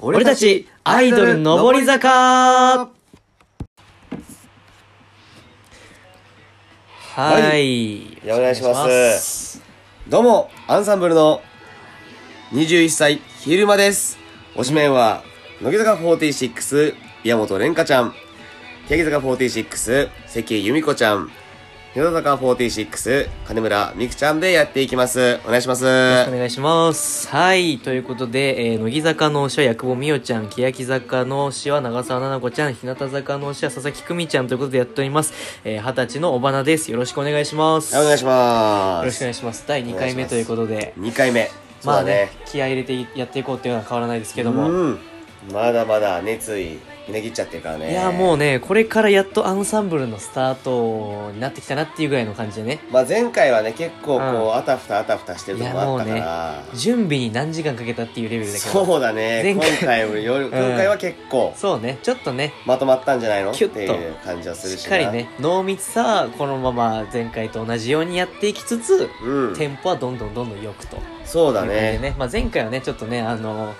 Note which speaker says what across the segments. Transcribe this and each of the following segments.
Speaker 1: 俺たちアイドル上り坂はい。
Speaker 2: お願いします
Speaker 1: お願いしす。
Speaker 2: どうも、アンサンブルの21歳、ひるまです。推しメンは、乃木坂46、宮本蓮香ちゃん。欅坂46、関由美子ちゃん。日向坂46、金村美久ちゃんでやっていきます。お願いします。
Speaker 1: よろしくお願いします。はい。ということで、えー、乃木坂の推しは薬母美代ちゃん、欅坂の推しは長澤奈々子ちゃん、日向坂の推しは佐々木久美ちゃんということでやっております。えー、二十歳のおばなです。よろしくお願いします。
Speaker 2: はいお願いしま
Speaker 1: よ
Speaker 2: す。
Speaker 1: ろしくお願いします。第2回目ということで、
Speaker 2: 2回目。そう
Speaker 1: まあ
Speaker 2: だ
Speaker 1: ね
Speaker 2: ね。、
Speaker 1: 気合い入れてやっていこうっていうのは変わらないですけども。
Speaker 2: うん。まだまだ熱意、ひねぎっちゃってるからね。
Speaker 1: いやもうねこれからやっとアンサンブルのスタートになってきたなっていうぐらいの感じでね
Speaker 2: まあ前回はね、結構こう、
Speaker 1: うん
Speaker 2: あたふたあたふたしてるとこもあったから。
Speaker 1: 準備に何時間かけたっていうレベルだけど
Speaker 2: そうだね
Speaker 1: 前回
Speaker 2: 今回もより今回は結構
Speaker 1: そうねちょっとね
Speaker 2: まとまったんじゃないのっ
Speaker 1: キ
Speaker 2: て
Speaker 1: ュッと
Speaker 2: いう感じはするし
Speaker 1: しっ
Speaker 2: な
Speaker 1: かりね濃密さはこのまま前回と同じようにやっていきつつ、
Speaker 2: うん
Speaker 1: テンポはどんどんどんどん良くという
Speaker 2: そうだ
Speaker 1: 感じで
Speaker 2: ね
Speaker 1: ね、まあ、前回はねちょっとねあの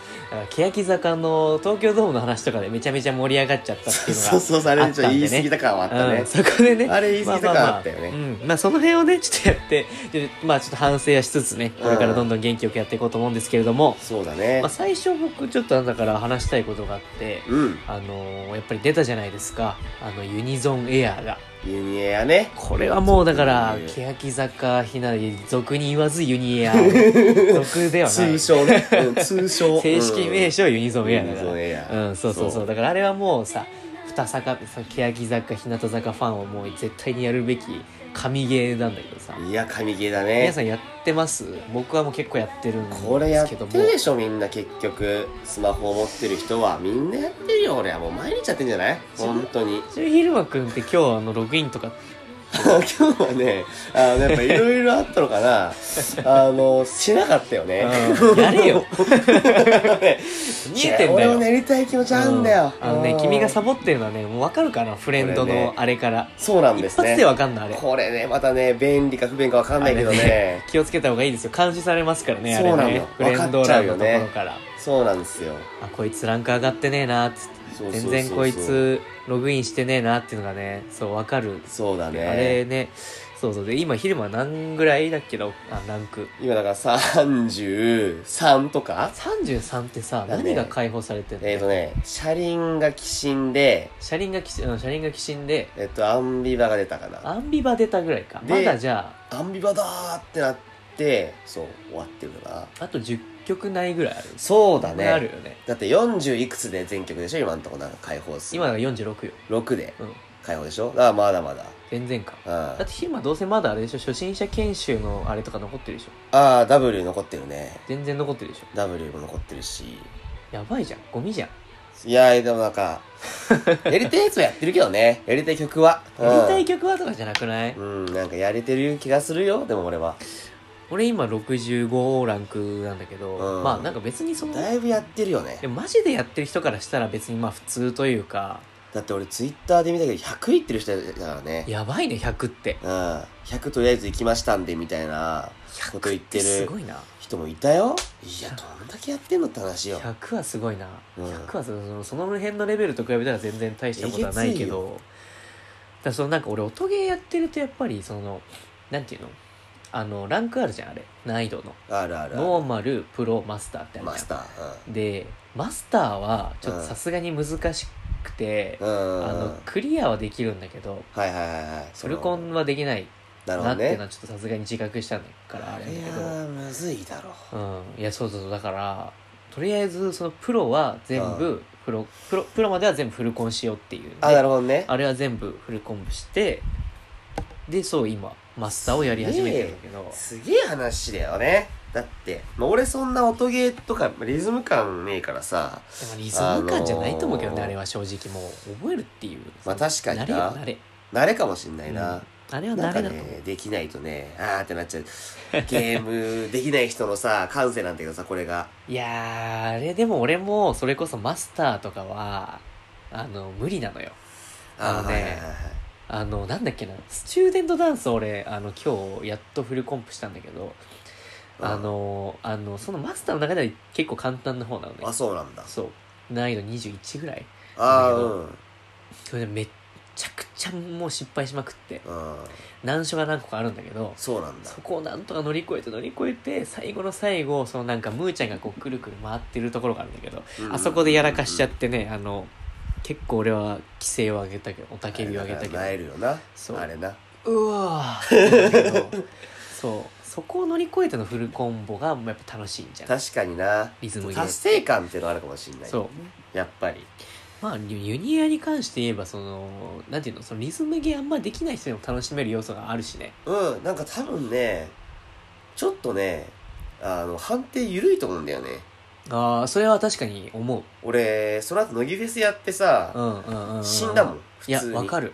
Speaker 1: 欅坂の東京ドームの話とかでめちゃめちゃ盛り上がっちゃったっていうのが
Speaker 2: そうそうそうあれちょっと言い過
Speaker 1: ね
Speaker 2: ぎた感はあったね
Speaker 1: うん、そこでね
Speaker 2: あれ言い過ぎた感あったよね
Speaker 1: まあまあまあうんまあその辺をねちょっとやって でまあちょっと反省はしつつねこれからどんどん元気よくやっていこうと思うんですけれども、
Speaker 2: そうだね
Speaker 1: まあ、最初僕ちょっとだから話したいことがあって、
Speaker 2: うん
Speaker 1: あのーやっぱり出たじゃないですかあのユニゾンエアーが
Speaker 2: ユニエアね
Speaker 1: これはもうだから
Speaker 2: ユニエ
Speaker 1: 欅坂ひな俗に言わずユニエアー 俗で
Speaker 2: ア
Speaker 1: はない
Speaker 2: 通称ね うん通称
Speaker 1: 正式名称ユニゾンエアだか
Speaker 2: ユニ
Speaker 1: ら
Speaker 2: ゾンエア
Speaker 1: うん、そうそうそう
Speaker 2: そう
Speaker 1: だからあれはもうさ二坂さ欅坂日向坂ファンはもう絶対にやるべき神ゲーなんだけどさ、
Speaker 2: うんいや神ゲーだ
Speaker 1: 皆
Speaker 2: ね
Speaker 1: さんやってます僕はもう結構やってるんですけども
Speaker 2: これやってるでしょみんな結局スマホを持ってる人はみんなやってるよ俺はもう毎日やってんじゃない本当に
Speaker 1: ちなみに昼間くんって今日あのログインとか
Speaker 2: 今日はねあのやっぱいろいろあったの かなあのしなかったよね
Speaker 1: やれよ見えてんだ
Speaker 2: 俺も
Speaker 1: よ
Speaker 2: やりたい気持ちあるんだよ、
Speaker 1: あのね君がサ
Speaker 2: さ
Speaker 1: ボってるのはねもう分かるかなフレンド
Speaker 2: これ
Speaker 1: の
Speaker 2: ね
Speaker 1: あれから
Speaker 2: そうなんで
Speaker 1: 一
Speaker 2: すね
Speaker 1: 発で分かんないあれ
Speaker 2: これねまたね便利か不便かわかんないけどね
Speaker 1: あれ気をつけた方がいいですよ監視されますからねあ
Speaker 2: そう
Speaker 1: れ
Speaker 2: なの
Speaker 1: ね
Speaker 2: よ
Speaker 1: フレンド欄のところから、
Speaker 2: そうなんですよ
Speaker 1: あこいつランク上がってねえなっつって
Speaker 2: そうそうそうそう
Speaker 1: 全然こいつログインしてねえなっていうのがねそう分かる、
Speaker 2: そうだね
Speaker 1: あれねそうそうで今昼間何ぐらいだっけどあランク
Speaker 2: 今だから33とか
Speaker 1: 33ってさ
Speaker 2: だね
Speaker 1: 何が解放されてんの、
Speaker 2: えっ、ー、とね車輪が寄進で
Speaker 1: 車輪がきしうん車輪がきしんで
Speaker 2: えっとアンビバが出たかな
Speaker 1: アンビバ出たぐらいか
Speaker 2: で
Speaker 1: まだじゃ
Speaker 2: アンビバだーってなってそう終わってるかな
Speaker 1: ああと10曲ないぐらいある
Speaker 2: そうだ
Speaker 1: ある
Speaker 2: ね
Speaker 1: よね
Speaker 2: だって40いくつで全曲でしょ今のとこなんか解放数
Speaker 1: 今のが46よ
Speaker 2: 6で
Speaker 1: うん
Speaker 2: 解放でしょだからまだまだ
Speaker 1: 全然か
Speaker 2: うん
Speaker 1: だって昼間どうせまだあれでしょ初心者研修のあれとか残ってるでしょ
Speaker 2: ああ W 残ってるね
Speaker 1: 全然残ってるでしょ
Speaker 2: W も残ってるし
Speaker 1: やばいじゃんゴミじゃん
Speaker 2: いやーでもなんか やりたいやつはやってるけどねやりたい曲は
Speaker 1: やりたい
Speaker 2: 曲
Speaker 1: 曲はとかじゃなくない、
Speaker 2: うんなんかやれてる気がするよでも俺は
Speaker 1: 俺今65ランクなんだけど、
Speaker 2: うん
Speaker 1: まあなんか別にその
Speaker 2: だいぶやってるよね
Speaker 1: でもマジでやってる人からしたら別にまあ普通というか
Speaker 2: だって俺ツイッターで見たけど100いってる人だからね
Speaker 1: やばいね100って
Speaker 2: うん100とりあえず行きましたんでみたいなこ
Speaker 1: 100
Speaker 2: と言
Speaker 1: っ
Speaker 2: って
Speaker 1: てす
Speaker 2: る
Speaker 1: ごいな
Speaker 2: 人もいたよいやどんだけやってんのって話よ
Speaker 1: 100はすごいな、
Speaker 2: うん
Speaker 1: 100はそのその辺のレベルと比べたら全然大したことはないけ
Speaker 2: えげつい
Speaker 1: どだからそのなんか俺音ゲーやってるとやっぱりそのなんていうのあのランクあるじゃんあれ難易度の
Speaker 2: あるあるあ
Speaker 1: ノーマルプロマスターってあ
Speaker 2: る
Speaker 1: る
Speaker 2: マ
Speaker 1: じ
Speaker 2: ス
Speaker 1: ゃん
Speaker 2: ター
Speaker 1: でマスターはちょっとさすがに難しくて、
Speaker 2: うんうん
Speaker 1: あのクリアはできるんだけど
Speaker 2: はいはいはいはい
Speaker 1: フルコンはできない
Speaker 2: なるほ
Speaker 1: な
Speaker 2: ど
Speaker 1: っていう
Speaker 2: ね
Speaker 1: のはちょっとさすがに自覚したのからあれだ
Speaker 2: い
Speaker 1: け
Speaker 2: や
Speaker 1: ど
Speaker 2: ーむずいだろ
Speaker 1: うん、いやそうそうそうだからとりあえずそのプロは全部プロプロプロまでは全部フルコンしようっていう、ね
Speaker 2: あなるほどね
Speaker 1: あれは全部フルコンしてでそう今マスターをやり始めてるんだけど、
Speaker 2: すげえ話だよねだって、まあ、俺そんな音ゲーとかリズム感ねえからさ
Speaker 1: でもリズム感じゃないと思うけどね、
Speaker 2: あのー
Speaker 1: あれは正直もう覚えるっていう
Speaker 2: まあ確かにな
Speaker 1: 慣れよ慣れ
Speaker 2: 慣れかもしんないな、
Speaker 1: うんあれは
Speaker 2: な
Speaker 1: 慣
Speaker 2: んか
Speaker 1: れだと思う、
Speaker 2: ねできないとねあーってなっちゃうゲームできない人のさ感性なんだけどさこれが
Speaker 1: いやーあれでも俺もそれこそマスターとかはあの無理なのよあのね
Speaker 2: はいはいはいはい
Speaker 1: あの、なんだっけな、スチューデントダンス俺、あの、今日、やっとフルコンプしたんだけど、
Speaker 2: うん
Speaker 1: あの、あの、そのマスターの中では結構簡単な方なのね。
Speaker 2: あそうなんだ
Speaker 1: そう。難易度21ぐらい
Speaker 2: ああ
Speaker 1: だけ
Speaker 2: う
Speaker 1: ど
Speaker 2: ん
Speaker 1: それでめっちゃくちゃもう失敗しまくって
Speaker 2: あー
Speaker 1: 難所が何個かあるんだけど
Speaker 2: そうなんだ
Speaker 1: そこをなんとか乗り越えて乗り越えて最後の最後そのなんかムーちゃんがこうくるくる回ってるところがあるんだけど、
Speaker 2: うん
Speaker 1: あそこでやらかしちゃってねあの結構俺は規制を上げたけど雄たけびを上げたけど
Speaker 2: なえるよな
Speaker 1: そう
Speaker 2: あれな
Speaker 1: うわーって思うけどそうそこを乗り越えてのフルコンボがやっぱ楽しいんじゃない
Speaker 2: 確かにな
Speaker 1: リズムゲー
Speaker 2: 達成感っていうのがあるかもしれない
Speaker 1: そう
Speaker 2: やっぱり
Speaker 1: まあユユニアに関して言えばそのなんていうのそのリズムゲーあんまできない人でも楽しめる要素があるしね
Speaker 2: うんなんか多分ねちょっとねあの判定緩いと思うんだよね
Speaker 1: ああそれは確かに思う
Speaker 2: 俺その後乃木フェスやってさ
Speaker 1: うんうんうんうん
Speaker 2: 死んだもん普通
Speaker 1: い
Speaker 2: に
Speaker 1: やわか
Speaker 2: る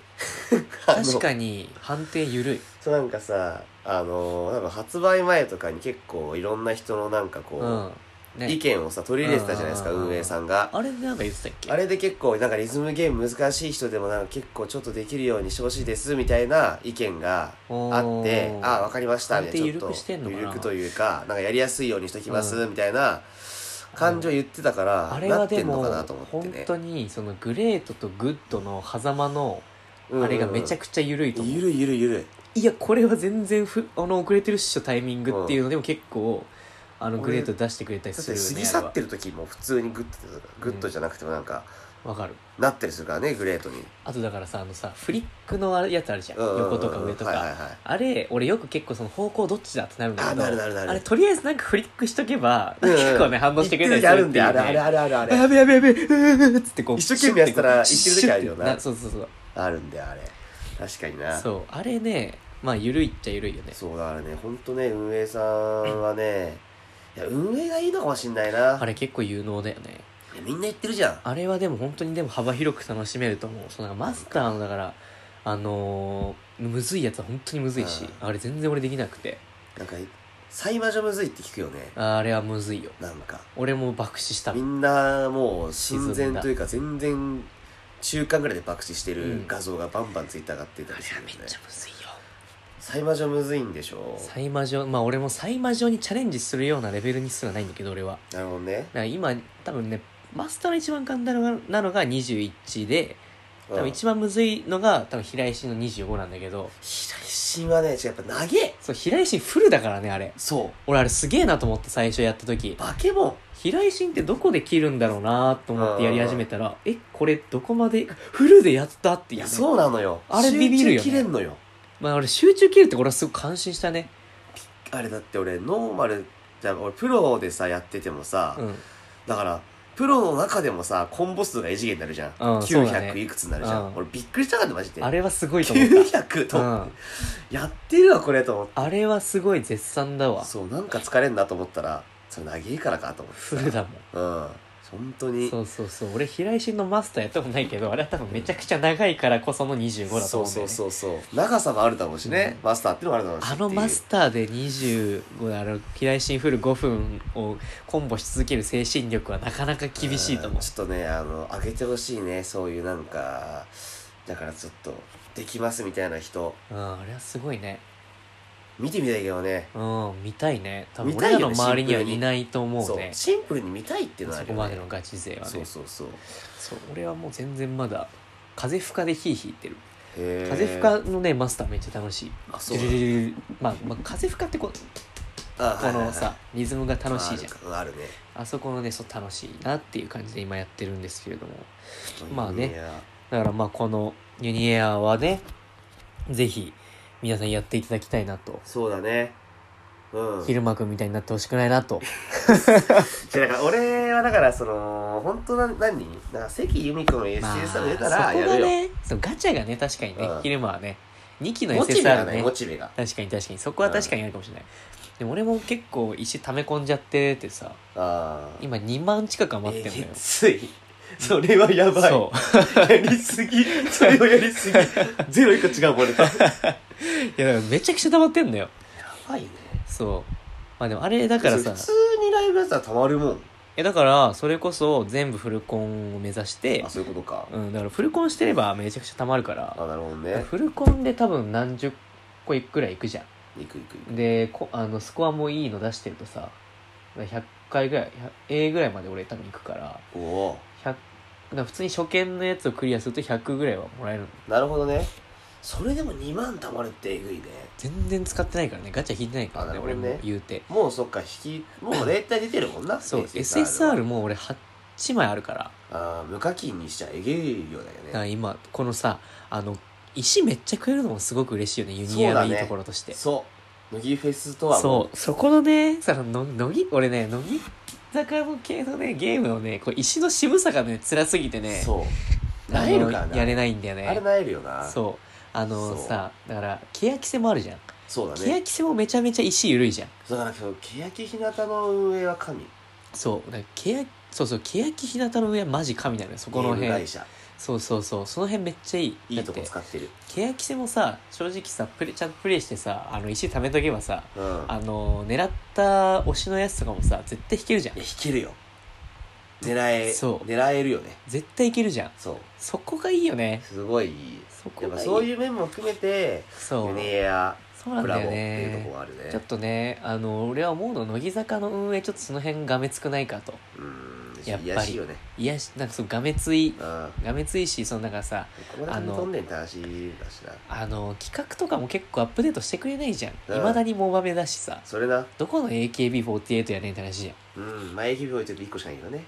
Speaker 1: る確かに判定ゆるい
Speaker 2: そうなんかさあの多分発売前とかに結構いろんな人のなんかこ
Speaker 1: う
Speaker 2: う、
Speaker 1: ん
Speaker 2: 意
Speaker 1: ね
Speaker 2: 見をさ取り入れてたじゃないですか
Speaker 1: うんうんうん
Speaker 2: 運営さんが
Speaker 1: あれでなんか言ってたっけ
Speaker 2: あれで結構なんかリズムゲーム難しい人でもなんか結構ちょっとできるようにしてほしいですみたいな意見があって
Speaker 1: おー
Speaker 2: あわかりましたみたいな
Speaker 1: 判定
Speaker 2: ちょっと
Speaker 1: 緩くしてんのかな
Speaker 2: 緩くというかなんかやりやすいようにしときます
Speaker 1: う
Speaker 2: みたいな感情言ってたから、
Speaker 1: あれ
Speaker 2: な
Speaker 1: は
Speaker 2: って
Speaker 1: で
Speaker 2: んの
Speaker 1: も
Speaker 2: かなと思って
Speaker 1: 本
Speaker 2: ね
Speaker 1: 当にそのグレートとグッドの狭間の
Speaker 2: うんうん
Speaker 1: あれがめちゃくちゃ緩いと思う、
Speaker 2: ゆるゆるゆる
Speaker 1: いやこれは全然ふあの遅れてるっしょタイミングっていうのでも結構、あの
Speaker 2: 俺
Speaker 1: グレート出してくれたり
Speaker 2: だっ
Speaker 1: する
Speaker 2: て
Speaker 1: よ
Speaker 2: 過ぎ
Speaker 1: ね
Speaker 2: 去
Speaker 1: あれ
Speaker 2: っ
Speaker 1: は
Speaker 2: てる時も普通にグッドグッドじゃなくてもなんか、
Speaker 1: わかる
Speaker 2: なったりするからねグレートに、
Speaker 1: あとだからさあのさフリックのあれやつあるじゃん,、
Speaker 2: うんうんうん
Speaker 1: 横とか上とか、
Speaker 2: はいはいはい
Speaker 1: あれ俺よく結構その方向どっちだってなるんだけど
Speaker 2: あなるなるなる
Speaker 1: あれとりあえずなんかフリックしとけば、
Speaker 2: うんうん
Speaker 1: 結構ね反応してくれたりするっていう、ね、
Speaker 2: 言ってる時あるあるあるあるあれ
Speaker 1: やべやべやべうーっつってこう
Speaker 2: 一生懸命やってたら言ってる時あるよな
Speaker 1: シュッてそうそうそう
Speaker 2: あるんだよあれ確かにな
Speaker 1: そうあれねまあ緩いっちゃ緩いよね
Speaker 2: そうだからね本当ね運営さんはねいや運営がいいのかもしんないな
Speaker 1: あれ結構有能だよね
Speaker 2: いやみんな言ってるじゃん
Speaker 1: あれはでも本当にでも幅広く楽しめると思うそのなんかマスターのだからあのー、むずいやつは本当にむずいし、あれ全然俺できなくて
Speaker 2: なんか最魔女むずいって聞くよね
Speaker 1: あれはむずいよ
Speaker 2: なんか
Speaker 1: 俺も爆死したも
Speaker 2: み
Speaker 1: ん
Speaker 2: んなもう親善というか全然中間ぐらいで爆死して
Speaker 1: う
Speaker 2: る
Speaker 1: ん
Speaker 2: 画像がバンバンツイッター上がってた
Speaker 1: あれ
Speaker 2: りす
Speaker 1: は
Speaker 2: るよ
Speaker 1: め
Speaker 2: ね
Speaker 1: っちゃむずいよ
Speaker 2: 最魔女むずいんでしょ
Speaker 1: サイマジョまあ俺もサイマジョにチャレンジするようなレベルにすらないんだけど俺は
Speaker 2: なるほどね
Speaker 1: だから今多分ねマスターの一番簡単なのがなのが21で多
Speaker 2: う
Speaker 1: 分
Speaker 2: ん
Speaker 1: 一番むずいのが多分平石の25なんだけど
Speaker 2: 平石はね違うやっぱ長え
Speaker 1: そう平石フルだからねあれ
Speaker 2: そ
Speaker 1: 俺あれすげえなと思って最初やった時
Speaker 2: うバケモン
Speaker 1: 平井心ってどこで切るんだろうなと思ってやり始めたら、え、これどこまで、フルでやったって
Speaker 2: い
Speaker 1: いう、
Speaker 2: や
Speaker 1: ね。
Speaker 2: そうなのよ
Speaker 1: あれビビるよね
Speaker 2: 集中切れんのよ
Speaker 1: まあ俺集中切るってこれはすごく感心したね。
Speaker 2: あれだって俺ノーマルじゃあ俺プロでさやっててもさ、
Speaker 1: うん。
Speaker 2: だからプロの中でもさコンボ数が異次元になるじゃん、
Speaker 1: うんそうだね
Speaker 2: 900いくつになるじゃん、
Speaker 1: うん
Speaker 2: 俺びっくりしたからねマジで
Speaker 1: あれはすごいと思っ
Speaker 2: 900と、
Speaker 1: た。うん。
Speaker 2: やってるわこれと思って
Speaker 1: あれはすごい絶賛だわ。
Speaker 2: そうなんか疲れんなと思ったらそれ長えからかと思って
Speaker 1: フルだもん。
Speaker 2: うん本当に
Speaker 1: そうそうそう。俺平井心のマスターやったことないけど、あれは多分めちゃくちゃ長いからこその25だと
Speaker 2: そ
Speaker 1: 思
Speaker 2: う
Speaker 1: うんだ
Speaker 2: そ
Speaker 1: よ
Speaker 2: う
Speaker 1: ね。
Speaker 2: そうそう長さもあるだろうしね、マスターっていうのもあるだろうし
Speaker 1: あのマスターで25あの平井心フル5分をコンボし続ける精神力はなかなか厳しいと思
Speaker 2: ん
Speaker 1: う。
Speaker 2: ちょっとねあの上げてほしいねそういうなんかだからちょっとできますみたいな人
Speaker 1: うん、あれはすごいね。
Speaker 2: 見てみたいけどね
Speaker 1: うん、見たいね。多分
Speaker 2: 見たい
Speaker 1: 俺ら
Speaker 2: よね
Speaker 1: の周りには
Speaker 2: シンプルに
Speaker 1: いないと思うね。そ
Speaker 2: シンプルに見たいっていうのはある
Speaker 1: こ
Speaker 2: よ
Speaker 1: ま
Speaker 2: ね
Speaker 1: でのガチ勢はね。
Speaker 2: そうそうそう
Speaker 1: そう俺はもう全然まだ、風吹かでヒーヒー言ってる。
Speaker 2: へー
Speaker 1: 風吹かのね、マスターめっちゃ楽しい。
Speaker 2: あそう
Speaker 1: ジュルルルルルまあ、まあ、風吹かってこう
Speaker 2: あ
Speaker 1: このさ、リズムが楽しいじゃん。
Speaker 2: んあるね
Speaker 1: あそこのね、そう楽しいなっていう感じで今やってるんですけれども。まあね
Speaker 2: いや
Speaker 1: だからまあ、このユニエアはね、ぜひ皆さんやっていただきたいなと。
Speaker 2: そうだねうん
Speaker 1: 昼間くんみたいになってほしくないなと。
Speaker 2: じゃあだから俺はだからその本当な何なんか関由美子の SSR 出たら
Speaker 1: そこ
Speaker 2: や
Speaker 1: が
Speaker 2: るよ、
Speaker 1: ねそうガチャがね確かにね、
Speaker 2: うん
Speaker 1: 昼間はね2期の
Speaker 2: モチベが
Speaker 1: SSR
Speaker 2: ね
Speaker 1: ね
Speaker 2: モチベが
Speaker 1: 確かに確かにそこは確かにあるかもしれない、でも俺も結構石溜め込んじゃっててさ
Speaker 2: ああ
Speaker 1: 今2万近く余ってんのよ、
Speaker 2: えげつい それはやばい
Speaker 1: そ
Speaker 2: やりすぎそれをやり すぎゼロ一個違うもん俺とや
Speaker 1: ういやだからめちゃくちゃ溜まってんのよ
Speaker 2: ばいね
Speaker 1: そうまあでもあれだから
Speaker 2: それ
Speaker 1: さ
Speaker 2: 普通にライブやったらたまるもん
Speaker 1: えだからそれこそ全部フルコンを目指して
Speaker 2: あ、そういうことか
Speaker 1: うん、だからフルコンしてればめちゃくちゃ溜まるから
Speaker 2: あなるほどね
Speaker 1: フルコンで多分何十個いくぐらいいくじゃん
Speaker 2: いくいくいく
Speaker 1: でこあのスコアもいいの出してるとさ100回ぐらい A ぐらいまで俺多分行くから
Speaker 2: おお
Speaker 1: 100だから普通に初見のやつをクリアすると100ぐらいはもらえるの
Speaker 2: ーなるほどねそれでも2万貯まるってえぐいね
Speaker 1: 全然使ってないからねガチャ引いてないから
Speaker 2: あな
Speaker 1: ね
Speaker 2: るほ
Speaker 1: 俺
Speaker 2: どね
Speaker 1: も言うて
Speaker 2: もうそっか引きもう大体出てるもんな
Speaker 1: そう
Speaker 2: SSR
Speaker 1: SSR もう俺8枚あるから
Speaker 2: あー無課金にしちゃえげえようだよね
Speaker 1: だから今このさあの石めっちゃ食えるのもすごく嬉しいよねユニアのいいところとして
Speaker 2: そう乃木フェスとはも
Speaker 1: そうそこのねさの乃木俺ね乃木坂の系のねゲームのねこう石の渋さがね辛すぎて
Speaker 2: う
Speaker 1: ね
Speaker 2: そう
Speaker 1: あの
Speaker 2: なえるかな
Speaker 1: やれないんだよ
Speaker 2: あ
Speaker 1: ね
Speaker 2: れなえるよなそう
Speaker 1: そうあの
Speaker 2: そう
Speaker 1: さだから欅瀬もあるじゃん
Speaker 2: だね
Speaker 1: 欅瀬もめちゃめちゃ石緩いじゃん
Speaker 2: だから今日欅日向の運営は神
Speaker 1: そうだから欅そうそう欅日向の上はマジ神なのよそこの
Speaker 2: ゲーム
Speaker 1: 辺
Speaker 2: 会社
Speaker 1: そうそうそうその辺めっちゃいい
Speaker 2: いいと
Speaker 1: だ
Speaker 2: こ
Speaker 1: って
Speaker 2: 使ってる
Speaker 1: 欅瀬もさ正直さプレちゃんとプレイしてさあの石貯めとけばさ
Speaker 2: うんいや
Speaker 1: あの狙った推しのやつとかもさ絶対引けるじゃん
Speaker 2: 引けるよ狙え
Speaker 1: そう
Speaker 2: 狙えるよね
Speaker 1: 絶対いけるじゃん
Speaker 2: そう
Speaker 1: そこがいいよね
Speaker 2: すごい
Speaker 1: そこ
Speaker 2: やっぱ
Speaker 1: がいい
Speaker 2: そういう面も含めて
Speaker 1: そ
Speaker 2: ユ
Speaker 1: う
Speaker 2: ニエア
Speaker 1: そうなん
Speaker 2: ブラ
Speaker 1: だ
Speaker 2: ボー
Speaker 1: よ
Speaker 2: っていうとこ
Speaker 1: ね
Speaker 2: があるね
Speaker 1: ちょっとねあの俺は思うの乃木坂の運営ちょっとその辺がめつくないかと
Speaker 2: うーん
Speaker 1: やっぱり
Speaker 2: 癒やしいよね
Speaker 1: いやしなんかそのがめつい
Speaker 2: うんこ
Speaker 1: がめついしそのなんかさ
Speaker 2: こら辺飛んでんって話だしな
Speaker 1: あの企画とかも結構アップデートしてくれないじゃん
Speaker 2: うん
Speaker 1: いまだにモバメだしさ
Speaker 2: それな
Speaker 1: どこの AKB48 やねんって話じゃん
Speaker 2: うん前日病ちょっと1個しかないけどね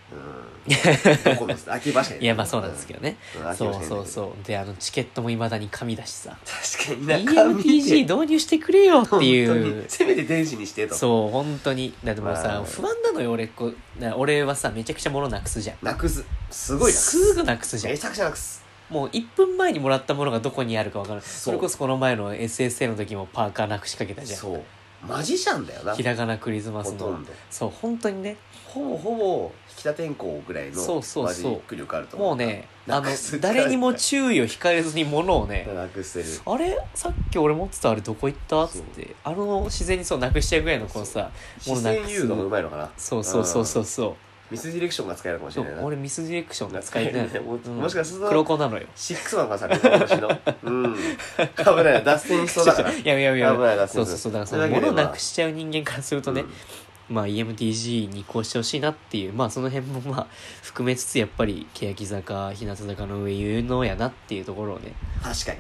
Speaker 2: うんどこの秋葉社
Speaker 1: いやまあそうなんですけ
Speaker 2: ど
Speaker 1: どね、そうそうそうであのチケットもいまだに紙だしさ
Speaker 2: 確かに中身
Speaker 1: EMPG 導入してくれよって
Speaker 2: 本当
Speaker 1: い
Speaker 2: に
Speaker 1: う
Speaker 2: せめて天使にしてと
Speaker 1: そう本当にだってもう
Speaker 2: ま
Speaker 1: さ
Speaker 2: あ
Speaker 1: 不安なのよ俺こうな俺はさめちゃくちゃ物なくすじゃん
Speaker 2: なくすすごいなく
Speaker 1: すぐなくすじゃん
Speaker 2: めちゃくちゃなくす
Speaker 1: もう1分前にもらったものがどこにあるかわからない
Speaker 2: そう
Speaker 1: それこそこの前の SSA の時もパーカーなくしかけたじゃん
Speaker 2: そうマジシャンだよな
Speaker 1: ひらがなクリスマス
Speaker 2: ほと
Speaker 1: の
Speaker 2: んど
Speaker 1: そう本当にね
Speaker 2: ほぼほぼ引田天候ぐらい
Speaker 1: そ
Speaker 2: の
Speaker 1: うそう
Speaker 2: マジ
Speaker 1: そう
Speaker 2: ック力あると思う
Speaker 1: もうねあ
Speaker 2: な
Speaker 1: の
Speaker 2: くす
Speaker 1: 誰にも注意を引かれずに物をね
Speaker 2: なくせる
Speaker 1: あれさっき俺持ってたあれどこ行ったっつってあの自然にそうなくしちゃうぐらいのこのさも
Speaker 2: 視
Speaker 1: うなく
Speaker 2: 線誘導がうまいのかな
Speaker 1: そうそうそうそううそ
Speaker 2: ミスディレクションが使えるかもし
Speaker 1: う
Speaker 2: れないな
Speaker 1: 俺ミスディレクションが使えてない
Speaker 2: 使えてないも
Speaker 1: うん
Speaker 2: もしかすると
Speaker 1: 黒子なのよ
Speaker 2: シックスマンがされる私 のうん危ないな脱線しそうだから
Speaker 1: いやいやい
Speaker 2: 危な
Speaker 1: や
Speaker 2: いな
Speaker 1: そうそうそうだからそ
Speaker 2: と
Speaker 1: の
Speaker 2: いうわけで
Speaker 1: 物
Speaker 2: まあ
Speaker 1: なくしちゃう人間からするとね、
Speaker 2: う
Speaker 1: まあ EMTG に移行してほしいなっていうまあその辺もまあ含めつつやっぱり欅坂日向坂の上有能やなっていうところをね
Speaker 2: ん確かに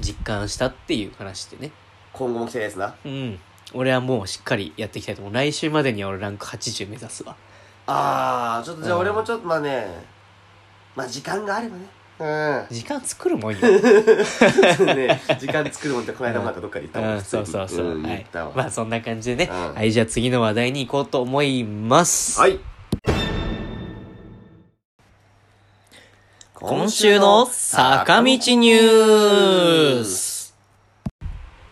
Speaker 1: 実感したっていう話でね
Speaker 2: 今後も期待ですな
Speaker 1: うん俺はもうしっかりやっていきたいと思う来週までには俺ランク80目指すわ
Speaker 2: あーちょっとじゃあ
Speaker 1: うん
Speaker 2: 俺もちょっとまあねまあ時間があればねうん
Speaker 1: 時間作るもん よ、
Speaker 2: ね、時間作るもんってこの間もなんかどっかで言ったも
Speaker 1: う
Speaker 2: ん、
Speaker 1: ん、そうそうそう、
Speaker 2: ん
Speaker 1: は
Speaker 2: 言
Speaker 1: い
Speaker 2: ったわ
Speaker 1: まあそんな感じでね、
Speaker 2: うん
Speaker 1: はいじゃあ次の話題に行こうと思います
Speaker 2: はい
Speaker 1: 今週の坂道ニュース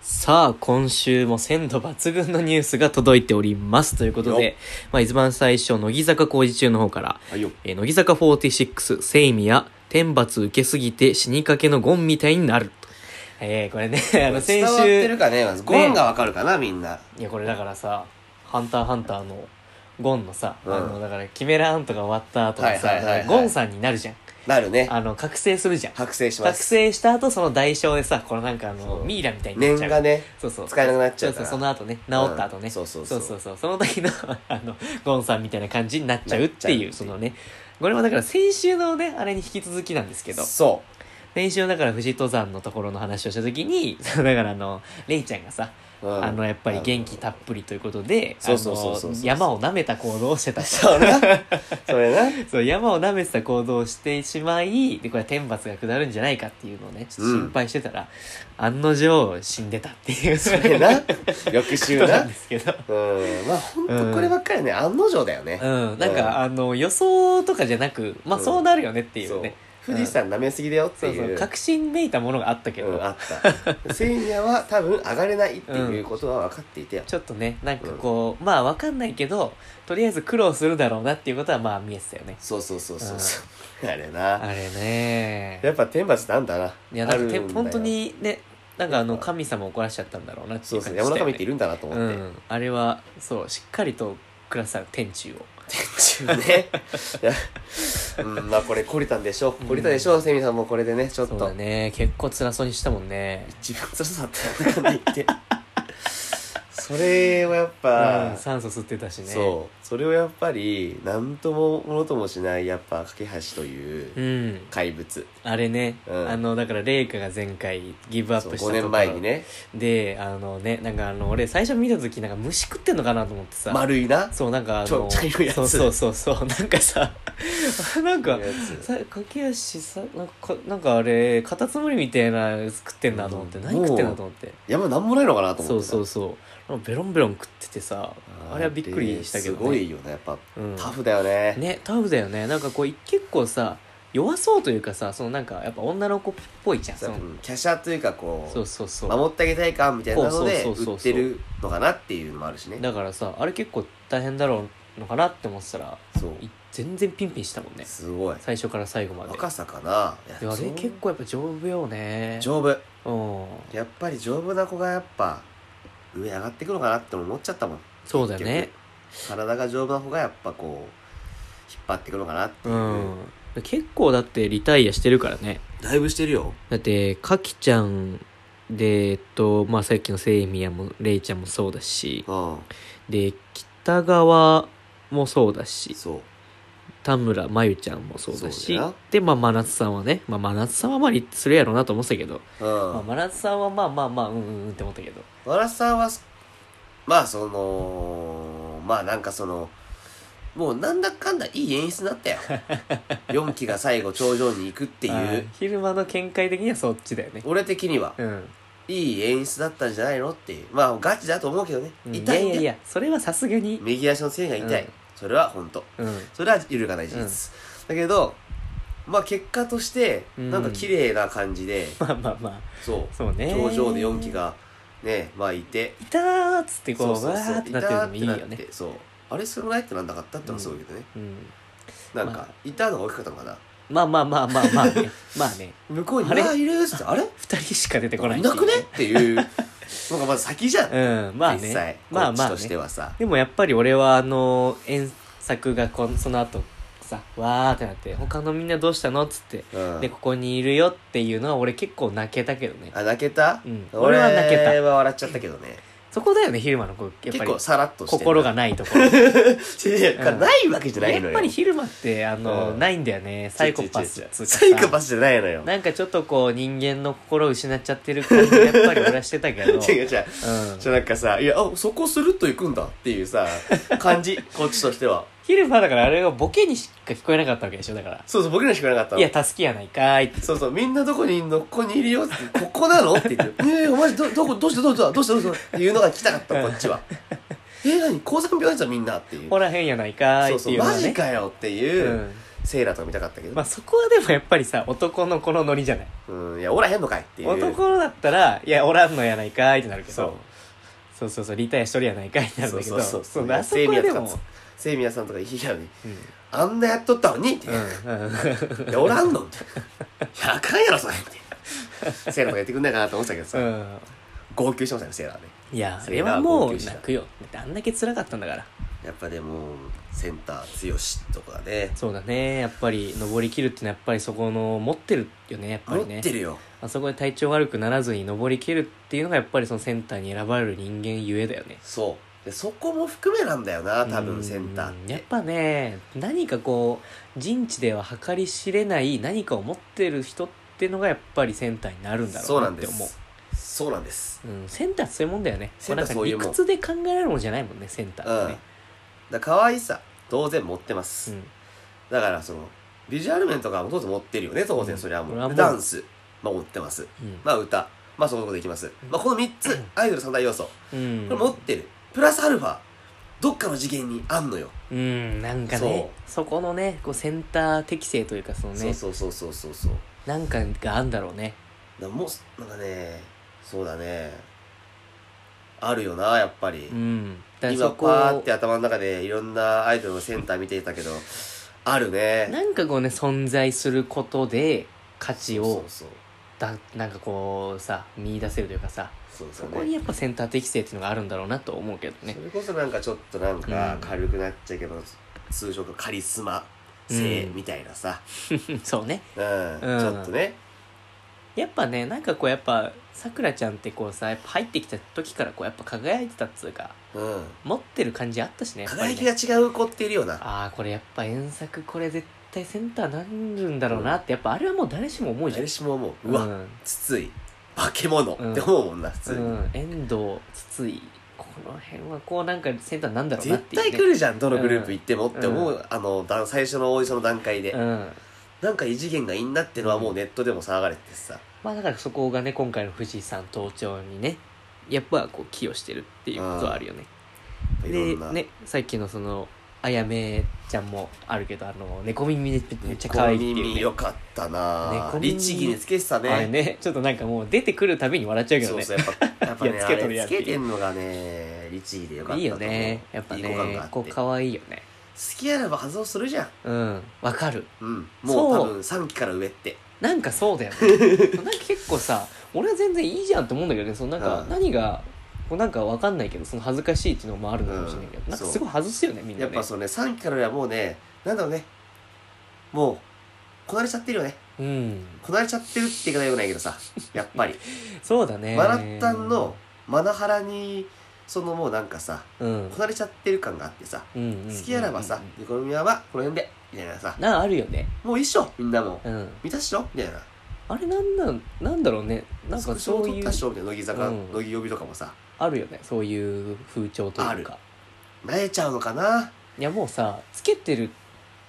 Speaker 1: さあ、今週も鮮度抜群のニュースが届いております。ということ
Speaker 2: よっ
Speaker 1: で、まあ、一番最初、乃木坂工事中の方から、
Speaker 2: はいよ
Speaker 1: えー乃木坂46、セイミや、天罰受けすぎて死にかけのゴンみたいになる。えー、これ ね、あの、先
Speaker 2: 伝わってる
Speaker 1: 週、
Speaker 2: かねまずゴンがわかるかなみんない
Speaker 1: や、これだからさ、ハンターハンターの、ゴンのさ、
Speaker 2: うん
Speaker 1: あの、だから、キメラハントが終わった後にさ、
Speaker 2: はいはいはいはい
Speaker 1: ゴンさんになるじゃん。
Speaker 2: なるね
Speaker 1: あの、覚醒するじゃん。
Speaker 2: 覚醒しま
Speaker 1: 覚
Speaker 2: す
Speaker 1: 醒した後その代償でさこのなんかあ
Speaker 2: そ
Speaker 1: の
Speaker 2: う
Speaker 1: ミイラみたいになっ
Speaker 2: 念
Speaker 1: ちゃう
Speaker 2: がね
Speaker 1: そうそう
Speaker 2: 使えなくなっちゃう
Speaker 1: そ
Speaker 2: か
Speaker 1: う
Speaker 2: ら
Speaker 1: そうその後ね治った後ね、
Speaker 2: うんそうそうそう
Speaker 1: そうその時の あのゴンさんみたいな感じになっちゃうっていう
Speaker 2: なっちゃう
Speaker 1: そのねこれもだから先週のねあれに引き続きなんですけど
Speaker 2: そ
Speaker 1: 先週だから富士登山のところの話をした時に そうだからあのレイちゃんがさ、
Speaker 2: う、うん
Speaker 1: あのやっぱり元気たっぷりということであ
Speaker 2: そうそうそうそうそう
Speaker 1: の山を舐めた行動をしてた
Speaker 2: そうなそ れな
Speaker 1: そう山を舐めてた行動をしてしまいでこれは天罰が下るんじゃないかっていうのをねちょっと心配してたら、案の定死んでたっていうそ
Speaker 2: それな翌週
Speaker 1: ことな
Speaker 2: なん
Speaker 1: ですけど。
Speaker 2: うんまあ本当こればっかりね、案の定だよね、
Speaker 1: うん、なんか、あの予想とかじゃなくまあ
Speaker 2: うん
Speaker 1: そうなるよねってい
Speaker 2: そうう
Speaker 1: ね、
Speaker 2: 富士山舐めすぎだよって
Speaker 1: そう
Speaker 2: い
Speaker 1: そ
Speaker 2: う
Speaker 1: う確信めいたものがあったけど、
Speaker 2: うん、あった。セイニアは多分上がれないっていうことは分かっていて、
Speaker 1: ちょっとねなんかこう、まあわかんないけどとりあえず苦労するだろうなっていうことはまあ見えてたよね
Speaker 2: そうそうそうそうそう。あれな。
Speaker 1: あれね
Speaker 2: やっぱ天罰なんだな。
Speaker 1: いやなんかて
Speaker 2: あるだよ
Speaker 1: 本当。にねなんかあの
Speaker 2: やっぱ
Speaker 1: 神様を怒らしちゃったんだろうなって
Speaker 2: そ
Speaker 1: いうう
Speaker 2: そ
Speaker 1: 感
Speaker 2: う、
Speaker 1: じ
Speaker 2: 山
Speaker 1: し
Speaker 2: の
Speaker 1: たよ
Speaker 2: 神っ
Speaker 1: ね
Speaker 2: ているんだなと思って。
Speaker 1: うん、あれはそうしっかりとくださる天柱を
Speaker 2: 中ね。いや うん、まあこれ懲りたんでしょう。懲りたでしょう、セミさんもこれでね、ちょっ
Speaker 1: そうだ
Speaker 2: と。
Speaker 1: ね結構辛そうにしたもんね
Speaker 2: 自分の辛さってなかないって。それはやっぱ、
Speaker 1: うん酸素吸ってたしね
Speaker 2: そうそれをやっぱり何ともものともしないやっぱ架け橋という
Speaker 1: うん
Speaker 2: 怪物
Speaker 1: あれね、
Speaker 2: うん
Speaker 1: あのだから麗華が前回ギブアッ
Speaker 2: そう
Speaker 1: プした
Speaker 2: 5
Speaker 1: と
Speaker 2: 年
Speaker 1: こ
Speaker 2: 前にね
Speaker 1: であのねなんかあの俺最初見た時なんか虫食ってんのかなと思ってさ
Speaker 2: 丸いな
Speaker 1: そうなんかあの
Speaker 2: ちょ茶色いやつ
Speaker 1: そうそうそうそうなんかさ なんか
Speaker 2: やつ
Speaker 1: さ駆け足さなんかかなんかあれカタツムリみたいなやつ食ってんだと思って、
Speaker 2: うん
Speaker 1: 何食ってんだと思って
Speaker 2: 山なんもないのかなと
Speaker 1: そ
Speaker 2: 思
Speaker 1: う
Speaker 2: ってた
Speaker 1: そうそうベロンベロン食っててさあれはびっくりしたけど、ね、
Speaker 2: すごいよねやっぱ、
Speaker 1: うん
Speaker 2: タフだよね
Speaker 1: ねタフだよねなんかこう結構さ弱そうというかさそのなんかやっぱ女の子っぽいじゃんそ
Speaker 2: そう
Speaker 1: の
Speaker 2: うん華奢というかこう
Speaker 1: そうそうそう
Speaker 2: 守ってあげたい感みたいなので
Speaker 1: そうそうそうそう
Speaker 2: 売ってるのかなっていうのもあるしね
Speaker 1: だからさあれ結構大変だろうのかなって思ってたら
Speaker 2: そう
Speaker 1: い全然ピンピンしたもんね
Speaker 2: すごい
Speaker 1: 最初から最後まで
Speaker 2: 若さかな
Speaker 1: であれ結構やっぱ丈夫よね
Speaker 2: 丈夫
Speaker 1: うん
Speaker 2: やっぱり丈夫な子がやっぱ上上がってくのかなって思っちゃったもん
Speaker 1: そうだね
Speaker 2: 体が丈夫な方がやっぱこう引っ張ってくのかなっ
Speaker 1: う
Speaker 2: ていう、
Speaker 1: ん結構だってリタイアしてるからね
Speaker 2: だいぶしてるよ
Speaker 1: だってかきちゃんでえっとまあさっきのセイミヤもレイちゃんもそうだし
Speaker 2: うん
Speaker 1: で北川もそうだし
Speaker 2: そう
Speaker 1: 田村真由ちゃんもそうだ
Speaker 2: そう
Speaker 1: し
Speaker 2: だよ
Speaker 1: でまあ真夏さんはね、まあ、真夏さんはまありするやろうなと思ってたけど、
Speaker 2: うん、
Speaker 1: まあ、真夏さんはまあまあまあうんうんうんって思ったけど
Speaker 2: 和田さんはまあそのまあなんかそのもうなんだかんだいい演出 だったよ4期が最後頂上に行くってい
Speaker 1: あー
Speaker 2: う
Speaker 1: 昼間の見解的にはそっちだよね
Speaker 2: 俺的には
Speaker 1: うん
Speaker 2: いい演出だったんじゃないのっていうまあガチだと思うけどね、
Speaker 1: うん
Speaker 2: 痛い
Speaker 1: いや
Speaker 2: んだよ
Speaker 1: いやいやそれはさすがに
Speaker 2: 右足の線が痛い、
Speaker 1: うん
Speaker 2: それは本当
Speaker 1: うん
Speaker 2: それは揺るがない事実、だけどまあ結果として
Speaker 1: うん
Speaker 2: なんか綺麗な感じで、
Speaker 1: まあまあまあ
Speaker 2: そう
Speaker 1: そうね
Speaker 2: 頂上で4期がねまあいて
Speaker 1: いたーっつってこう
Speaker 2: そうそう
Speaker 1: わ
Speaker 2: そ
Speaker 1: ー
Speaker 2: う
Speaker 1: って
Speaker 2: い
Speaker 1: な
Speaker 2: た
Speaker 1: ってるの
Speaker 2: ーっ
Speaker 1: も
Speaker 2: て
Speaker 1: いい
Speaker 2: な
Speaker 1: よ
Speaker 2: っ
Speaker 1: ね
Speaker 2: てそうあれ少ないってなんなかったってのはすごいけどね、
Speaker 1: うん
Speaker 2: なん
Speaker 1: ま
Speaker 2: かいたのが大きかったのかな
Speaker 1: まあまあまあまあまあね まあね
Speaker 2: 向こうに「
Speaker 1: あれ
Speaker 2: ああいる」っつって「あれ
Speaker 1: 二人しか出てこない
Speaker 2: い
Speaker 1: って
Speaker 2: な
Speaker 1: う
Speaker 2: くね?」っていうなんかまず先じゃん、
Speaker 1: うん まあ
Speaker 2: 実際
Speaker 1: ね
Speaker 2: こ
Speaker 1: まあ
Speaker 2: っち
Speaker 1: まあ
Speaker 2: として
Speaker 1: ね
Speaker 2: はさ、
Speaker 1: でもやっぱり俺はあの遠作がこのその後さわーってなって他のみんなどうしたのっつって
Speaker 2: うん
Speaker 1: でここにいるよっていうのは俺結構泣けたけどね
Speaker 2: あ泣けた、
Speaker 1: うん俺は泣けた
Speaker 2: 俺は笑っちゃったけどね
Speaker 1: そこだよね昼間の子やっ
Speaker 2: 結
Speaker 1: ぱり
Speaker 2: 構さらっとしてる
Speaker 1: 心がないところ
Speaker 2: 違う違う
Speaker 1: うん
Speaker 2: ないわけじゃないの
Speaker 1: やっ
Speaker 2: よ
Speaker 1: ぱり昼間ってあの、
Speaker 2: うん
Speaker 1: ないんだよねサイコパスっつうかさ
Speaker 2: サイコパスじゃないのよ
Speaker 1: なんかちょっとこう人間の心を失っちゃってる感じやっぱり俺はしてたけど、うん、
Speaker 2: 違う違うじゃあなんかさ「いやあそこスルッと行くんだ」ってい うさ感じこっちとしては
Speaker 1: ヒルファだからあれがボケにしか聞こえなかったわけでしょだから
Speaker 2: そうそう僕らしかなかった
Speaker 1: い
Speaker 2: の
Speaker 1: や助けやないかーいって
Speaker 2: そうそうみんなどこにいんのここにいるよってここなのって言って「ええお前どどこどうしたどうしたどうしたどうした?」っていうのが来たかったこっちは「えー、何高山病院じゃんみんな」っていう
Speaker 1: ほら変やないかーい
Speaker 2: そ
Speaker 1: うって
Speaker 2: そ
Speaker 1: いううのは
Speaker 2: マ
Speaker 1: ね
Speaker 2: ジかよっていう、
Speaker 1: うん
Speaker 2: セイラとか見たかったけど、
Speaker 1: まあそこはでもやっぱりさ男の子のノリじゃない
Speaker 2: うんいやおらへんのかいっていう
Speaker 1: 男のだったら「いやおらんのやないかーい」ってなるけど
Speaker 2: そう
Speaker 1: そうそうそうリタイアしとるやないかいってなるんだけど
Speaker 2: そうそうそう
Speaker 1: あそこはで
Speaker 2: セイミヤとか
Speaker 1: も
Speaker 2: さセイミヤさんとかいいや
Speaker 1: う
Speaker 2: に
Speaker 1: ん
Speaker 2: あんなやっとったのにって
Speaker 1: うんうん
Speaker 2: でおらんのみたいな「いやあかんやろそれ」みたいなセイラとかやってくんないかなと思ってたけどさ、
Speaker 1: うん
Speaker 2: 号泣してましたねセイラはね
Speaker 1: いやあ
Speaker 2: セイ
Speaker 1: れ
Speaker 2: ラ
Speaker 1: は
Speaker 2: ー号
Speaker 1: もう
Speaker 2: 泣した
Speaker 1: 泣くよだってあんだけ辛かったんだから
Speaker 2: やっぱでもセンター剛とかね
Speaker 1: そうだねやっぱり登りきるってのはやっぱりそこの持ってるよねやっぱ
Speaker 2: 持
Speaker 1: り
Speaker 2: っ
Speaker 1: ね
Speaker 2: てるよ
Speaker 1: あそこで体調悪くならずに登りきるっていうのがやっぱりそのセンターに選ばれる人間ゆえだよね
Speaker 2: そうでそこも含めなんだよな多分センターっ
Speaker 1: うん
Speaker 2: て
Speaker 1: やっぱね何かこう人知では計り知れない何かを持ってる人ってのがやっぱりセンターになるんだろ
Speaker 2: そううな
Speaker 1: なんって
Speaker 2: で
Speaker 1: 思う
Speaker 2: すそうなんです
Speaker 1: うん、センターってそういうもんだよね
Speaker 2: センター
Speaker 1: こ
Speaker 2: そういうもん
Speaker 1: なんか理屈で考えられるもんじゃないもんねセンタ
Speaker 2: うん
Speaker 1: ーって
Speaker 2: だか
Speaker 1: ね
Speaker 2: ら可愛さ当然持ってま
Speaker 1: う
Speaker 2: す、
Speaker 1: ん
Speaker 2: だからそのビジュアル面とかも当然持ってるよね当
Speaker 1: う
Speaker 2: 然
Speaker 1: ん
Speaker 2: それはも
Speaker 1: こ
Speaker 2: う,
Speaker 1: れ
Speaker 2: で、
Speaker 1: はもう
Speaker 2: ダンス、まあ、持ってます
Speaker 1: うん
Speaker 2: まあ歌まあそのことできます、まあ、この3つアイドル三大要素
Speaker 1: うん
Speaker 2: これ持ってるプラスアルファどっかの次元にあんのよ、
Speaker 1: うんなんかねそこのねこうセンター適性というかそのね
Speaker 2: そうそうそうそうそうそう
Speaker 1: なんかがあんだろうね
Speaker 2: だもうなんかねそうだねあるよなやっぱり、
Speaker 1: うんだから
Speaker 2: 今
Speaker 1: そ
Speaker 2: パ
Speaker 1: こを
Speaker 2: ーって頭の中でいろんなアイドルのセンター見ていたけどあるね
Speaker 1: なんかこうね存在することで価値
Speaker 2: そ
Speaker 1: を
Speaker 2: うそう
Speaker 1: だなんかこうさ見出せるというかさ
Speaker 2: そうそ
Speaker 1: そうこ
Speaker 2: そう
Speaker 1: に
Speaker 2: ね
Speaker 1: やっぱセンター適性っていうのがあるんだろうなと思うけどね
Speaker 2: それこそなんかちょっとなん
Speaker 1: う
Speaker 2: か
Speaker 1: ん
Speaker 2: 軽くなっちゃうけど、通常のカリスマ性
Speaker 1: うん
Speaker 2: みたいなさ、
Speaker 1: そうね
Speaker 2: うん
Speaker 1: うん
Speaker 2: ちょっとね
Speaker 1: やっぱねなんかこうやっぱさくらちゃんってこうさやっぱ入ってきた時からこうやっぱ輝いてたっつうか
Speaker 2: うん。
Speaker 1: 持ってる感じあったしねやっぱ
Speaker 2: 輝
Speaker 1: り、
Speaker 2: き
Speaker 1: ね、
Speaker 2: が違う子っているよな。
Speaker 1: ああこれやっぱ遠作これ絶対センターなんるんだろうなってやっぱあれはもう誰しも思うじゃん
Speaker 2: 誰しも思う。うわ、
Speaker 1: ん
Speaker 2: 筒井、化け物って思うもんな、普通
Speaker 1: う
Speaker 2: に。
Speaker 1: ん、遠藤筒井この辺はこうなんかセンターなんだろうなっ
Speaker 2: 絶
Speaker 1: ていう、ね、
Speaker 2: 対来るじゃん、どのグループ行ってもって思
Speaker 1: う
Speaker 2: う、あの、だ最初のオーディションの段階で。
Speaker 1: うん
Speaker 2: なんか異次元がいいんだってのはもうネットでも騒がれててさ。
Speaker 1: まあだからそこがね今回の藤井さん登頂にねやっぱこう寄与してるっていうことはあるよね
Speaker 2: いろ
Speaker 1: で
Speaker 2: んな。
Speaker 1: ねさっきのそのあやめちゃんもあるけどあの猫耳めっちゃ可愛いっていう、
Speaker 2: 耳
Speaker 1: ね、
Speaker 2: 良かったな
Speaker 1: 猫
Speaker 2: ぁ。
Speaker 1: 耳
Speaker 2: 律儀につけてた
Speaker 1: あれ
Speaker 2: ね。
Speaker 1: ねちょっとなんかもう出てくるたびに笑っちゃうけど
Speaker 2: そう
Speaker 1: ね
Speaker 2: そう、やっぱ、やっぱ
Speaker 1: い
Speaker 2: ね、
Speaker 1: やつ
Speaker 2: あ
Speaker 1: けとるやん
Speaker 2: れつけてんのがね、律儀で良かったと思う。
Speaker 1: いいよねやっぱ
Speaker 2: いい子感があ
Speaker 1: ね
Speaker 2: って
Speaker 1: こう可愛いよね
Speaker 2: 好きあらば発動するじゃん。
Speaker 1: うんわかる
Speaker 2: うん。もう
Speaker 1: そ
Speaker 2: 多
Speaker 1: う
Speaker 2: 分3期から上って。
Speaker 1: なんかそうだよ ねなんか結構さ俺は全然いいじゃんって思うんだけどねそのなん
Speaker 2: う
Speaker 1: か
Speaker 2: ん
Speaker 1: 何がこうなんかわかんないけどその恥ずかしいっていうのもあるのかもしれないけど、
Speaker 2: うん
Speaker 1: なんかすごい外すよねみんな
Speaker 2: やっ
Speaker 1: ね
Speaker 2: ぱそうね、3期から上はもうね、なんだろうね。もう、こなれちゃってるよね。
Speaker 1: うん
Speaker 2: こなれちゃってるって言い方よくないけどさ、やっ ぱり。
Speaker 1: そうだね
Speaker 2: マラッタンの、マナハラに、そのもうなんかさ、
Speaker 1: うん
Speaker 2: こなれちゃってる感があってさ、
Speaker 1: うんうんうんうん
Speaker 2: 好きあらばさ、ニコミアはこの辺で、みたいなさ、
Speaker 1: なんかあるよね
Speaker 2: もう一緒みんなも、
Speaker 1: うん
Speaker 2: 見たっしょみたいな。
Speaker 1: あれなんなんなんだろうねなんかそう
Speaker 2: 撮
Speaker 1: い
Speaker 2: っ
Speaker 1: う
Speaker 2: たっしょみたいな、乃木坂、
Speaker 1: うん
Speaker 2: 乃木呼びとかもさ、
Speaker 1: あるよねそういう風潮と
Speaker 2: あ
Speaker 1: いう
Speaker 2: る
Speaker 1: か
Speaker 2: なえちゃうのかない
Speaker 1: やもうさつけてる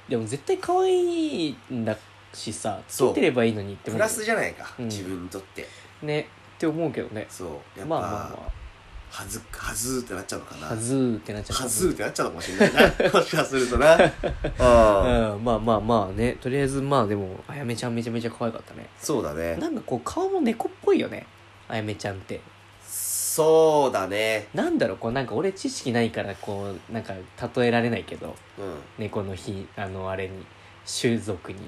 Speaker 1: でも絶対可愛いんだしさつ
Speaker 2: そう
Speaker 1: けてればいいのにって
Speaker 2: プ
Speaker 1: 思うよ
Speaker 2: ラスじゃないか、
Speaker 1: うん
Speaker 2: 自分にとって。
Speaker 1: ねって思うけどね
Speaker 2: そう。や
Speaker 1: ま
Speaker 2: っ
Speaker 1: あ
Speaker 2: ぱ、
Speaker 1: まあ
Speaker 2: はず、はずーってなっちゃうのか
Speaker 1: ま
Speaker 2: な
Speaker 1: あはずーってなっちゃう
Speaker 2: はずーってなっちゃうのかもしれないな。 もしかするとな。うん。
Speaker 1: うんまあまあまあねとりあえずまあでもあやめちゃんめちゃめちゃ可愛かったね
Speaker 2: そうだね。
Speaker 1: なんかこう顔も猫っぽいよねあやめちゃんって
Speaker 2: そうだね。
Speaker 1: なんだろうこうなんか俺知識ないからこうなんか例えられないけど
Speaker 2: うん。
Speaker 1: 猫の日あのあれに種族に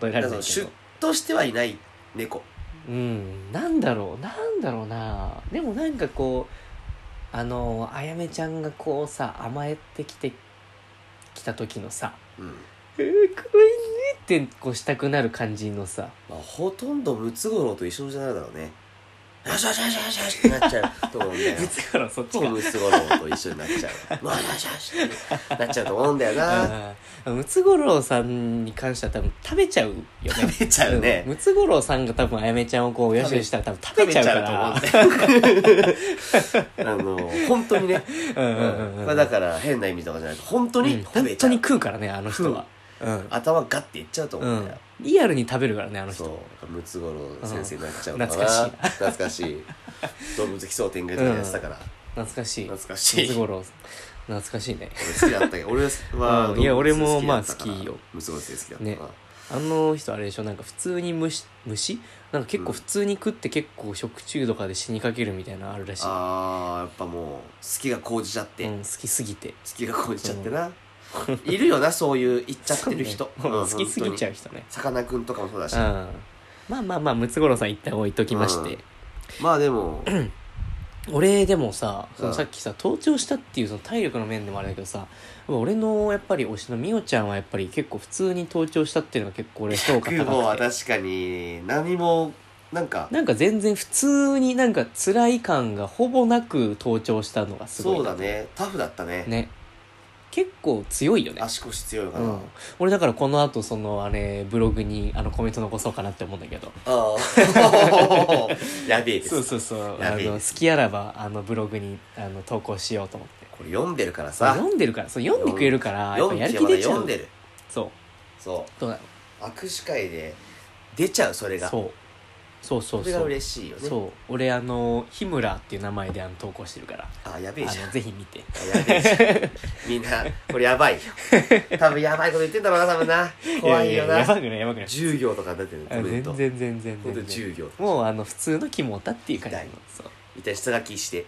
Speaker 1: 例えられないけ
Speaker 2: シュ
Speaker 1: ど
Speaker 2: ッとしてはいない猫。
Speaker 1: うんなんだろうなんだろうなでもなんかこうあのあやめちゃんがこうさ甘えてきてきた時のさ
Speaker 2: うん。
Speaker 1: 「えー、かわいいね」ってこうしたくなる感じのさ
Speaker 2: まあ、ほとんどムツゴロウと一緒じゃないだろうね。よしよしよしよしよしってなっちゃうと思うん だよ。
Speaker 1: ぶつからそっち
Speaker 2: そう
Speaker 1: が
Speaker 2: ムツゴロウと一緒になっちゃう。よしよしよしってなっちゃうと思うんだよな。
Speaker 1: うんムツゴロウさんに関しては多分食べちゃうよね
Speaker 2: 食べちゃう
Speaker 1: うん
Speaker 2: ね。
Speaker 1: ムツゴロウさんが多分あやめちゃんをこうよしよししたら多分食べちゃうから
Speaker 2: 食べちゃうと思うんだよ。あの、本当にね。
Speaker 1: うんうんうんうん
Speaker 2: これだから変な意味とかじゃない本当
Speaker 1: う
Speaker 2: に
Speaker 1: ん
Speaker 2: 食
Speaker 1: 本
Speaker 2: べちゃ
Speaker 1: 当
Speaker 2: う、
Speaker 1: に食うからねあの人は、うん
Speaker 2: 頭ガッていっちゃうと思うんだよ、
Speaker 1: うんリアルに食べるからねあの人
Speaker 2: そうムツゴロウ先生になっちゃう
Speaker 1: う
Speaker 2: の
Speaker 1: ん
Speaker 2: かな、
Speaker 1: 懐かしい
Speaker 2: 懐かしい動物奇想天外とかやってたから、
Speaker 1: 懐かしい
Speaker 2: 懐かしい
Speaker 1: ムツゴロウ懐かしいね
Speaker 2: 俺好きだったけど俺は、
Speaker 1: うんいや
Speaker 2: 動物
Speaker 1: 俺もまあ
Speaker 2: だったから
Speaker 1: 好きよ
Speaker 2: ムツゴロウ先生好きだった
Speaker 1: ね
Speaker 2: な、
Speaker 1: あの人あれでしょなんか普通に虫虫なんか結構普通に食って結構食中毒とかで死にかけるみたいなのあるらしい、う
Speaker 2: あーやっぱもう好きが高じちゃって、
Speaker 1: ん、
Speaker 2: 好
Speaker 1: 好きすぎて
Speaker 2: きが高じちゃってな、いるよなそういういっちゃってる人、
Speaker 1: そうね
Speaker 2: うん
Speaker 1: 好きすぎちゃ
Speaker 2: 本当に
Speaker 1: う人ね
Speaker 2: さかなクンとかもそうだし、
Speaker 1: うんまあまあまあムツゴロウさん一旦置いときまして、
Speaker 2: まあでも
Speaker 1: 俺でもさそ
Speaker 2: うん
Speaker 1: のさっきさ登頂したっていうその体力の面でもあれだけどさ俺のやっぱり推しのみおちゃんはやっぱり結構普通に登頂したっていうのが結構俺評価
Speaker 2: 空母
Speaker 1: 高
Speaker 2: は
Speaker 1: くて
Speaker 2: 確かに何もなんか
Speaker 1: なんか全然普通になんか辛い感がほぼなく登頂したのがすごい
Speaker 2: そうだねタフだったね
Speaker 1: ね結構強いよね
Speaker 2: 足腰強いのか
Speaker 1: う
Speaker 2: な、
Speaker 1: ん、俺だからこの後そのあれブログにあのコメント残そうかなって思うんだけど
Speaker 2: ああやべえで
Speaker 1: そう
Speaker 2: す
Speaker 1: そうそうあ
Speaker 2: やべえ
Speaker 1: の好きあらばあのブログにあの投稿しようと思って
Speaker 2: これ読んでるからさ
Speaker 1: 読んでるからそう読んでくれるからやっぱ
Speaker 2: 読ん
Speaker 1: や
Speaker 2: で
Speaker 1: る
Speaker 2: る
Speaker 1: 気
Speaker 2: まだ
Speaker 1: 出ちゃ
Speaker 2: 読ん
Speaker 1: う
Speaker 2: でる
Speaker 1: そう
Speaker 2: そ
Speaker 1: どうな
Speaker 2: う握手会で出ちゃうそれ
Speaker 1: の
Speaker 2: が
Speaker 1: そうそうそう
Speaker 2: それが
Speaker 1: そう
Speaker 2: 嬉しいよね
Speaker 1: そう俺あの日村っていう名前であの投稿してるから
Speaker 2: あや
Speaker 1: あ
Speaker 2: べえじゃん
Speaker 1: のぜひ見て
Speaker 2: あやべえじゃんみんなこれやばいよ多分やばいこと言ってんだろうな多分な怖いよ
Speaker 1: や
Speaker 2: な
Speaker 1: やばくないやばくない
Speaker 2: 10行とか出てるコ
Speaker 1: あ
Speaker 2: メ
Speaker 1: 全
Speaker 2: ント
Speaker 1: 然全然全
Speaker 2: ほんと
Speaker 1: 然
Speaker 2: 10行
Speaker 1: もうあの普通の肝タっていう感じの
Speaker 2: 痛い
Speaker 1: そう
Speaker 2: 一体下書きして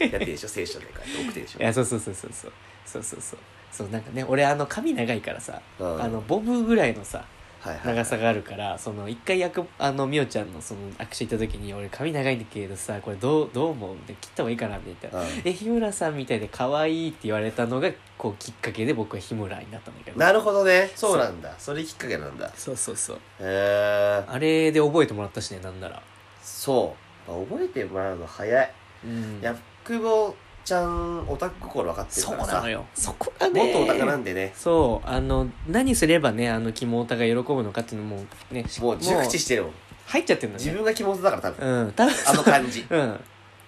Speaker 2: やってるでしょ聖書とかって送ってるでし
Speaker 1: いやそうそうそうそうそうそうそうそうそうなんかね俺あの髪長いからさ、
Speaker 2: うん
Speaker 1: あのボブぐらいのさ
Speaker 2: ょはいはい
Speaker 1: 長さがあるからその一回やくあのみおちゃんのその握手行った時に「俺髪長いんだけどさこれどうどう思う?」って切った方がいいかなって言ったら「え日村さんみたいで可愛いって言われたのがこうきっかけで僕は日村になったんだけ
Speaker 2: う
Speaker 1: ど
Speaker 2: んなるほどねそうなんだそれきっかけなんだ
Speaker 1: そうそうそう
Speaker 2: へえ
Speaker 1: あれで覚えてもらったしねなんなら
Speaker 2: そうぱ覚えてもらうの早い。
Speaker 1: うん
Speaker 2: や久保ちゃん、オタク心分かってる
Speaker 1: そ
Speaker 2: か
Speaker 1: う
Speaker 2: らさ。
Speaker 1: なのよそこがね
Speaker 2: 元オタクなんでね。
Speaker 1: そうあの何すればねあのキモオタが喜ぶのかっていうのもね
Speaker 2: もう熟知
Speaker 1: も
Speaker 2: してるもん。
Speaker 1: う入っちゃってるの
Speaker 2: 自
Speaker 1: ね
Speaker 2: 分が気持ちだから多分。
Speaker 1: うん多分
Speaker 2: あの感じ。
Speaker 1: うん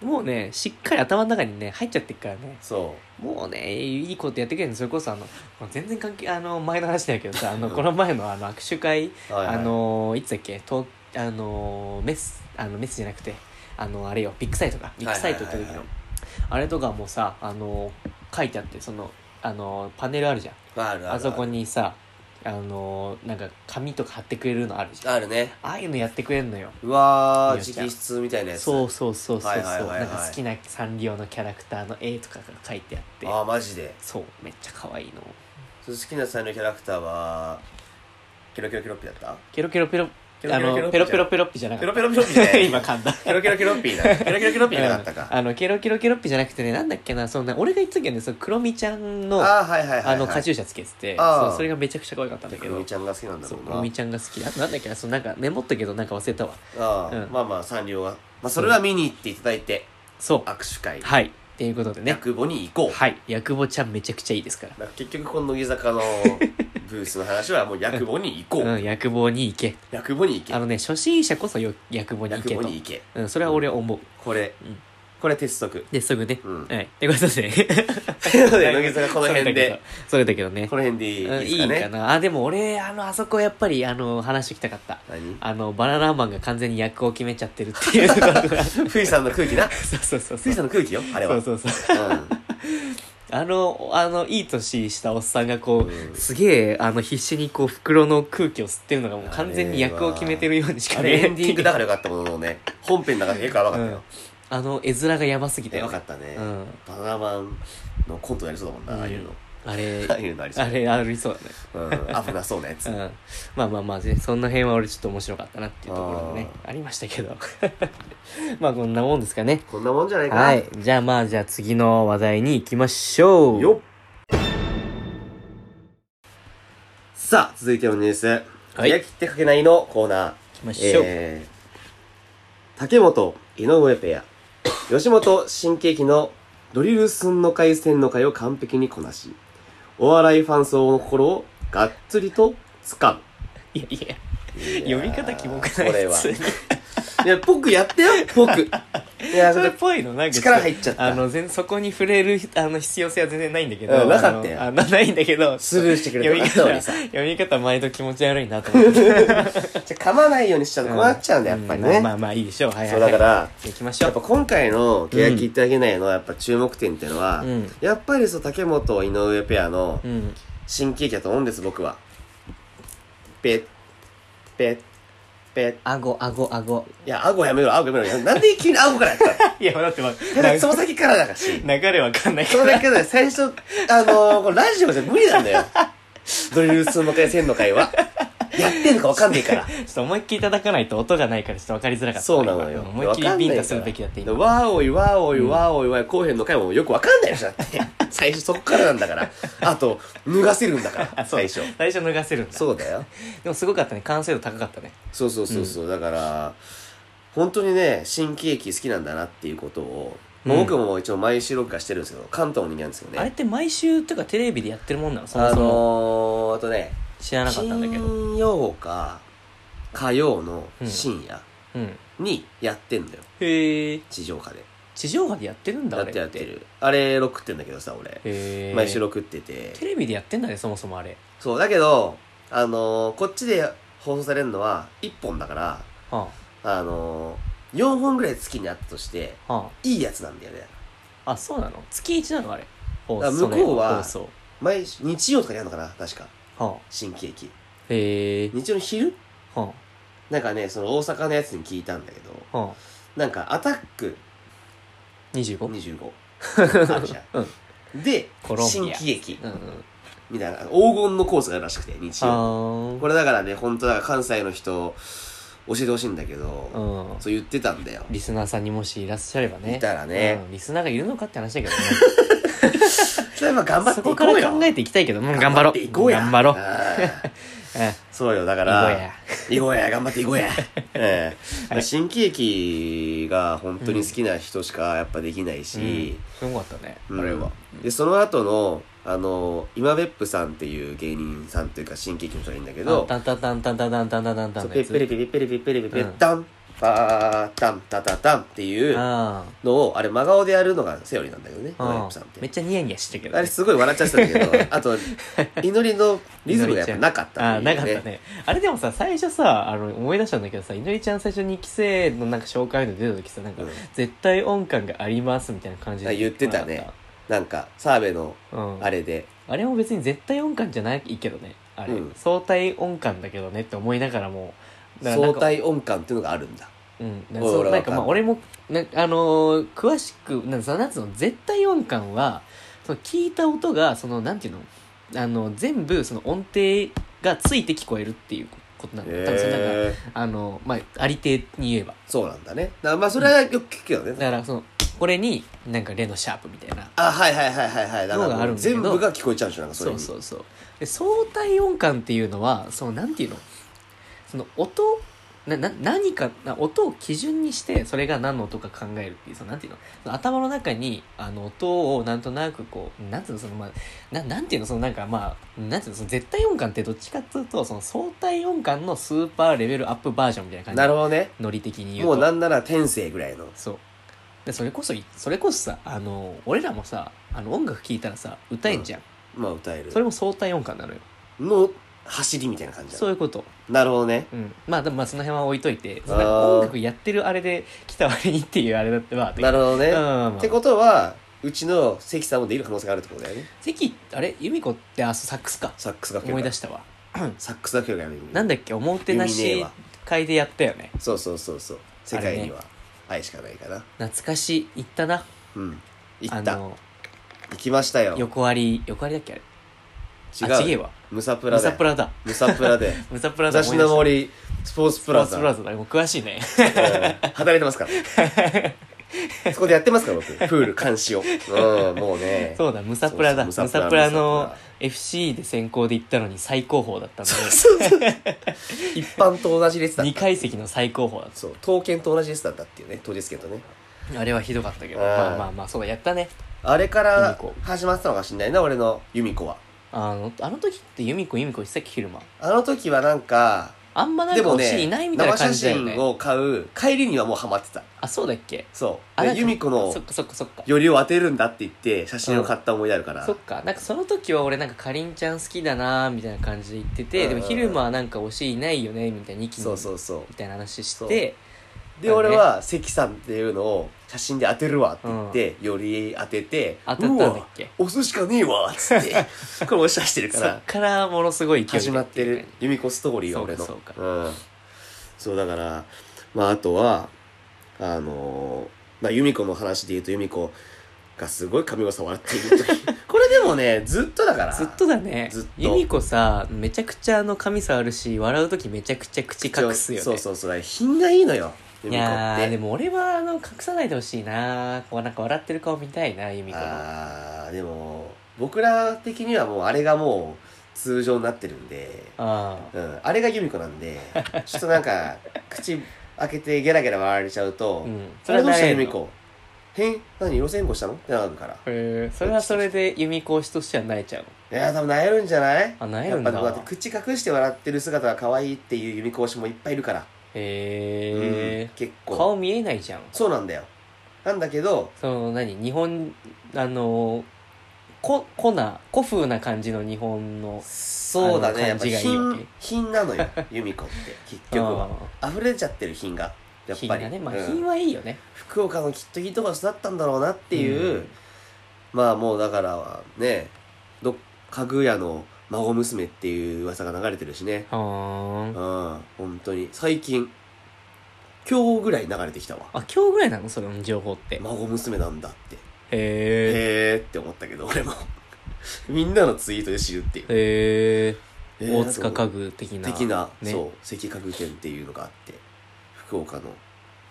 Speaker 1: もうねしっかり頭の中にね入っちゃってるからね
Speaker 2: そ
Speaker 1: もうねいいことやってくれるのそれこそあのもう全然関係あの前の話だけどさあのこの前のあの握手会
Speaker 2: う。はいはい
Speaker 1: あ、のーいつだっけとあのーメスあのメスじゃなくてあのあれよビッグサイトかビッグサイト行った時
Speaker 2: はいはい
Speaker 1: の
Speaker 2: はい
Speaker 1: あれとかもさあのー書いてあってそのあのーパネルあるじゃん
Speaker 2: まあ、あるある
Speaker 1: あそこ。にさあのーなんか紙とか貼ってくれるのあるじゃん
Speaker 2: あるね。
Speaker 1: ああいうのやってくれるのよ
Speaker 2: うわ
Speaker 1: いいよ
Speaker 2: ー、直筆みたいなやつ。
Speaker 1: そうそうそうそうそう
Speaker 2: はいはいはいはい
Speaker 1: なんか好きなサンリオのキャラクターの絵とかが書いてあって
Speaker 2: あー、マジで。
Speaker 1: そうめっちゃ可愛いの
Speaker 2: その好きなサンリオキャラクターは、ケロケロケロッピーだった
Speaker 1: ケロケロペロ
Speaker 2: ケロ
Speaker 1: あ
Speaker 2: ケロ
Speaker 1: のペロペロペロッピじゃな
Speaker 2: ケ
Speaker 1: か
Speaker 2: ロ
Speaker 1: っ
Speaker 2: ペロケロッピー
Speaker 1: た
Speaker 2: ね。
Speaker 1: 今噛んだ
Speaker 2: ケロケロケロッピーだ。ケロケロケロッピーなかったか。
Speaker 1: あのケロケロケロッピじゃなくてねなんだっけなそんな俺が言ってたけどねそのクロミちゃん
Speaker 2: あ
Speaker 1: の あ
Speaker 2: ー、はいはいはいはい。
Speaker 1: のカチューシャつけてて
Speaker 2: あー
Speaker 1: そうそれがめちゃくちゃ可愛かったんだけ
Speaker 2: ク
Speaker 1: ど
Speaker 2: ロミちゃんが好きなんだ
Speaker 1: そう
Speaker 2: ろ
Speaker 1: クロ
Speaker 2: う
Speaker 1: ミちゃんが好きだなんだっけなそのなんかメモったけどなんか忘れたわ
Speaker 2: な。ああ
Speaker 1: うん
Speaker 2: まあまあ、サンリオは。まあ、それは見に行っていただいて、
Speaker 1: そう
Speaker 2: 握手会、
Speaker 1: はいっていうことでね
Speaker 2: 役母に行こう。
Speaker 1: はいヤクボちゃんめちゃくちゃいいですから
Speaker 2: なんか結局、この乃木坂のブースの話は、もう役母に行こ
Speaker 1: う
Speaker 2: う。
Speaker 1: ん、ヤクボに行け
Speaker 2: 役母に行け
Speaker 1: あ。のね初心者こそよヤクボに行
Speaker 2: 役
Speaker 1: け
Speaker 2: 母
Speaker 1: と
Speaker 2: に行け。
Speaker 1: うん、それは俺は思う
Speaker 2: これ
Speaker 1: うん、
Speaker 2: これ鉄則。
Speaker 1: ですぐね
Speaker 2: うん。
Speaker 1: はいってことで
Speaker 2: ということで、 乃木坂この辺で、
Speaker 1: それだけどそれだけどね
Speaker 2: この辺でいい
Speaker 1: うん
Speaker 2: で
Speaker 1: い
Speaker 2: す
Speaker 1: い
Speaker 2: か
Speaker 1: か
Speaker 2: ね。
Speaker 1: なあでも俺あのあそこやっぱりあの話してきたかった
Speaker 2: 何
Speaker 1: あのバナナマンが完全に役を決めちゃってるっていうところが
Speaker 2: ふいさんの空気な。
Speaker 1: そうそうそう
Speaker 2: ふ
Speaker 1: そ
Speaker 2: いうさ
Speaker 1: そ
Speaker 2: んの空気よ、あれは。
Speaker 1: うそうそう
Speaker 2: うん。
Speaker 1: あのあのいい年したおっさんがこう、
Speaker 2: うん
Speaker 1: すげえあの必死にこう袋の空気を吸ってるのがもう完全に役を決めてるようにしか
Speaker 2: あ
Speaker 1: 見
Speaker 2: れ
Speaker 1: え
Speaker 2: エンディングだからよかったもののね、本編の中で結構やばかった
Speaker 1: うん
Speaker 2: よ。
Speaker 1: あの絵面がやばすぎたよ
Speaker 2: や
Speaker 1: ね
Speaker 2: ばかったね
Speaker 1: う。ん
Speaker 2: バナナマンのコントやりそうだもんな、ああいうの。
Speaker 1: あれ
Speaker 2: ああいうのありそう
Speaker 1: あ。れありそうだね
Speaker 2: うん、危なそうなやつ
Speaker 1: う。ん、まあまあまあねその辺は俺ちょっと面白かったなっていうところもねありましたけど まあこんなもんですかね
Speaker 2: こんなもんじゃないかな。
Speaker 1: はいじゃあまあじゃあ次の話題に行きましょう
Speaker 2: よっさあ、続いてのニュース。
Speaker 1: はい
Speaker 2: やきってかけないのコーナー。
Speaker 1: 行きましょう、
Speaker 2: えー、竹本、井上ペア。吉本新喜劇のドリルスンの回戦の回を完璧にこなし、お笑いファン層の心をがっつりと掴む。
Speaker 1: いやいや読み方キモくない
Speaker 2: これは。
Speaker 1: 普通に
Speaker 2: いや、僕やってよ、 僕。いや、
Speaker 1: そ
Speaker 2: そ
Speaker 1: れ
Speaker 2: れ
Speaker 1: っ、ぽいのなんか
Speaker 2: 力入っちゃった
Speaker 1: あの全そこに触れる あの必要性は全然ないんだけど、
Speaker 2: うんなかったよ
Speaker 1: あのあのないんだけど
Speaker 2: スルーしてくれ
Speaker 1: 読
Speaker 2: て
Speaker 1: み
Speaker 2: ました
Speaker 1: 方
Speaker 2: のにさ。
Speaker 1: 読み方毎度気持ち悪いなと思って
Speaker 2: じゃあ噛まないようにしちゃうとこうなっちゃうんだ、やっぱり
Speaker 1: う
Speaker 2: ね。
Speaker 1: んまあまあまあいいでしょうはいはい
Speaker 2: そう、だから、
Speaker 1: 行きましょ
Speaker 2: や
Speaker 1: う
Speaker 2: っぱ今回の欅言ってあげないのやっぱ注目点っていうのは、
Speaker 1: うん
Speaker 2: やっぱりそう、竹本井上ペアの
Speaker 1: うん
Speaker 2: 新喜劇だと思うんです、僕は。ペッ、ペッ、ペッ。
Speaker 1: 顎顎顎
Speaker 2: いや、顎やめろ、顎やめろ。なんで急に顎から やったの
Speaker 1: いやだってまあ
Speaker 2: ただ、その先からだからし。
Speaker 1: 流れわかんないか
Speaker 2: それだけで最初、あのー、これラジオじゃ無理なんだよ。 ドリル数の回、千の回は。やってんのかわかんないから。
Speaker 1: らちょっと思いっきりいただかないと音がないからちょっと分かりづらかった
Speaker 2: そうなのよ。
Speaker 1: 今思いっきりビンタするべきだって
Speaker 2: 今。
Speaker 1: 今
Speaker 2: わーおいわーおいわーおいわーい、後編の回もよくわかんないでしょ、だ って。最初そっからなんだから。あと、脱がせるんだから、
Speaker 1: あ そう
Speaker 2: 最初。
Speaker 1: 最初脱がせるんだ
Speaker 2: そうだよ。
Speaker 1: でもすごかったね完成度高かったね
Speaker 2: そうそうそうそう、だから、本当にね、新喜劇好きなんだなっていうことを、まあ
Speaker 1: うん
Speaker 2: 僕も一応毎週録画してるんですけど、関東の人間なんですよね。
Speaker 1: あれって毎週とかテレビでやってるもんなのそも
Speaker 2: あ
Speaker 1: そも
Speaker 2: のー、あとね、
Speaker 1: 知らなかったんだけど
Speaker 2: 金曜か火曜の深夜
Speaker 1: うん
Speaker 2: にやってんだよ、
Speaker 1: へえ
Speaker 2: 地上波で
Speaker 1: 地上波でやってるんだ
Speaker 2: や
Speaker 1: あ
Speaker 2: っ
Speaker 1: れ
Speaker 2: てやってるあれ録ってんだけどさ俺
Speaker 1: へえ
Speaker 2: 毎週録ってて
Speaker 1: テレビでやってんだねそもそもあれ
Speaker 2: そうだけどあのーこっちで放送されるのは1本だから
Speaker 1: は
Speaker 2: あのー、4本ぐらい月にあったとして
Speaker 1: あはい
Speaker 2: いやつなんだよね
Speaker 1: ああそうなの月一なのあれ放
Speaker 2: だから向こうは
Speaker 1: 放送
Speaker 2: 毎週日曜とかにやるのかな確か
Speaker 1: はあ
Speaker 2: 新喜劇
Speaker 1: へえ
Speaker 2: 日曜の昼
Speaker 1: は
Speaker 2: なんかねその大阪のやつに聞いたんだけど
Speaker 1: あはあ
Speaker 2: なんかアタック
Speaker 1: 25?
Speaker 2: 25あるじゃん
Speaker 1: うん
Speaker 2: で
Speaker 1: コ、ロンビ
Speaker 2: 新
Speaker 1: ア
Speaker 2: 喜劇
Speaker 1: うんうん
Speaker 2: みたいな、黄金のコースがあるらしくて、日
Speaker 1: あ
Speaker 2: 曜。
Speaker 1: ー
Speaker 2: これだからね、本当だから関西の人、教えてほしいんだけど、
Speaker 1: うん
Speaker 2: そう言ってたんだよ。
Speaker 1: リスナーさんにもしいらっしゃればね
Speaker 2: いたらね
Speaker 1: うんリスナーがいるのかって話だけどね
Speaker 2: それはまあ頑張って
Speaker 1: そ
Speaker 2: いこ
Speaker 1: こ
Speaker 2: う
Speaker 1: から
Speaker 2: よ。
Speaker 1: 考えていきたいけどうん頑張ろ
Speaker 2: っていうこうや。
Speaker 1: 頑張ろう
Speaker 2: うそうよ、だか
Speaker 1: 囲碁や
Speaker 2: ら、囲碁や、頑張って囲碁や。ええ新喜劇が本当に好きな人しかやっぱできないし、
Speaker 1: すごかったね、
Speaker 2: うん
Speaker 1: あれは。
Speaker 2: で、その後の、あの、今別府さんっていう芸人さんというか新喜劇の人がいいんだけど、
Speaker 1: タンタンタンタンタンタンタンタンタンタン
Speaker 2: そう
Speaker 1: の
Speaker 2: ペ
Speaker 1: や
Speaker 2: ッ
Speaker 1: つ
Speaker 2: ペリペリペリペリペリペリペリ
Speaker 1: うん
Speaker 2: タン、パータン、タタタンっていう
Speaker 1: あ
Speaker 2: のを、あれ真顔でやるのがセオリーなんだけどね、
Speaker 1: あ
Speaker 2: 今別
Speaker 1: ああ
Speaker 2: 府さんって
Speaker 1: めっ。ちゃニヤニヤしてたけど
Speaker 2: あれすごい笑っちゃってたんだけど、 あと、祈りのリズムがやっぱなかった
Speaker 1: ああ
Speaker 2: てい
Speaker 1: な
Speaker 2: う
Speaker 1: かったねあれでもさ最初さあの思い出したんだけどさいのりちゃん最初に期生のなんか紹介で出た時さなんか、
Speaker 2: うん
Speaker 1: 絶対音感がありますみたいな感じ
Speaker 2: あ
Speaker 1: で
Speaker 2: 言ってたねなんか、澤部の
Speaker 1: うん、あ
Speaker 2: あ
Speaker 1: れ
Speaker 2: れで、
Speaker 1: あれも別に絶対音感じゃないけどねあれ、
Speaker 2: うん
Speaker 1: 相対音感だけどねって思いながらもだからなん
Speaker 2: 相
Speaker 1: か
Speaker 2: 対音感っていうのがあるんだ。
Speaker 1: うん、なん
Speaker 2: お
Speaker 1: か
Speaker 2: い
Speaker 1: そう
Speaker 2: 俺
Speaker 1: な
Speaker 2: わ
Speaker 1: んか
Speaker 2: かん
Speaker 1: まあ俺もなあのー詳しくなんかさなんつうの絶対音感はその聞いた音がそのなんていうのあの全部その音程がついて聞こえるっていうことなんだ、多分そのなんか
Speaker 2: へえ
Speaker 1: あのまあありていに言えば
Speaker 2: そうなんだね。なまあ、それはよく聞くけどね。
Speaker 1: だからそのこれになんかレのシャープみたいな
Speaker 2: あ、はいはいはいはいはい。だか
Speaker 1: のがある
Speaker 2: ら
Speaker 1: んだけど
Speaker 2: 全部が聞こえちゃうんでしょ、なんかそ
Speaker 1: そ
Speaker 2: れ
Speaker 1: う
Speaker 2: に。
Speaker 1: そうそうで相対音感っていうのはそのなんていうのその音なな何かな音を基準にしてそれが何の音か考えるっていうそのなんていうのその頭の中にあの音をなんとなくこうなんていうのそのまあななんていうのそのなんかまあなんていうのその絶対音感ってどっちかっていうとその相対音感のスーパーレベルアップバージョンみたいな感じ
Speaker 2: なるほどね。
Speaker 1: ノリ的に言うと
Speaker 2: もうなんなら天性ぐらいの。
Speaker 1: そうでそれこそいそれこそさあの俺らもさあの音楽聴いたらさ歌えんじゃん、
Speaker 2: まあ、歌える
Speaker 1: そ。れも相対音感なのよ
Speaker 2: の走りみたいな感じ
Speaker 1: そ
Speaker 2: だ
Speaker 1: ういうこと、
Speaker 2: なるほどね。
Speaker 1: うん、まあでもまあその辺は置いといてそん
Speaker 2: あ
Speaker 1: な
Speaker 2: ー
Speaker 1: 音楽やってるあれで来た割にっていうあれだっては
Speaker 2: なるほどね。
Speaker 1: うん
Speaker 2: ってことは、うちの関さんも出る可能性があるってことだよね。
Speaker 1: 関あれ由美子ってあそうサックスか
Speaker 2: サックス楽曲。
Speaker 1: 思い出したわ
Speaker 2: サックス楽曲やめる。
Speaker 1: なんだっけおもてな
Speaker 2: 由美ねえ
Speaker 1: し
Speaker 2: わ
Speaker 1: 会でやったよね
Speaker 2: そうそうそうそう。世界には愛しかないかな。
Speaker 1: 懐かしい行ったな
Speaker 2: うん。行
Speaker 1: あ
Speaker 2: った。行
Speaker 1: の
Speaker 2: きましたよ。
Speaker 1: 横割り横割りだっけあれ
Speaker 2: 違
Speaker 1: あ
Speaker 2: う。
Speaker 1: ちげえわ
Speaker 2: ムサプラ
Speaker 1: ム
Speaker 2: だ
Speaker 1: サ
Speaker 2: よ
Speaker 1: プ。ラだ
Speaker 2: ムサプラ で。
Speaker 1: ムサプラだ
Speaker 2: 雑誌の森、スポーツプ
Speaker 1: プ
Speaker 2: ラ
Speaker 1: ラ
Speaker 2: ザ。
Speaker 1: ザプラザだもう詳しい ね
Speaker 2: うん働いてますから。 そこでやってますから、僕。プール監視を。うん、もうね。
Speaker 1: そうだムサプラだム
Speaker 2: そうそ
Speaker 1: サ
Speaker 2: うムサプラ
Speaker 1: プラ
Speaker 2: ムサ
Speaker 1: の
Speaker 2: プ
Speaker 1: FC で先行で行ったのに最高峰だったんで
Speaker 2: そうそう。一般と同じ列だった
Speaker 1: 2。階席の最高峰だっ
Speaker 2: そう、刀剣と同じ列だったっていうね、当日券とね。
Speaker 1: たあれはひどかったけど
Speaker 2: うん
Speaker 1: まあまあまあそうだやったね
Speaker 2: あれから
Speaker 1: 由美子
Speaker 2: 始まってたのかしんないな、俺の由美子は。
Speaker 1: あのあの時って由美子由美子言ってたっけ昼間
Speaker 2: あの時はなんか、
Speaker 1: あんまなん
Speaker 2: で
Speaker 1: か
Speaker 2: も
Speaker 1: 推し
Speaker 2: ね、
Speaker 1: いないみたいな
Speaker 2: 生
Speaker 1: 感
Speaker 2: 写
Speaker 1: じだよ
Speaker 2: 真
Speaker 1: ね
Speaker 2: を買う、帰りにはもうハマってた。
Speaker 1: あそうだっけ
Speaker 2: そう。
Speaker 1: あ
Speaker 2: で
Speaker 1: なんか
Speaker 2: 由美子の
Speaker 1: そっかそっかそっか
Speaker 2: よりを当てるんだって言って、写真を買った思い出あるから。
Speaker 1: そっかなんかその時は俺なんかかりんちゃん好きだなーみたいな感じで言ってて
Speaker 2: うん
Speaker 1: で
Speaker 2: うん
Speaker 1: も昼間はなんか推しいないよねみたいな2期
Speaker 2: そう
Speaker 1: の
Speaker 2: そうそう。
Speaker 1: みたいな話してだ
Speaker 2: で、
Speaker 1: ね
Speaker 2: 俺は関さんっていうのを写真で当てるわって言って、より当てて
Speaker 1: 当たったんだっけ
Speaker 2: うわ押すしかねえわっつって これ押し出してるか
Speaker 1: そっ
Speaker 2: ら
Speaker 1: からものすごい勢いで
Speaker 2: 始まってる由美子ストーリーが
Speaker 1: そうか
Speaker 2: 俺の
Speaker 1: そうか
Speaker 2: ん、そうだからまああとはあのーまあ、由美子の話で言うと由美子がすごい髪を触っている というこれでもねずっとだから
Speaker 1: ずっとだね
Speaker 2: ずっと
Speaker 1: 由美子さめちゃくちゃあの髪触るし笑う時めちゃくちゃ口隠すよね
Speaker 2: そうそうそうだから品がいいのよ由
Speaker 1: い
Speaker 2: 美子
Speaker 1: や
Speaker 2: っ
Speaker 1: ーで
Speaker 2: て
Speaker 1: も俺はあの隠さないでほしいなこうなんか笑ってる顔見たいな由美子の
Speaker 2: あーでも僕ら的にはもうあれがもう通常になってるんで、
Speaker 1: あー
Speaker 2: うん、あれが由美子なんでちょっとな んか口開けてゲラゲラ笑われちゃうと「
Speaker 1: うん
Speaker 2: それどうした由
Speaker 1: 慣れ
Speaker 2: 美
Speaker 1: んの
Speaker 2: 子変何路線誤したの?」ってなるから
Speaker 1: へえそれはそれで由美子推しとしては慣れちゃうの
Speaker 2: いやー多分なえるんじゃない
Speaker 1: あなえ
Speaker 2: や
Speaker 1: る
Speaker 2: っ
Speaker 1: ん
Speaker 2: ぱ
Speaker 1: だ
Speaker 2: でもだって口隠して笑ってる姿が可愛いっていう由美子推しもいっぱいいるから、
Speaker 1: へえ
Speaker 2: うん結構
Speaker 1: 顔見えないじゃん
Speaker 2: そうなんだよなんだけど
Speaker 1: その何日本あのーここな古風な感じの日本の
Speaker 2: そうだね
Speaker 1: あ
Speaker 2: や
Speaker 1: の感
Speaker 2: っぱ
Speaker 1: じがいいわけ
Speaker 2: 品品なのよ由 美子って結局は溢れちゃってる品がやっ
Speaker 1: 品
Speaker 2: ぱ
Speaker 1: が
Speaker 2: り
Speaker 1: ねまあ
Speaker 2: うん
Speaker 1: 品はいいよね
Speaker 2: 福岡のきっといいとこ育ったんだろうなっていう、
Speaker 1: うん
Speaker 2: まあもうだからねど家具屋の孫娘っていう噂が流れてるしね
Speaker 1: は
Speaker 2: うん
Speaker 1: ーん
Speaker 2: 本当に最近今日ぐらい流れてきたわ
Speaker 1: あ今日ぐらいなのその情報ってへ
Speaker 2: 孫娘なんだって
Speaker 1: え
Speaker 2: へーって思ったけど俺も みんなのツイートで知るっていう、
Speaker 1: へえ
Speaker 2: えー
Speaker 1: 大塚家具的な
Speaker 2: 的な、
Speaker 1: ね
Speaker 2: そう関家具店っていうのがあって福岡の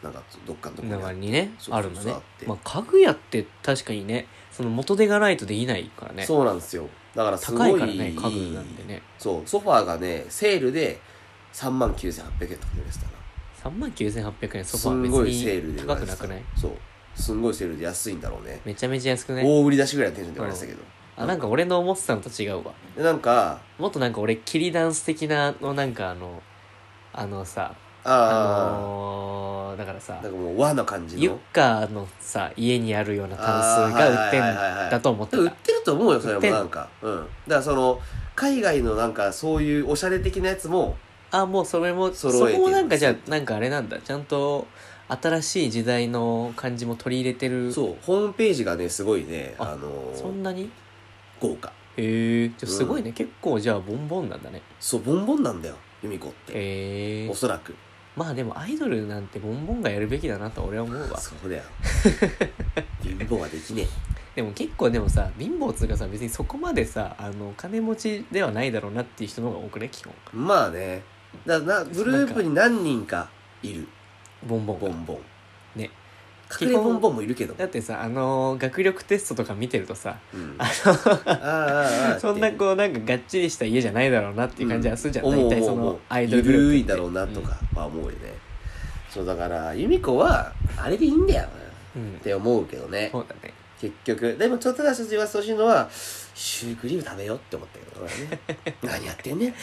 Speaker 2: なんかどっかのとこにあって
Speaker 1: 中にね
Speaker 2: そう
Speaker 1: あるんだ
Speaker 2: そ
Speaker 1: ね
Speaker 2: うそうあって
Speaker 1: まあ家具屋って確かにねその元手がないとできないからね
Speaker 2: そうなんですよだからすご
Speaker 1: 高い
Speaker 2: い
Speaker 1: からね家具なんでね
Speaker 2: そうソファーがねセールで3万9800円とかでしたな
Speaker 1: 3万9800円ソフ
Speaker 2: すん
Speaker 1: ァ
Speaker 2: ご
Speaker 1: ー
Speaker 2: い
Speaker 1: 別
Speaker 2: セール
Speaker 1: に
Speaker 2: で
Speaker 1: 高くなくない
Speaker 2: そうすんごいセールで安いんだろうね
Speaker 1: めちゃめちゃ安くね
Speaker 2: 大売り出しぐらいのテンションで言われてたけど
Speaker 1: あなんか俺の思ってたのと違うわ
Speaker 2: でなんか
Speaker 1: もっとなんか俺キリダンス的なのなんかあのあのさあ
Speaker 2: あ
Speaker 1: のー、だから
Speaker 2: あ
Speaker 1: さ
Speaker 2: なんかもう和の感じ
Speaker 1: ユッ
Speaker 2: の
Speaker 1: カーのさ家にあるようなタンス
Speaker 2: あー
Speaker 1: が売ってん
Speaker 2: はいはいはいはい
Speaker 1: だと思って
Speaker 2: 売ったてると思うよそれ
Speaker 1: 売っ
Speaker 2: も
Speaker 1: てんの
Speaker 2: なんかうんだからその海外のなんかそういうおしゃれ的なやつも
Speaker 1: あもうそれもそ
Speaker 2: 揃えて
Speaker 1: こもなんかじゃ
Speaker 2: ます
Speaker 1: あなんかあれなんだちゃんと新しい時代の感じも取り入れてる
Speaker 2: そうホームページがねすごいね
Speaker 1: あ
Speaker 2: あの
Speaker 1: そんなに
Speaker 2: 豪華
Speaker 1: へえじゃあすごいね、結構じゃあボンボンなんだね
Speaker 2: そうボンボンなんだよ由美子って
Speaker 1: へえ
Speaker 2: おそらく
Speaker 1: まあでもアイドルなんてボンボンがやるべきだなと俺は思うわ
Speaker 2: そう だよ貧乏はできねえ
Speaker 1: でも結構でもさ貧乏っつうかさ別にそこまでさあのお金持ちではないだろうなっていう人の方が多くね基本
Speaker 2: まあねだなグループに何人かいる
Speaker 1: ボンボンが
Speaker 2: ボンボン
Speaker 1: ね
Speaker 2: 隠れボンボンもいるけど
Speaker 1: だってさあの学力テストとか見てるとさ
Speaker 2: うん
Speaker 1: あ
Speaker 2: ああああ
Speaker 1: そんなこうなんかがっちりした家じゃないだろうなっていう感じはするじゃん、大体そのアイドルグループ
Speaker 2: 緩
Speaker 1: って
Speaker 2: いだろうなとかは思うよね、そうだから由美子はあれでいいんだよなっ
Speaker 1: うん、うん
Speaker 2: て思うけどね
Speaker 1: そうだね
Speaker 2: 結局でもちょっとだし言わせてほしいのはシュークリーム食べようって思ったけ どね何やってんねん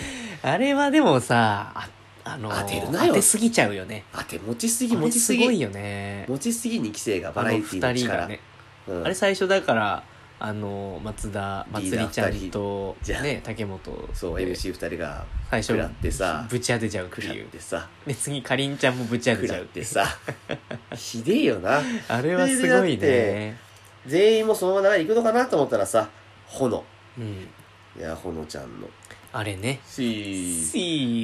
Speaker 1: あれはでもさああの
Speaker 2: 当てるなよ
Speaker 1: 当てすぎちゃうよね
Speaker 2: あて持ちすぎ
Speaker 1: 持
Speaker 2: 持ち
Speaker 1: ち
Speaker 2: す
Speaker 1: すごい
Speaker 2: ぎ
Speaker 1: よね
Speaker 2: 持ちすぎに規制が
Speaker 1: あ
Speaker 2: バ
Speaker 1: の
Speaker 2: ラエティ
Speaker 1: 二
Speaker 2: の
Speaker 1: 人
Speaker 2: 力
Speaker 1: がね、
Speaker 2: うん
Speaker 1: あれ最初だからあの松田ま
Speaker 2: リ
Speaker 1: つ
Speaker 2: ーダー
Speaker 1: りちゃん
Speaker 2: 二人
Speaker 1: と
Speaker 2: じゃん
Speaker 1: ね竹本
Speaker 2: そう
Speaker 1: で
Speaker 2: MC2 人が
Speaker 1: 最
Speaker 2: 食
Speaker 1: 初
Speaker 2: らってさ
Speaker 1: ぶち当てちゃうって
Speaker 2: 食らっ
Speaker 1: いう
Speaker 2: てさ
Speaker 1: で次かりんちゃんもぶち当
Speaker 2: 食
Speaker 1: てち
Speaker 2: ら
Speaker 1: ゃ
Speaker 2: っ
Speaker 1: う
Speaker 2: てさひでえよな
Speaker 1: あれはすごいね
Speaker 2: 全員もそのまま流れ行くのかなと思ったらさほの
Speaker 1: うん
Speaker 2: いやほのちゃんの
Speaker 1: あれね
Speaker 2: し
Speaker 1: シ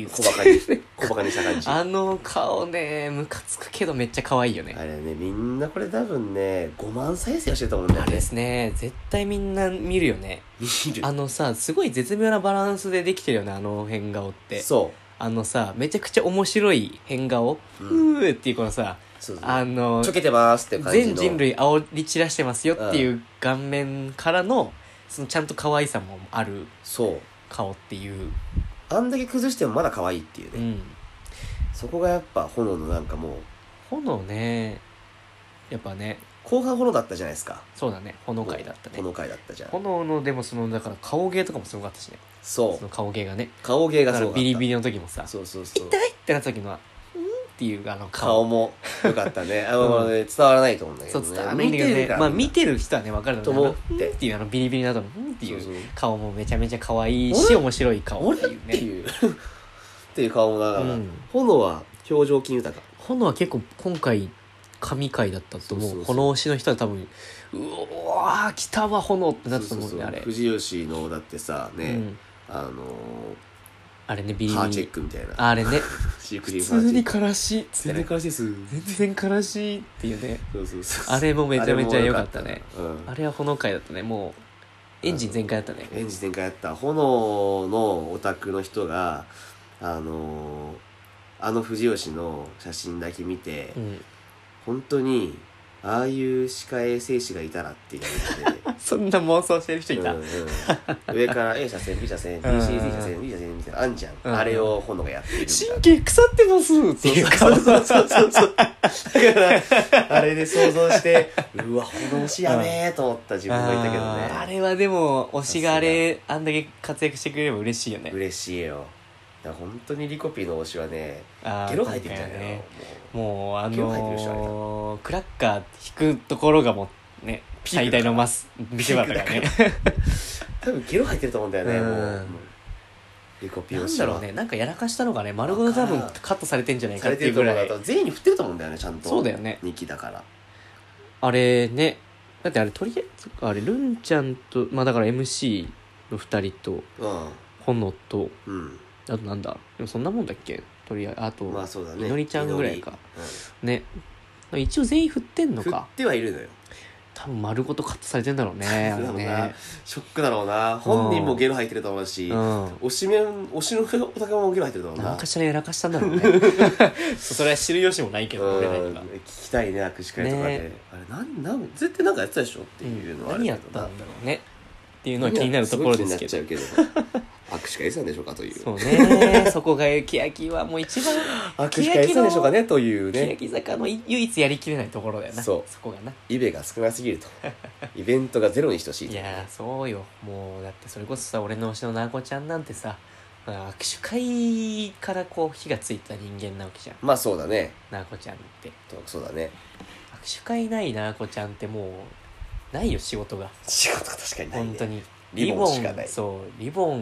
Speaker 1: ー
Speaker 2: 小バカ に小バカにした感じあ
Speaker 1: あの顔ねムカつくけどめっちゃ可愛いよね
Speaker 2: れねみんなこれ多分ね5万再生はしてたもんね
Speaker 1: あれですね絶対みんな見るよね
Speaker 2: 見る
Speaker 1: あのさすごい絶妙なバランスでできてるよねあの変顔って
Speaker 2: そ
Speaker 1: あのさめちゃくちゃ面白い変顔、
Speaker 2: う
Speaker 1: うんーっていうこのさ
Speaker 2: うそうそう
Speaker 1: あの
Speaker 2: ちょけてますって感じの
Speaker 1: 全人類煽り散らしてますよっていう顔面からのそのちゃんと可愛さもある
Speaker 2: そう
Speaker 1: 顔っていう、
Speaker 2: あんだけ崩してもまだ可愛いっていう
Speaker 1: う
Speaker 2: ね、
Speaker 1: ん、
Speaker 2: そこがやっぱ炎のなんかもう
Speaker 1: 炎ねやっぱね
Speaker 2: 後半炎だったじゃないですか
Speaker 1: そうだね炎会だったね
Speaker 2: 炎回だったじゃん
Speaker 1: 炎のでもそのだから顔芸とかもすごかったしね
Speaker 2: そ
Speaker 1: そうの顔芸がね
Speaker 2: 顔芸
Speaker 1: だ
Speaker 2: が
Speaker 1: か
Speaker 2: す
Speaker 1: ら
Speaker 2: ごかった
Speaker 1: ビリビリの時もさ
Speaker 2: そうそうそう
Speaker 1: 痛いってなった時のは「うん?」っていうあの
Speaker 2: 顔
Speaker 1: 顔
Speaker 2: もよかったねあ
Speaker 1: うん
Speaker 2: の、ね伝わらないと思うんだけど、
Speaker 1: そう
Speaker 2: ね、
Speaker 1: 伝わんないんだけど
Speaker 2: 見て
Speaker 1: ね
Speaker 2: るから
Speaker 1: まあ見てる人はね分かるだろうね
Speaker 2: と
Speaker 1: あ
Speaker 2: 思
Speaker 1: の
Speaker 2: って
Speaker 1: うんっていうあのビリビリなどの「うん?」ってい
Speaker 2: そう
Speaker 1: う
Speaker 2: そう
Speaker 1: 顔もめちゃめちゃ可愛いし
Speaker 2: 俺
Speaker 1: 面白い顔
Speaker 2: 俺
Speaker 1: って
Speaker 2: っ
Speaker 1: いう
Speaker 2: て
Speaker 1: ね
Speaker 2: いうっていう顔もだから、
Speaker 1: うん
Speaker 2: 炎は表情筋豊か
Speaker 1: 炎は結構今回神回だったと
Speaker 2: そうそう
Speaker 1: 思
Speaker 2: そう
Speaker 1: う炎推しの人は多分「うおー来たわ炎」ってなったと
Speaker 2: そう
Speaker 1: 思
Speaker 2: そうう
Speaker 1: だ
Speaker 2: んそう
Speaker 1: よあれ
Speaker 2: 藤吉のだってさ
Speaker 1: う
Speaker 2: ね、
Speaker 1: ん
Speaker 2: あの
Speaker 1: あれねビ
Speaker 2: ー、
Speaker 1: リ
Speaker 2: ハー
Speaker 1: ビ
Speaker 2: チェ
Speaker 1: リ
Speaker 2: ックみたいな
Speaker 1: あれね
Speaker 2: シークリ
Speaker 1: 普
Speaker 2: ームハー
Speaker 1: 通
Speaker 2: チェッ
Speaker 1: に
Speaker 2: ク
Speaker 1: からしいっつって
Speaker 2: 全然
Speaker 1: ね
Speaker 2: 悲しいです
Speaker 1: 全然からしいっていうね
Speaker 2: そうそうそう
Speaker 1: あれもめちゃめちゃ良かったね
Speaker 2: あれも良かった
Speaker 1: あれは炎回だったねもうエンジン全開だったね
Speaker 2: うん、エンジン全開やった炎のオタクの人があのーあの藤吉の写真だけ見て、
Speaker 1: うん
Speaker 2: 本当にああいう歯科衛生士がいたらっていうので
Speaker 1: そんな妄想してる人いた、
Speaker 2: うんうん上から A 車線 B 車線 BCD 車線 B 車線みたいなのあんじゃん、
Speaker 1: うん
Speaker 2: あれを炎がやってるみたいな
Speaker 1: 神経腐ってますっていう
Speaker 2: そ
Speaker 1: 顔
Speaker 2: うそうそうそうそうだからあれで想 像してうわ炎推しやねーと思った自分がいたけどね
Speaker 1: あれはでも推しがあれあんだけ活躍してくれれば嬉しいよね
Speaker 2: 嬉しいよだから本当にリコピーの推しはね
Speaker 1: あー
Speaker 2: ゲロ吐いてきたよ
Speaker 1: 今回は
Speaker 2: ね
Speaker 1: ねもうあ
Speaker 2: ゲロ吐いてる人あれ
Speaker 1: のークラッカー引くところがもうね
Speaker 2: ピーク
Speaker 1: 最
Speaker 2: だから
Speaker 1: 大のマスビジュアルだからね
Speaker 2: 多分ゲロ吐いてると思うんだよね
Speaker 1: うん
Speaker 2: もうリコピ ー
Speaker 1: な
Speaker 2: 推
Speaker 1: ん
Speaker 2: し
Speaker 1: だ
Speaker 2: は
Speaker 1: ろうねなんかやらかしたのがね丸ごと多分
Speaker 2: わからん
Speaker 1: カットされてんじゃない
Speaker 2: さ
Speaker 1: かっ
Speaker 2: れ
Speaker 1: て
Speaker 2: て
Speaker 1: い
Speaker 2: る
Speaker 1: う
Speaker 2: と
Speaker 1: ぐ
Speaker 2: 思う
Speaker 1: ら
Speaker 2: だ
Speaker 1: い
Speaker 2: と全員に振ってると思うんだよねちゃんと
Speaker 1: そうだよね
Speaker 2: 2期だから
Speaker 1: あれねだってあれとりあえずあれルンちゃんとまあだから MC の2人と
Speaker 2: う
Speaker 1: 炎と
Speaker 2: んうん
Speaker 1: あとなんだでもそんなもんだっけとりあえずあと、
Speaker 2: まあそうだね
Speaker 1: いのりちゃんぐらいか
Speaker 2: いのり
Speaker 1: ね一応全員振ってん
Speaker 2: うん
Speaker 1: の
Speaker 2: 振っ
Speaker 1: か
Speaker 2: てはいるのよ
Speaker 1: 多分丸ごとカットされてんだろう ねあ
Speaker 2: だろ
Speaker 1: れ
Speaker 2: うな
Speaker 1: ね
Speaker 2: ショックだろうな本人もゲロ吐いてると思うし
Speaker 1: うん
Speaker 2: 推しめん推しのお宅もゲロ吐いてると思うな
Speaker 1: 何かしらやらかしたんだろ うねそれは知る由もないけど俺ら
Speaker 2: うん
Speaker 1: には
Speaker 2: 聞きたいね握手会とかで
Speaker 1: ね
Speaker 2: あれなんなん絶対なんかやってたでしょっていうのはある
Speaker 1: 何
Speaker 2: けど
Speaker 1: や
Speaker 2: な
Speaker 1: ったんだろうねっていうのは気になるところですけど
Speaker 2: ごい気になっちゃうけど握手会したんでしょうかという
Speaker 1: そうねそこが欅はもう一番
Speaker 2: 握手会したんでしょうかねという ね
Speaker 1: 欅坂の唯一やりきれないところだよな
Speaker 2: そう
Speaker 1: こがな
Speaker 2: イベが少なすぎるとイベントがゼロに等しい
Speaker 1: い
Speaker 2: と
Speaker 1: やーそうよもうだってそれこそさ俺の推しのなこちゃんなんてさまあ握手会からこう火がついた人間なわけじゃん
Speaker 2: まあそうだね
Speaker 1: なこちゃんって
Speaker 2: とそうだね
Speaker 1: 握手会ないなこちゃんってもうないよ仕事が
Speaker 2: 仕事が確かにない、ね、
Speaker 1: 本当に
Speaker 2: リボンしかない
Speaker 1: そうリボン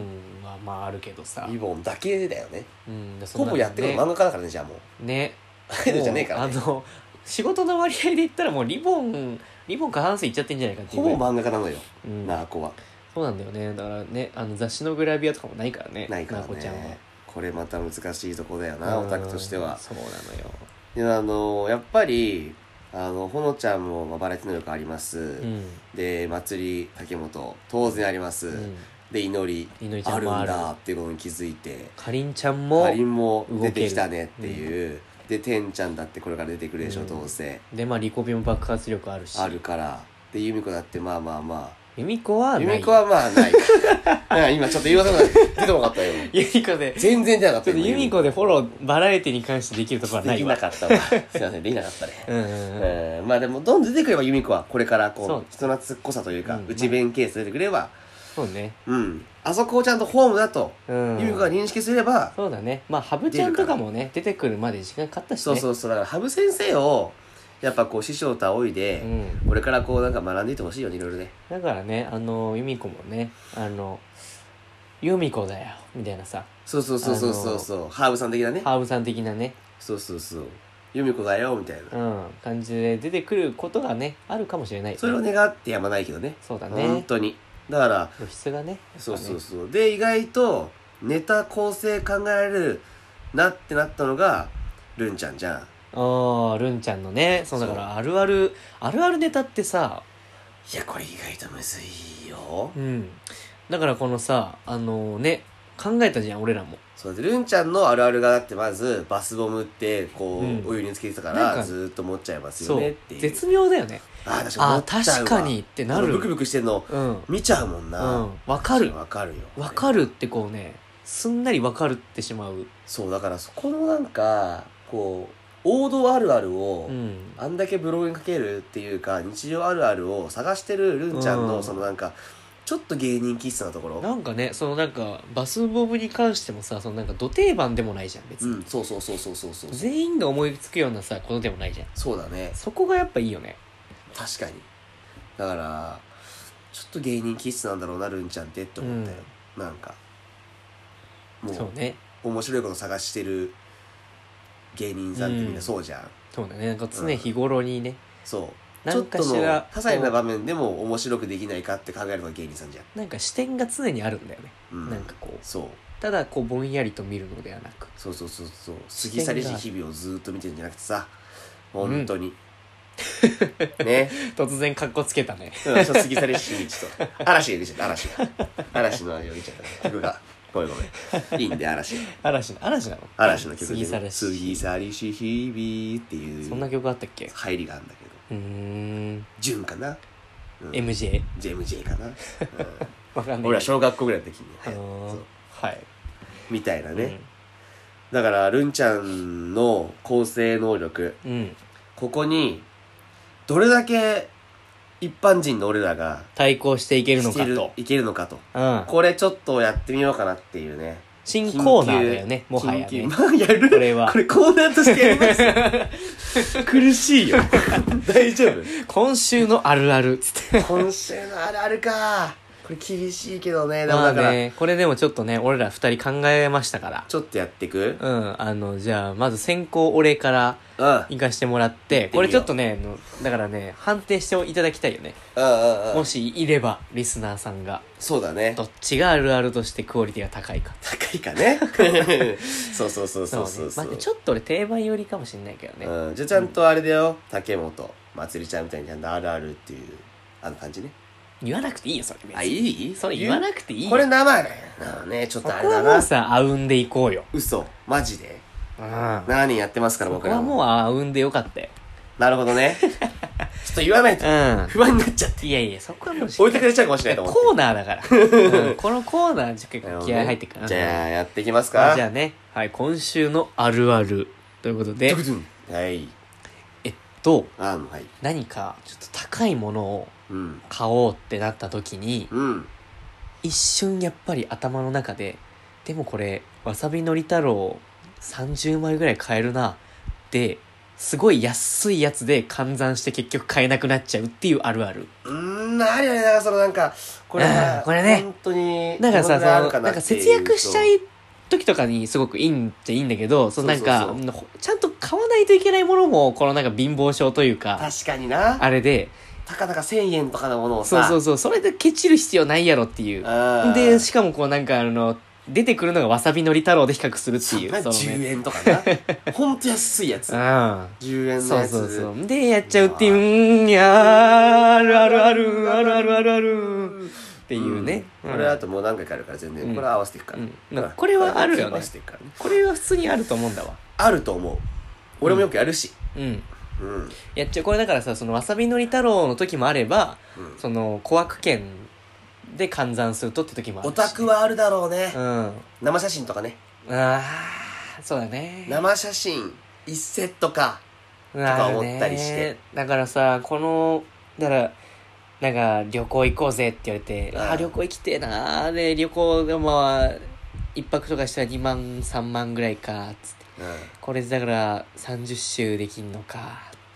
Speaker 1: はまああるけどさ
Speaker 2: リボンだけだよね
Speaker 1: うんそ
Speaker 2: ほ
Speaker 1: んな
Speaker 2: ぼやってるの漫
Speaker 1: ね
Speaker 2: 画家だからねじゃあもう
Speaker 1: ね
Speaker 2: アイ ドルじゃねえから、ね、
Speaker 1: もうあの仕事の割合で言ったらもうリボンリボン過半数いっちゃってんじゃないかってい
Speaker 2: ほ
Speaker 1: うぐら
Speaker 2: ぼ
Speaker 1: い
Speaker 2: 漫画家なのよ、
Speaker 1: うん
Speaker 2: なあこは
Speaker 1: そうなんだよねだからねあの雑誌のグラビアとかもないからね
Speaker 2: ないから
Speaker 1: なこちゃんは
Speaker 2: ねこれまた難しいとこだよな
Speaker 1: うん
Speaker 2: オタクとしては
Speaker 1: そうなのよ
Speaker 2: であのやっぱりあのほのちゃんもまあバラエティ能力あります、
Speaker 1: うん
Speaker 2: で祭り竹本当然あります、
Speaker 1: うん
Speaker 2: で祈
Speaker 1: いのり
Speaker 2: り
Speaker 1: ち
Speaker 2: あ
Speaker 1: ゃん
Speaker 2: るん
Speaker 1: もある
Speaker 2: だっていうことに気づいて
Speaker 1: かりんちゃんも
Speaker 2: かりんも出てきたねっていう、でてんちゃんだってこれから出てくるでしょ、
Speaker 1: うん
Speaker 2: どうせ
Speaker 1: でまあリコピも爆発力あるし
Speaker 2: あるからで由美子だってまあまあま
Speaker 1: ユミコはな
Speaker 2: あ
Speaker 1: い
Speaker 2: 由美子はまあない なんか今ちょっと言わなくなって出てこなかったよ
Speaker 1: ユミコ で
Speaker 2: 全然出なかっ
Speaker 1: ち
Speaker 2: た
Speaker 1: ょっとユミコでフォローバラエティに関してできるところはな
Speaker 2: で
Speaker 1: い
Speaker 2: き
Speaker 1: わ
Speaker 2: なかったわすいませんできなかったね
Speaker 1: うんうんうん
Speaker 2: えーまあでもどんどん出てくれば由美子はこれから
Speaker 1: そ
Speaker 2: こ
Speaker 1: う
Speaker 2: う人懐っこさというか、
Speaker 1: うん
Speaker 2: 内弁ケース出てくれば
Speaker 1: そうね
Speaker 2: うんあそこをちゃんとホームだと
Speaker 1: うん
Speaker 2: 由美子が認識すれば、
Speaker 1: そうだねまあ羽生ちゃんとかもね出てくるまで時間かかったしね
Speaker 2: そうそううそうだから羽生先生をやっぱこう師匠と仰いで、
Speaker 1: ん
Speaker 2: これからこうなんか学んでいってほしいよねいろいろね
Speaker 1: だからねあのユミコもねあのユミコだよみたいなさ
Speaker 2: そうそうそうそうそうそうハーブさん的なね
Speaker 1: ハーブさん的なね
Speaker 2: そうそうそう由美子だよみたいな、
Speaker 1: うん感じで出てくることがねあるかもしれない
Speaker 2: それを願ってやまないけどね
Speaker 1: そうだ
Speaker 2: 本
Speaker 1: ね
Speaker 2: 当にだから
Speaker 1: 露出がね
Speaker 2: そうそう
Speaker 1: う
Speaker 2: そうで意外とネタ構成考えられるなってなったのがるんちゃんじゃん
Speaker 1: ああるんちゃんのねそうだからあるあるあるあるネタってさ
Speaker 2: いやこれ意外とむずいよ
Speaker 1: うんだからこのさあのね考えたじゃん俺らも
Speaker 2: そうでるんちゃんのあるあるがだってまずバスボムってこう、
Speaker 1: うん
Speaker 2: お湯につけてたか
Speaker 1: なん
Speaker 2: ら
Speaker 1: か
Speaker 2: ずーっと持っちゃいますよ
Speaker 1: そ
Speaker 2: ねっ
Speaker 1: う
Speaker 2: ていう
Speaker 1: 絶妙だよね
Speaker 2: あー確かに持
Speaker 1: あ
Speaker 2: っちゃう
Speaker 1: 確か
Speaker 2: わ
Speaker 1: にってな
Speaker 2: この
Speaker 1: る
Speaker 2: ブクブクしてんの
Speaker 1: うんうん
Speaker 2: 見ちゃうもんな、
Speaker 1: わかる
Speaker 2: わかるよ
Speaker 1: わかるってこうねすんなりわかるってしまう
Speaker 2: そうだからそこのなんかこう王道あるあるを、
Speaker 1: うん
Speaker 2: あんだけブログにかけるっていうか日常あるあるを探してるるんちゃん
Speaker 1: うん
Speaker 2: のそのなんかちょっと芸人気質なところ
Speaker 1: なんかねそのなんかバスボムに関してもさそのなんか土定番でもないじゃん別
Speaker 2: う
Speaker 1: に、
Speaker 2: んそうそうそうそうそうそう
Speaker 1: 全員が思いつくようなさことでもないじゃん
Speaker 2: そうだね
Speaker 1: そこがやっぱいいよね
Speaker 2: 確かにだからちょっと芸人気質なんだろうなるんちゃんってって思ったよ、なんかも
Speaker 1: そううね
Speaker 2: 面白いこと探してる芸人さんってみんなそうじゃん、
Speaker 1: そうだねなんか常日頃にね、
Speaker 2: そうち
Speaker 1: な
Speaker 2: ょ
Speaker 1: ん
Speaker 2: っ
Speaker 1: か
Speaker 2: との
Speaker 1: しら
Speaker 2: 些細な場面でも面白くできないかって考えるのが芸人さんじゃん、
Speaker 1: なんか視点が常にあるんだよね、
Speaker 2: うん、
Speaker 1: なんかこう
Speaker 2: そう
Speaker 1: ただこうぼんやりと見るのではなく
Speaker 2: そうそうそうそう過
Speaker 1: 視
Speaker 2: ぎ
Speaker 1: 点が
Speaker 2: 去りし日々をずーっと見てるんじゃなくてさ本当に、ね
Speaker 1: 突然かっこつけたね
Speaker 2: うんそう過ぎ去りし日々と嵐が出ちゃった嵐が嵐のあれを出ちゃった曲がごめんごめんいいんで嵐
Speaker 1: 嵐の嵐なの
Speaker 2: 嵐の曲で、
Speaker 1: 過ぎ去る
Speaker 2: 過ぎ去りし日々っていう
Speaker 1: そんな曲あったっけ
Speaker 2: 入りがあるんだけど
Speaker 1: うーん
Speaker 2: 純かな、うん
Speaker 1: MJ
Speaker 2: JMJ かな、
Speaker 1: わか
Speaker 2: うんん
Speaker 1: ない
Speaker 2: 俺ら小学校ぐらいの時に、
Speaker 1: あ
Speaker 2: はい
Speaker 1: の
Speaker 2: そ
Speaker 1: ー
Speaker 2: う
Speaker 1: はい
Speaker 2: みたいなね、だからるんちゃんの構成能力
Speaker 1: うん、うん、
Speaker 2: ここにどれだけ一般人の俺らが
Speaker 1: 対抗していけるの
Speaker 2: し
Speaker 1: か
Speaker 2: てる
Speaker 1: と
Speaker 2: いけるのかと
Speaker 1: うん
Speaker 2: これちょっとやってみようかなっていうね
Speaker 1: 新コーナーだよね
Speaker 2: 緊急
Speaker 1: もはや
Speaker 2: 緊急
Speaker 1: ね
Speaker 2: まあやる
Speaker 1: これは
Speaker 2: これコーナーとしてやりま すよ苦しいよ 大丈夫
Speaker 1: 今週のあるあるっつ って
Speaker 2: 今週のあるあるかこれ厳しいけどねでも
Speaker 1: まあ
Speaker 2: だから、
Speaker 1: ねこれでもちょっとね俺ら二人考えましたから
Speaker 2: ちょっとやっていく
Speaker 1: うんあのじゃあまず先行お礼から
Speaker 2: うんうん
Speaker 1: 行かしてもらって
Speaker 2: ってみよう
Speaker 1: これちょっとねあのだからね判定していただきたいよね
Speaker 2: うんうん
Speaker 1: もしいればリスナーさんが
Speaker 2: そうだね
Speaker 1: どっちがあるあるとしてクオリティが高いか
Speaker 2: 高いか ねそうそうそうそうそうそう
Speaker 1: ねまあ、ちょっと俺定番寄りかもしれないけどね、
Speaker 2: うん、じゃあちゃんとあれだよ、竹本まつりちゃんみたいにちゃんとあるあるっていうあの感じね
Speaker 1: 言わなくていいよそれ別に
Speaker 2: あいい
Speaker 1: それ言わな
Speaker 2: く
Speaker 1: くていい
Speaker 2: て
Speaker 1: よ
Speaker 2: これ
Speaker 1: こ
Speaker 2: 生だよなあねちょっ
Speaker 1: こと
Speaker 2: あれだ
Speaker 1: はも
Speaker 2: な
Speaker 1: うさあうんでいこうよ
Speaker 2: 嘘マジで
Speaker 1: うん
Speaker 2: 7人やってますから
Speaker 1: こ
Speaker 2: 僕
Speaker 1: こ
Speaker 2: ら
Speaker 1: は
Speaker 2: も
Speaker 1: もうあうんでよかったよ
Speaker 2: なるほどねちょっと言わないと
Speaker 1: う
Speaker 2: 不安になっちゃって。
Speaker 1: ん。いやいや、そこはもうし
Speaker 2: 置いてくれちゃうかもしれないと思って。
Speaker 1: コーナーだから。 うんこのコーナー、ちょっと結構気合入ってっから。
Speaker 2: じゃあ、やっていきます
Speaker 1: ま
Speaker 2: か。
Speaker 1: あじゃあね、はい、今週のあるあるということで
Speaker 2: ド、クドゥンはい。
Speaker 1: えっと、
Speaker 2: あん、はい。
Speaker 1: 何かちょっと高いものを
Speaker 2: うん。
Speaker 1: 買おうってなった時に、
Speaker 2: うん。
Speaker 1: 一瞬やっぱり頭の中で、でもこれ、わさびのり太郎30枚ぐらい買えるな、で、すごい安いやつで換算して結局買えなくなっちゃうっていうあるある。
Speaker 2: うーん、なにあれだから、そのなんか、これ
Speaker 1: あー、これね
Speaker 2: 本当に、
Speaker 1: だからさ、そ
Speaker 2: これある
Speaker 1: の、なん
Speaker 2: って
Speaker 1: か
Speaker 2: う
Speaker 1: 節約しちゃい時とかにすごくいいんじゃいいんだけど、そのなんか、
Speaker 2: そうそう
Speaker 1: ほちゃんと買わないといけないものも、このなんか貧乏症というか、
Speaker 2: 確かにな。
Speaker 1: あれで、
Speaker 2: たかだか1000円とかのものを
Speaker 1: そう
Speaker 2: さ。
Speaker 1: そううそう、それでケチる必要ないやろっていう。
Speaker 2: ん。
Speaker 1: で、しかもこうなんかあの、出てくるのがわさびのり太郎で比較するっていう。
Speaker 2: そう
Speaker 1: その
Speaker 2: 10
Speaker 1: ね
Speaker 2: 円とか な。ほんと安いやつ。
Speaker 1: うん。
Speaker 2: 10円の
Speaker 1: そう
Speaker 2: やつ。
Speaker 1: そうそう。で、やっちゃうっていう、うーん、いやーあるあるある、あるあるあるある、っていうね。
Speaker 2: うん
Speaker 1: うん
Speaker 2: これあともう何回かあるから全然、
Speaker 1: うん
Speaker 2: これ合わせていくから、
Speaker 1: うんなんかこれはあるよね
Speaker 2: 合わせていくからね
Speaker 1: これは普通にあると思うんだわ。
Speaker 2: あると思う俺もよくやるし
Speaker 1: うん。
Speaker 2: うん、うん
Speaker 1: やっちゃう。これだからさ、そのわさびのり太郎の時もあれば、その、小悪券で換算するとって時もある
Speaker 2: オ
Speaker 1: し。
Speaker 2: タクはあるだろうね
Speaker 1: う、ん。
Speaker 2: 生写真とかね
Speaker 1: ああ、そうだね。
Speaker 2: 生写真1セットか
Speaker 1: なる
Speaker 2: 思
Speaker 1: ね
Speaker 2: ったりして
Speaker 1: だからさこのだからなんか旅行行こうぜって言われて、
Speaker 2: うん
Speaker 1: あー旅行行きてえなーで旅行がまあ一泊とかしたら2万3万ぐらいかっつって
Speaker 2: うん
Speaker 1: これでだから30周できんのか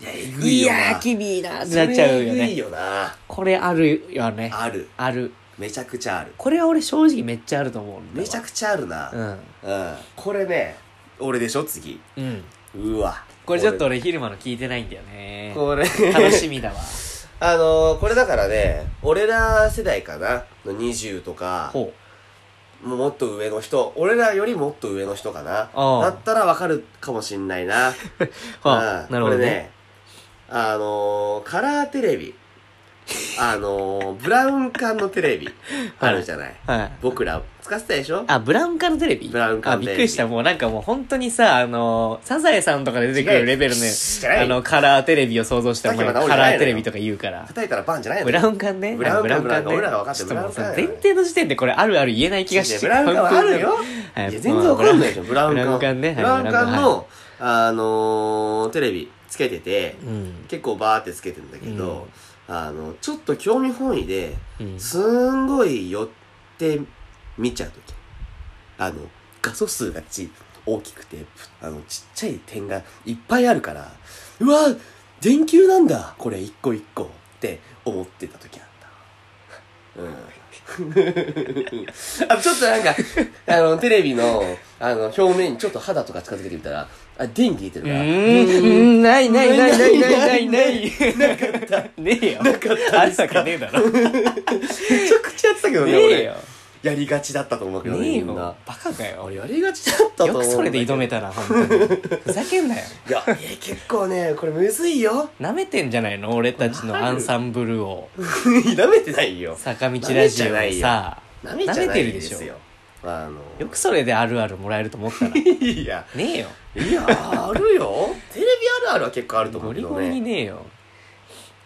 Speaker 2: いやえぐ
Speaker 1: い
Speaker 2: いよな
Speaker 1: やーきびいなーってなっちゃうよ
Speaker 2: それえぐい
Speaker 1: ね
Speaker 2: よな
Speaker 1: これあるよねあ
Speaker 2: ある
Speaker 1: る
Speaker 2: めちゃくちゃある
Speaker 1: これは俺正直めっちゃあると思うんだわ
Speaker 2: めちゃくちゃあるな、うん
Speaker 1: うん
Speaker 2: これね俺でしょ次
Speaker 1: うん
Speaker 2: うわ
Speaker 1: これちょっと俺昼間の聞いてないんだよね
Speaker 2: これ
Speaker 1: 楽しみだわ
Speaker 2: あのーこれだからね俺ら世代かなの20とか
Speaker 1: ほ
Speaker 2: もうもっと上の人、俺らよりもっと上の人かな。
Speaker 1: ああ
Speaker 2: だったらわかるかもしんないな。
Speaker 1: うは
Speaker 2: う
Speaker 1: あ
Speaker 2: ん
Speaker 1: なるほど
Speaker 2: これ
Speaker 1: ね
Speaker 2: あのー、カラーテレビ。あのー、ブラウン管のテレ ビ。あるじゃない。
Speaker 1: はい
Speaker 2: 僕ら、使ってたでしょ
Speaker 1: あ、ブラウン管のテレビ
Speaker 2: ブラウン管
Speaker 1: あ、
Speaker 2: のテ
Speaker 1: び
Speaker 2: レビ
Speaker 1: っくりした。もうなんかもう本当にさ、あの、サザエさんとかで出てくるレベルの、
Speaker 2: 違う
Speaker 1: ね、
Speaker 2: じゃない
Speaker 1: あの、カラーテレビを想像したら、
Speaker 2: さっき
Speaker 1: も
Speaker 2: ま
Speaker 1: う
Speaker 2: で俺
Speaker 1: カ
Speaker 2: じゃな
Speaker 1: ラ
Speaker 2: い
Speaker 1: ー
Speaker 2: のよ
Speaker 1: テレビとか言うから。
Speaker 2: 叩いたらバンじゃないの
Speaker 1: ブラウン管ね。
Speaker 2: ブラウン管
Speaker 1: あブラウン管ね。
Speaker 2: ブラウン管俺らが分かって
Speaker 1: ち
Speaker 2: る
Speaker 1: ょっともう
Speaker 2: ブラウ
Speaker 1: さ、
Speaker 2: ン管
Speaker 1: 前提の時点でこれあるある言えない気がして
Speaker 2: ブラウン管はあるよ。い
Speaker 1: は
Speaker 2: や、
Speaker 1: い
Speaker 2: 全然わかんないでしょ、ブラウン
Speaker 1: ブラウン
Speaker 2: 管。
Speaker 1: 管ねはい
Speaker 2: ブラウン管
Speaker 1: ブラウン管
Speaker 2: の、あのー、テレビつけてて、
Speaker 1: うん。
Speaker 2: 結構バーってつけてんだけど、あの、ちょっと興味本位で、
Speaker 1: うん。
Speaker 2: すんごい寄って見ちゃうとき。あの、画素数がち、大きくて、あの、ちっちゃい点がいっぱいあるから、うわ電球なんだこれ一個一個って思ってたときあった。うん。 あちょっとなんか、あの、テレビの、あの、表面にちょっと肌とか近づけてみたら、あ、電気出てる
Speaker 1: う
Speaker 2: から、
Speaker 1: ーん、ないないないないないないない。なかった。ねえよ。なかった。あるわけねえだろ。ね
Speaker 2: めちゃくちゃやってたけどね、
Speaker 1: え
Speaker 2: 俺
Speaker 1: よ。。
Speaker 2: やりがちだったと思うけど
Speaker 1: ね
Speaker 2: ね、
Speaker 1: え
Speaker 2: みんな
Speaker 1: よ。。バカかよ。
Speaker 2: 俺やりがちだったと
Speaker 1: よく
Speaker 2: 思うんだけど。
Speaker 1: それで挑めたな、本当に。ふざけんなよ。
Speaker 2: い や、えー結構ね、これむずいよ。
Speaker 1: 舐めてんじゃないの俺たちのアンサンブルを
Speaker 2: 舐めてないよ。
Speaker 1: 坂道ラジオ
Speaker 2: 舐めてな
Speaker 1: を
Speaker 2: いよ
Speaker 1: さ
Speaker 2: 舐めちゃ
Speaker 1: 舐
Speaker 2: な
Speaker 1: めて
Speaker 2: い
Speaker 1: る
Speaker 2: で
Speaker 1: でしょ
Speaker 2: すよ。あの、
Speaker 1: よくそれであるあるもらえると思った らね
Speaker 2: いや、
Speaker 1: えよ
Speaker 2: いや、あるよ。テレビあるあるは結構あると思
Speaker 1: ゴ
Speaker 2: うけ
Speaker 1: リ
Speaker 2: ど
Speaker 1: ゴリに
Speaker 2: ね。
Speaker 1: ねえよ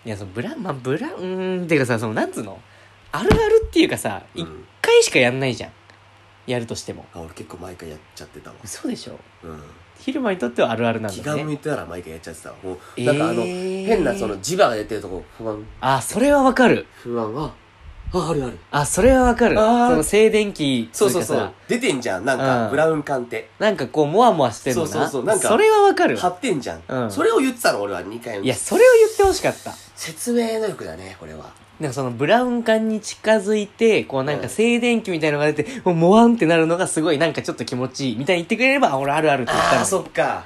Speaker 1: いやそのブラまあブラうーんっていうかさそのなんつうのあるあるっていうかさ
Speaker 2: うん
Speaker 1: 一回しかやんないじゃんやるとしても
Speaker 2: あ、俺結構毎回やっちゃってたわ。
Speaker 1: 嘘でしょ
Speaker 2: うん。
Speaker 1: 昼間にとってはあるあるなん
Speaker 2: 気
Speaker 1: だ
Speaker 2: が向
Speaker 1: ね
Speaker 2: いたら毎回やっちゃってたわ。もう、
Speaker 1: えー
Speaker 2: なんかあの、変なその磁場が出てるとこ、不安、
Speaker 1: あそれはわかる
Speaker 2: 不安は、あ、あるある。
Speaker 1: あそれはわかる
Speaker 2: あー
Speaker 1: その静電気
Speaker 2: そうそうそ
Speaker 1: っていう
Speaker 2: う
Speaker 1: かさ。
Speaker 2: 出てんじゃん。なんか、
Speaker 1: うん
Speaker 2: ブラウン管って。
Speaker 1: なんかこうモワモワしてるのな
Speaker 2: そうそうそうなんか
Speaker 1: それはわかる
Speaker 2: 貼ってんじゃん。
Speaker 1: うん
Speaker 2: それを言ってたの、俺は2回目。
Speaker 1: いやそれを言ってほしかった
Speaker 2: 説明能力だね、これは。
Speaker 1: なんかそのブラウン管に近づいて、こうなん
Speaker 2: うん
Speaker 1: か静電気みたいなのが出て、もうモワンってなるのがすごいなんかちょっと気持ちいいみたいに言ってくれれば、あ俺あるあるって言った
Speaker 2: あ
Speaker 1: の
Speaker 2: あ、
Speaker 1: に。
Speaker 2: そっか。あ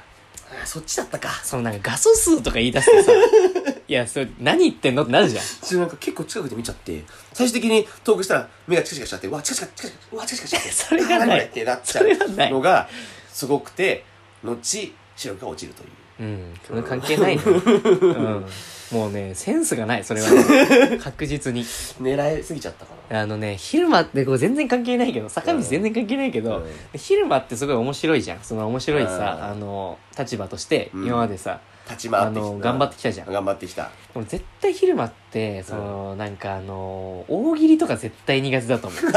Speaker 2: ーそっちだったか。
Speaker 1: そのなんか画素数とか言い出してさ、 いや、それ何言ってんのってなるじゃん。
Speaker 2: ちょなんか結構近くで見ちゃって、最終的に遠くしたら目がチカチカしちゃって、うわ、チカチカ、チカチカ、うわ、チカチカしちゃって、
Speaker 1: それがない
Speaker 2: あー何これってなっちゃ
Speaker 1: それはな
Speaker 2: う
Speaker 1: い
Speaker 2: のが、すごくて、後、視力が落ちるという。
Speaker 1: うん。それ関係ない ね。うん。もうね、センスがない、それは、ね。確実に。
Speaker 2: 狙いすぎちゃったかな。
Speaker 1: あのね、昼間ってこう全然関係ないけど、坂道全然関係ないけど、
Speaker 2: うん
Speaker 1: 昼間ってすごい面白いじゃん。その面白いさ、
Speaker 2: うん
Speaker 1: あの、立場として、
Speaker 2: うん
Speaker 1: 今までさ、
Speaker 2: 立ち
Speaker 1: あ
Speaker 2: 回ってきた
Speaker 1: の頑張ってきたじゃん
Speaker 2: 頑張ってきた
Speaker 1: 俺絶対昼間ってその、なんかあの大喜利とか絶対苦手だと思う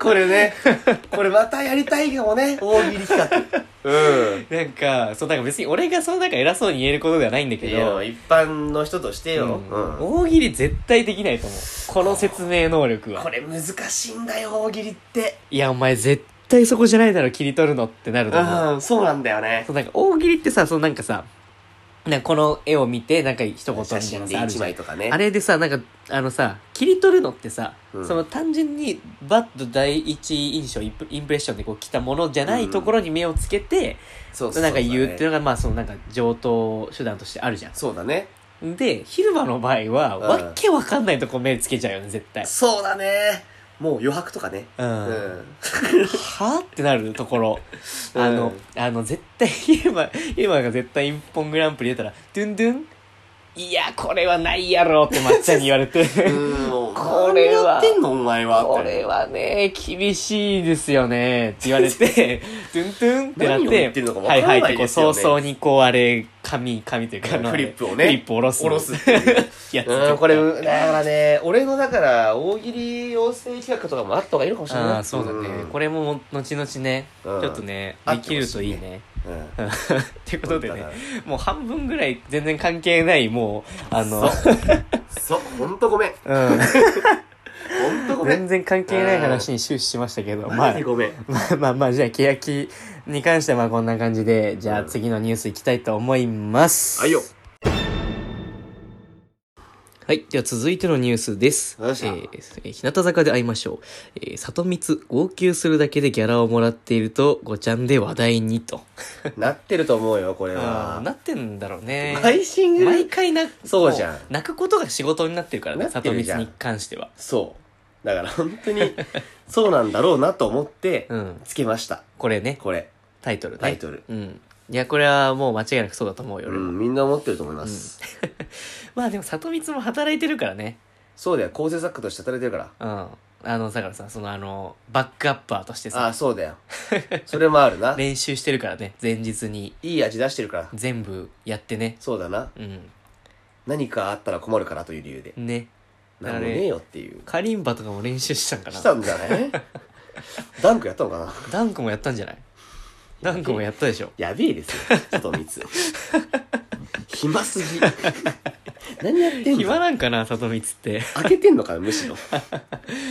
Speaker 2: こ れねこれまたやりたいかもね大喜利企 画うん
Speaker 1: なんかそうなんか別に俺がそのなんか偉そうに言えることではないんだけ
Speaker 2: い
Speaker 1: ど
Speaker 2: や一般の人としてよ、うん
Speaker 1: うん大喜利絶対できないと思うこの説明能力
Speaker 2: こ
Speaker 1: は
Speaker 2: れ難しいんだよ大喜利って
Speaker 1: いやお前絶対そこじゃないだろ切り取るのってなると思う
Speaker 2: うんそうなんだよね
Speaker 1: そうなんか大喜利ってさそのなんかさなんかこの絵を見てなんか一言みた
Speaker 2: 写
Speaker 1: いな
Speaker 2: 真で
Speaker 1: さある
Speaker 2: 1
Speaker 1: じゃん
Speaker 2: 枚とかね
Speaker 1: あれでさなんかあのさ切り取るのってさ、
Speaker 2: うん
Speaker 1: その単純にバッと第一印象インプインプレッションでこう来たものじゃないところに目をつけて、
Speaker 2: そう
Speaker 1: なんか言うっていうのがまあそのなんか上等手段としてあるじゃ
Speaker 2: そうだね
Speaker 1: んで昼間の場合は、
Speaker 2: ん
Speaker 1: わっけわかんないとこ目つけちゃうよね絶 対
Speaker 2: そうだねもう余白とかね
Speaker 1: う、
Speaker 2: うんん
Speaker 1: はあってなるところ。
Speaker 2: うん
Speaker 1: あの、あの、絶対、今、今が絶対一本グランプリ出たら、ドゥンドゥンいや、これはないやろってまっちゃんに言われ て。
Speaker 2: うんもう
Speaker 1: これは
Speaker 2: 何やってんのお前は
Speaker 1: これはね、厳しいですよねって言われ て、ドゥンドゥンってなっ
Speaker 2: 何を
Speaker 1: て、
Speaker 2: 言ってるのか分か
Speaker 1: は
Speaker 2: ら
Speaker 1: い
Speaker 2: な
Speaker 1: はいいってこう、
Speaker 2: ですよ
Speaker 1: 早
Speaker 2: ね
Speaker 1: 々にこう、あれ、紙、紙というか、あの
Speaker 2: フリップをね
Speaker 1: フリップを下ろす。
Speaker 2: 下ろすっていう
Speaker 1: やつ。
Speaker 2: うんこれだからね俺のだから大喜利養成企画とかもあった方がいいのかもしれない
Speaker 1: ああ、そうだね。
Speaker 2: ん
Speaker 1: これも、後々ね、
Speaker 2: うん
Speaker 1: ちょっとね、
Speaker 2: あ
Speaker 1: で
Speaker 2: って
Speaker 1: き
Speaker 2: ほ
Speaker 1: る
Speaker 2: しい
Speaker 1: と
Speaker 2: ね
Speaker 1: いいね。
Speaker 2: うん
Speaker 1: うんということでね
Speaker 2: だか、
Speaker 1: もう半分ぐらい全然関係ない、もう、あの、
Speaker 2: らそうほんとごめん
Speaker 1: うん、
Speaker 2: ほんとごめん
Speaker 1: 全然関係ない話に終始しましたけど、ま
Speaker 2: マ
Speaker 1: あ
Speaker 2: ジ、ごめん
Speaker 1: ま あまあまあ、じゃあ、ケヤキに関してはまあこんな感じで、じゃあ次のニュースいきたいと思います。
Speaker 2: はいよ
Speaker 1: はい。では続いてのニュースです。
Speaker 2: よっしゃ
Speaker 1: えー日向坂で会いましょう。えー、里光、号泣するだけでギャラをもらっていると、ごちゃんで話題にと。
Speaker 2: なってると思うよこれ
Speaker 1: あ
Speaker 2: は
Speaker 1: ーなってんだろうね。
Speaker 2: 配信が
Speaker 1: 毎回な、
Speaker 2: そうじゃん
Speaker 1: も泣くことが仕事になってるからね、
Speaker 2: なって
Speaker 1: 里
Speaker 2: るじゃん
Speaker 1: 光に関しては。
Speaker 2: そうだから本当にそうなんだろうなと思って
Speaker 1: うん。
Speaker 2: つけました
Speaker 1: これね、
Speaker 2: これ
Speaker 1: タイトルね。
Speaker 2: タイトル
Speaker 1: うん。いや、これはもう間違いなくそうだと思うよ、
Speaker 2: う
Speaker 1: 俺も
Speaker 2: んみんな思ってると思います
Speaker 1: まあでも、里光も働いてるからね。
Speaker 2: そうだよ構成作家として働いてるか
Speaker 1: う
Speaker 2: ら
Speaker 1: ん。あの、だからさ、そのあの、バックアッパーとして
Speaker 2: あ
Speaker 1: さ、
Speaker 2: あそう だよそれもあるな
Speaker 1: 練習してるからね、前日に
Speaker 2: いい味出してるから
Speaker 1: 全部やってね。
Speaker 2: そうだな
Speaker 1: うん。
Speaker 2: 何かあったら困るからという理由で
Speaker 1: ね。だか
Speaker 2: 何
Speaker 1: ら
Speaker 2: もねえよっていう
Speaker 1: カリンバとかも練習したんかな。
Speaker 2: したんじゃない ダンクやったのかな
Speaker 1: ダンクもやったんじゃないダンクもやったでしょ。
Speaker 2: やべえですよ外光暇 すぎ何やってんの
Speaker 1: 暇なんかな、里光って。
Speaker 2: 開けてんのかなむし ろ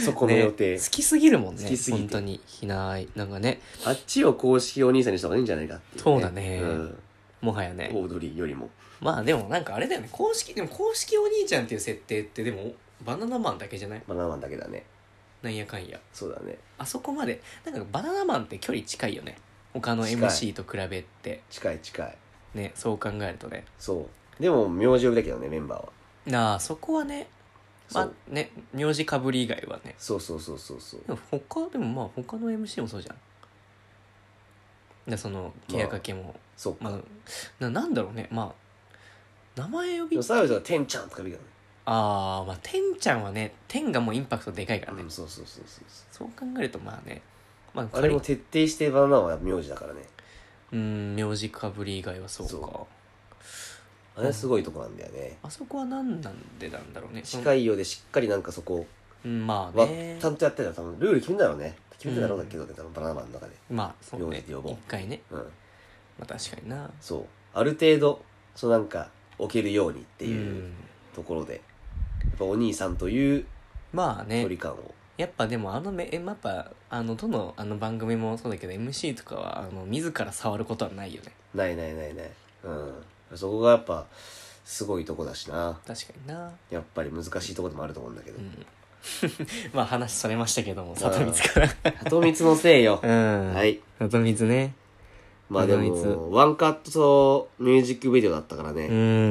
Speaker 2: そこの予定、
Speaker 1: ね好きすぎるもんね。
Speaker 2: 好きすぎて
Speaker 1: 本当に。ひない。なんかね、
Speaker 2: あっちを公式お兄さんにした方がいいんじゃないかってい
Speaker 1: そうだね
Speaker 2: ん
Speaker 1: もはやね。
Speaker 2: オードリーよりも
Speaker 1: まあでもなんかあれだよね公式でも公式お兄ちゃんっていう設定ってでもバナナマンだけじゃない
Speaker 2: バナナマンだけだね
Speaker 1: なんやかんや
Speaker 2: そうだね
Speaker 1: あそこまでなんかバナナマンって距離近いよね他の
Speaker 2: 近い
Speaker 1: MC と比べて
Speaker 2: 近い近い
Speaker 1: ねそう考えるとね
Speaker 2: そうでも名字呼びだけどねメンバーは
Speaker 1: なあそこはねま
Speaker 2: そ
Speaker 1: あ
Speaker 2: う
Speaker 1: ね名字かぶり以外はね
Speaker 2: そうそうそうそうそう
Speaker 1: でも他でもまあ他の MC もそうじゃんでそのケアかけも、
Speaker 2: そっか、
Speaker 1: まあななんだろうねまあ名前呼
Speaker 2: で
Speaker 1: び
Speaker 2: も澤部さんは「てんちゃん」とか見たね
Speaker 1: ああまあてんちゃんはねてんがもうインパクトでかいからね、
Speaker 2: うんそうそうそうそうそ
Speaker 1: そう考えるとまあねまあ
Speaker 2: うあれも徹底してバナナマンは名字だからね
Speaker 1: うーん名字かぶり以外はそうか
Speaker 2: そあれはすごいとこなんだよね、
Speaker 1: あそこは何なんでなんだろうね
Speaker 2: 近
Speaker 1: い
Speaker 2: いようでしっかりなんかそこ
Speaker 1: まあ
Speaker 2: は
Speaker 1: ね
Speaker 2: ちゃんとやってたら多分ルール決めたろうね決めてたろうだけどね、多分バナナマンの中で
Speaker 1: まあそうね
Speaker 2: 名字で呼ぼう
Speaker 1: 一回ね
Speaker 2: うん
Speaker 1: まあ確かになっ
Speaker 2: そうある程度そうなんか置けるようにって
Speaker 1: て
Speaker 2: いうところで、やっぱお兄さんという
Speaker 1: まあ
Speaker 2: 距
Speaker 1: ね
Speaker 2: 離感を
Speaker 1: やっぱでもあのめえやっぱあのどのあの番組もそうだけど MC とかはあの自ら触ることはないよね
Speaker 2: ないないないないうんそこがやっぱすごいとこだしな
Speaker 1: 確かにな
Speaker 2: やっぱり難しいとこでもあると思うんだけど
Speaker 1: うん まあ話それましたけども
Speaker 2: ん
Speaker 1: 里光から
Speaker 2: 里光のせいよ
Speaker 1: うん
Speaker 2: はい
Speaker 1: 里光ね
Speaker 2: まあで
Speaker 1: 里光
Speaker 2: もワンカットミュージックビデオだったから
Speaker 1: う
Speaker 2: ね、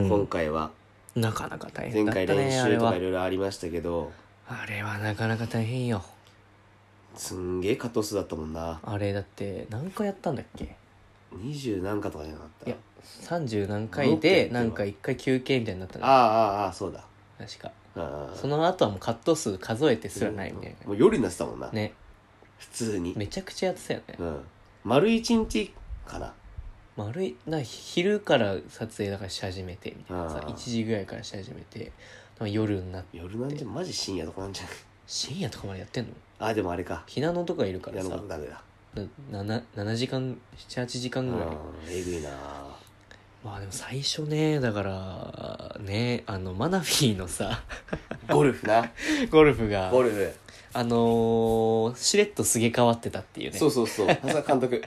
Speaker 2: 今
Speaker 1: ん
Speaker 2: 回は
Speaker 1: なかなか大
Speaker 2: 前
Speaker 1: 変だっ
Speaker 2: 回
Speaker 1: た
Speaker 2: 練
Speaker 1: ねあれ
Speaker 2: 習と
Speaker 1: は
Speaker 2: かいろいろありましたけど
Speaker 1: あれはなかなか大変よ
Speaker 2: すんげえカット数だったもんな
Speaker 1: あれだって何回やったんだっけ
Speaker 2: 二十何かとかじゃなかった
Speaker 1: いや30何回で
Speaker 2: もっとやってるわ
Speaker 1: なんか1回休憩みたいになった
Speaker 2: あ
Speaker 1: の
Speaker 2: あああああそうだ
Speaker 1: 確か
Speaker 2: ああ
Speaker 1: その後はもうカット数数えてすらないみたい
Speaker 2: もう夜になってたもんな、
Speaker 1: なね
Speaker 2: 普通に
Speaker 1: めちゃくちゃやってたよね
Speaker 2: うん丸一日かな
Speaker 1: 丸いな昼から撮影だからし始めてみたいなさ
Speaker 2: あー
Speaker 1: 1時ぐらいからし始めて多分夜になって
Speaker 2: 夜なんじゃマジ深夜とかなんじゃない
Speaker 1: 深夜とかまでやってんの
Speaker 2: あでもあれか
Speaker 1: ひなのとかいるか
Speaker 2: い
Speaker 1: ら
Speaker 2: や
Speaker 1: さ
Speaker 2: のダメだ
Speaker 1: な 7, 7時間78時
Speaker 2: う
Speaker 1: 間
Speaker 2: ん
Speaker 1: ぐらい
Speaker 2: えぐいな
Speaker 1: まあでも最初ねだからねあのマナフィーのさ
Speaker 2: ゴルフな
Speaker 1: ゴルフが
Speaker 2: ゴルフ
Speaker 1: あのー、しれっとすげ替わってたっていうね
Speaker 2: そうそう そうさすが監督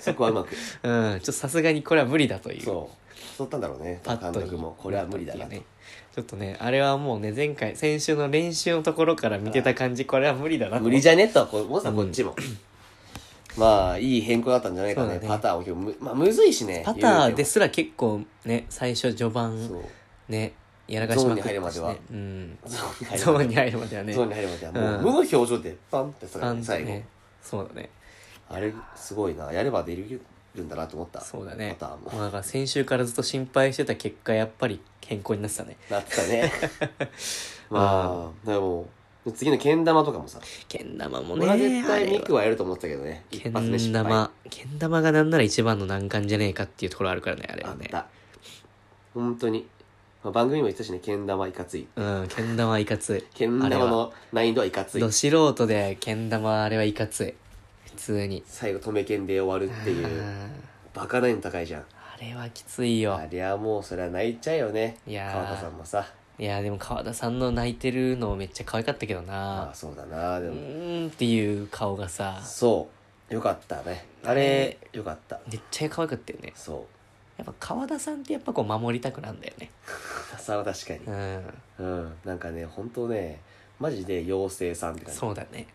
Speaker 2: そこはうまく
Speaker 1: うん、ちょっとさすがにこれは無理だという
Speaker 2: そう取ったんだろうね
Speaker 1: パ
Speaker 2: 監
Speaker 1: ッと
Speaker 2: 督もこれは無理だな
Speaker 1: っ
Speaker 2: と
Speaker 1: ていうねちょっとねあれはもうね前回先週の練習のところから見てた感じこれは無理だなと
Speaker 2: 無理じゃねとこう思ってた
Speaker 1: うん
Speaker 2: こっちもまあいい変更だったんじゃないか
Speaker 1: そう
Speaker 2: ね
Speaker 1: だね
Speaker 2: パターを今日むまあむずいしね
Speaker 1: パターですら結構ね最初序
Speaker 2: 言うて
Speaker 1: 盤
Speaker 2: も
Speaker 1: ねやらかしまくっ
Speaker 2: ゾーンに入るま
Speaker 1: た
Speaker 2: で
Speaker 1: し
Speaker 2: は
Speaker 1: ねうん
Speaker 2: そう
Speaker 1: ゾ
Speaker 2: ゾ
Speaker 1: ー
Speaker 2: ーン
Speaker 1: ン
Speaker 2: に
Speaker 1: に入るまでは
Speaker 2: 入る
Speaker 1: ね
Speaker 2: ゾーンに入るまではもう
Speaker 1: うん
Speaker 2: 無の表情でパンってしたか
Speaker 1: パ
Speaker 2: ら
Speaker 1: ン
Speaker 2: ね
Speaker 1: と
Speaker 2: 最後
Speaker 1: ねそうだね
Speaker 2: あれすごいなやればできるんだなと思った
Speaker 1: そうだね
Speaker 2: パターンも
Speaker 1: まあだから先週からずっと心配してた結果やっぱり健康になってたね
Speaker 2: なったねまあでも次のけん玉とかもさ
Speaker 1: けん玉もね
Speaker 2: 俺は絶対ミク
Speaker 1: は
Speaker 2: はやると思ってたけどね
Speaker 1: け
Speaker 2: 一
Speaker 1: ん
Speaker 2: 発目失敗あっ
Speaker 1: 玉けん玉がなんなら一番の難関じゃねえかっていうところあるからねあれはね
Speaker 2: た本当にまあ番組も言ってたしねけん玉いかつい
Speaker 1: うん、けん玉いかつい。
Speaker 2: けん玉
Speaker 1: あれは
Speaker 2: の難易度はいかつい
Speaker 1: ど素人でけん玉あれはいかつい。普通に。
Speaker 2: 最後止め剣で終わるってい
Speaker 1: あ
Speaker 2: う
Speaker 1: ー
Speaker 2: バカ難易度高いじゃん
Speaker 1: あれはきついよ
Speaker 2: あ。りゃもうそれは泣いちゃうよね
Speaker 1: いやー
Speaker 2: 川田さんもさ
Speaker 1: いや、でも川田さんの泣いてるのめっちゃ可愛かったけど
Speaker 2: ああ
Speaker 1: な。
Speaker 2: そうだなで
Speaker 1: う
Speaker 2: も
Speaker 1: ーんっていう顔がさ、
Speaker 2: そうよかったねあれよかった
Speaker 1: めっちゃ可愛かったよね。
Speaker 2: そう
Speaker 1: やっぱ川田さんってやっぱこう守りたくなんだよね。
Speaker 2: 川田さんは確かに
Speaker 1: うん。
Speaker 2: うんなんかね本当ねマジで妖精さんって感じ
Speaker 1: そうだね。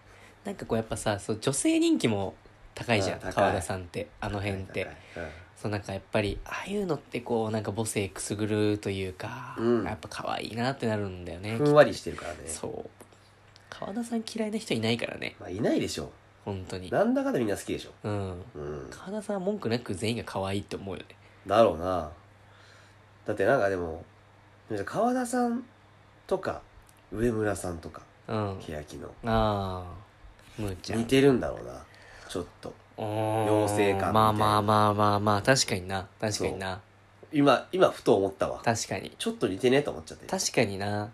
Speaker 1: なんかこうやっぱさ、そう女性人気も高いじゃん。
Speaker 2: うん高い
Speaker 1: 川田さんって、あの辺って。
Speaker 2: うん
Speaker 1: そうなんかやっぱりああいうのってこうなんか母性くすぐるというか、
Speaker 2: うん
Speaker 1: やっぱ可愛いなってなるんだよね
Speaker 2: ふんわりしてるからね
Speaker 1: そう川田さん嫌いな人いないからね
Speaker 2: まあいないでしょ
Speaker 1: 本当に
Speaker 2: なんだかんだみんな好きでしょ
Speaker 1: うん
Speaker 2: うん
Speaker 1: 川田さんは文句なく全員が可愛いって思うよね
Speaker 2: だろうなだってなんかでも川田さんとか上村さんとか
Speaker 1: うん
Speaker 2: 欅の
Speaker 1: ああむーちゃ
Speaker 2: 似
Speaker 1: ん
Speaker 2: てるんだろうなちょっと
Speaker 1: 妖
Speaker 2: 妖精感みたいな
Speaker 1: まあまあまあまあまあ確かにな確かにな
Speaker 2: 今今ふと思ったわ
Speaker 1: 確かに
Speaker 2: ちょっと似てねえと思っちゃって
Speaker 1: 確かにな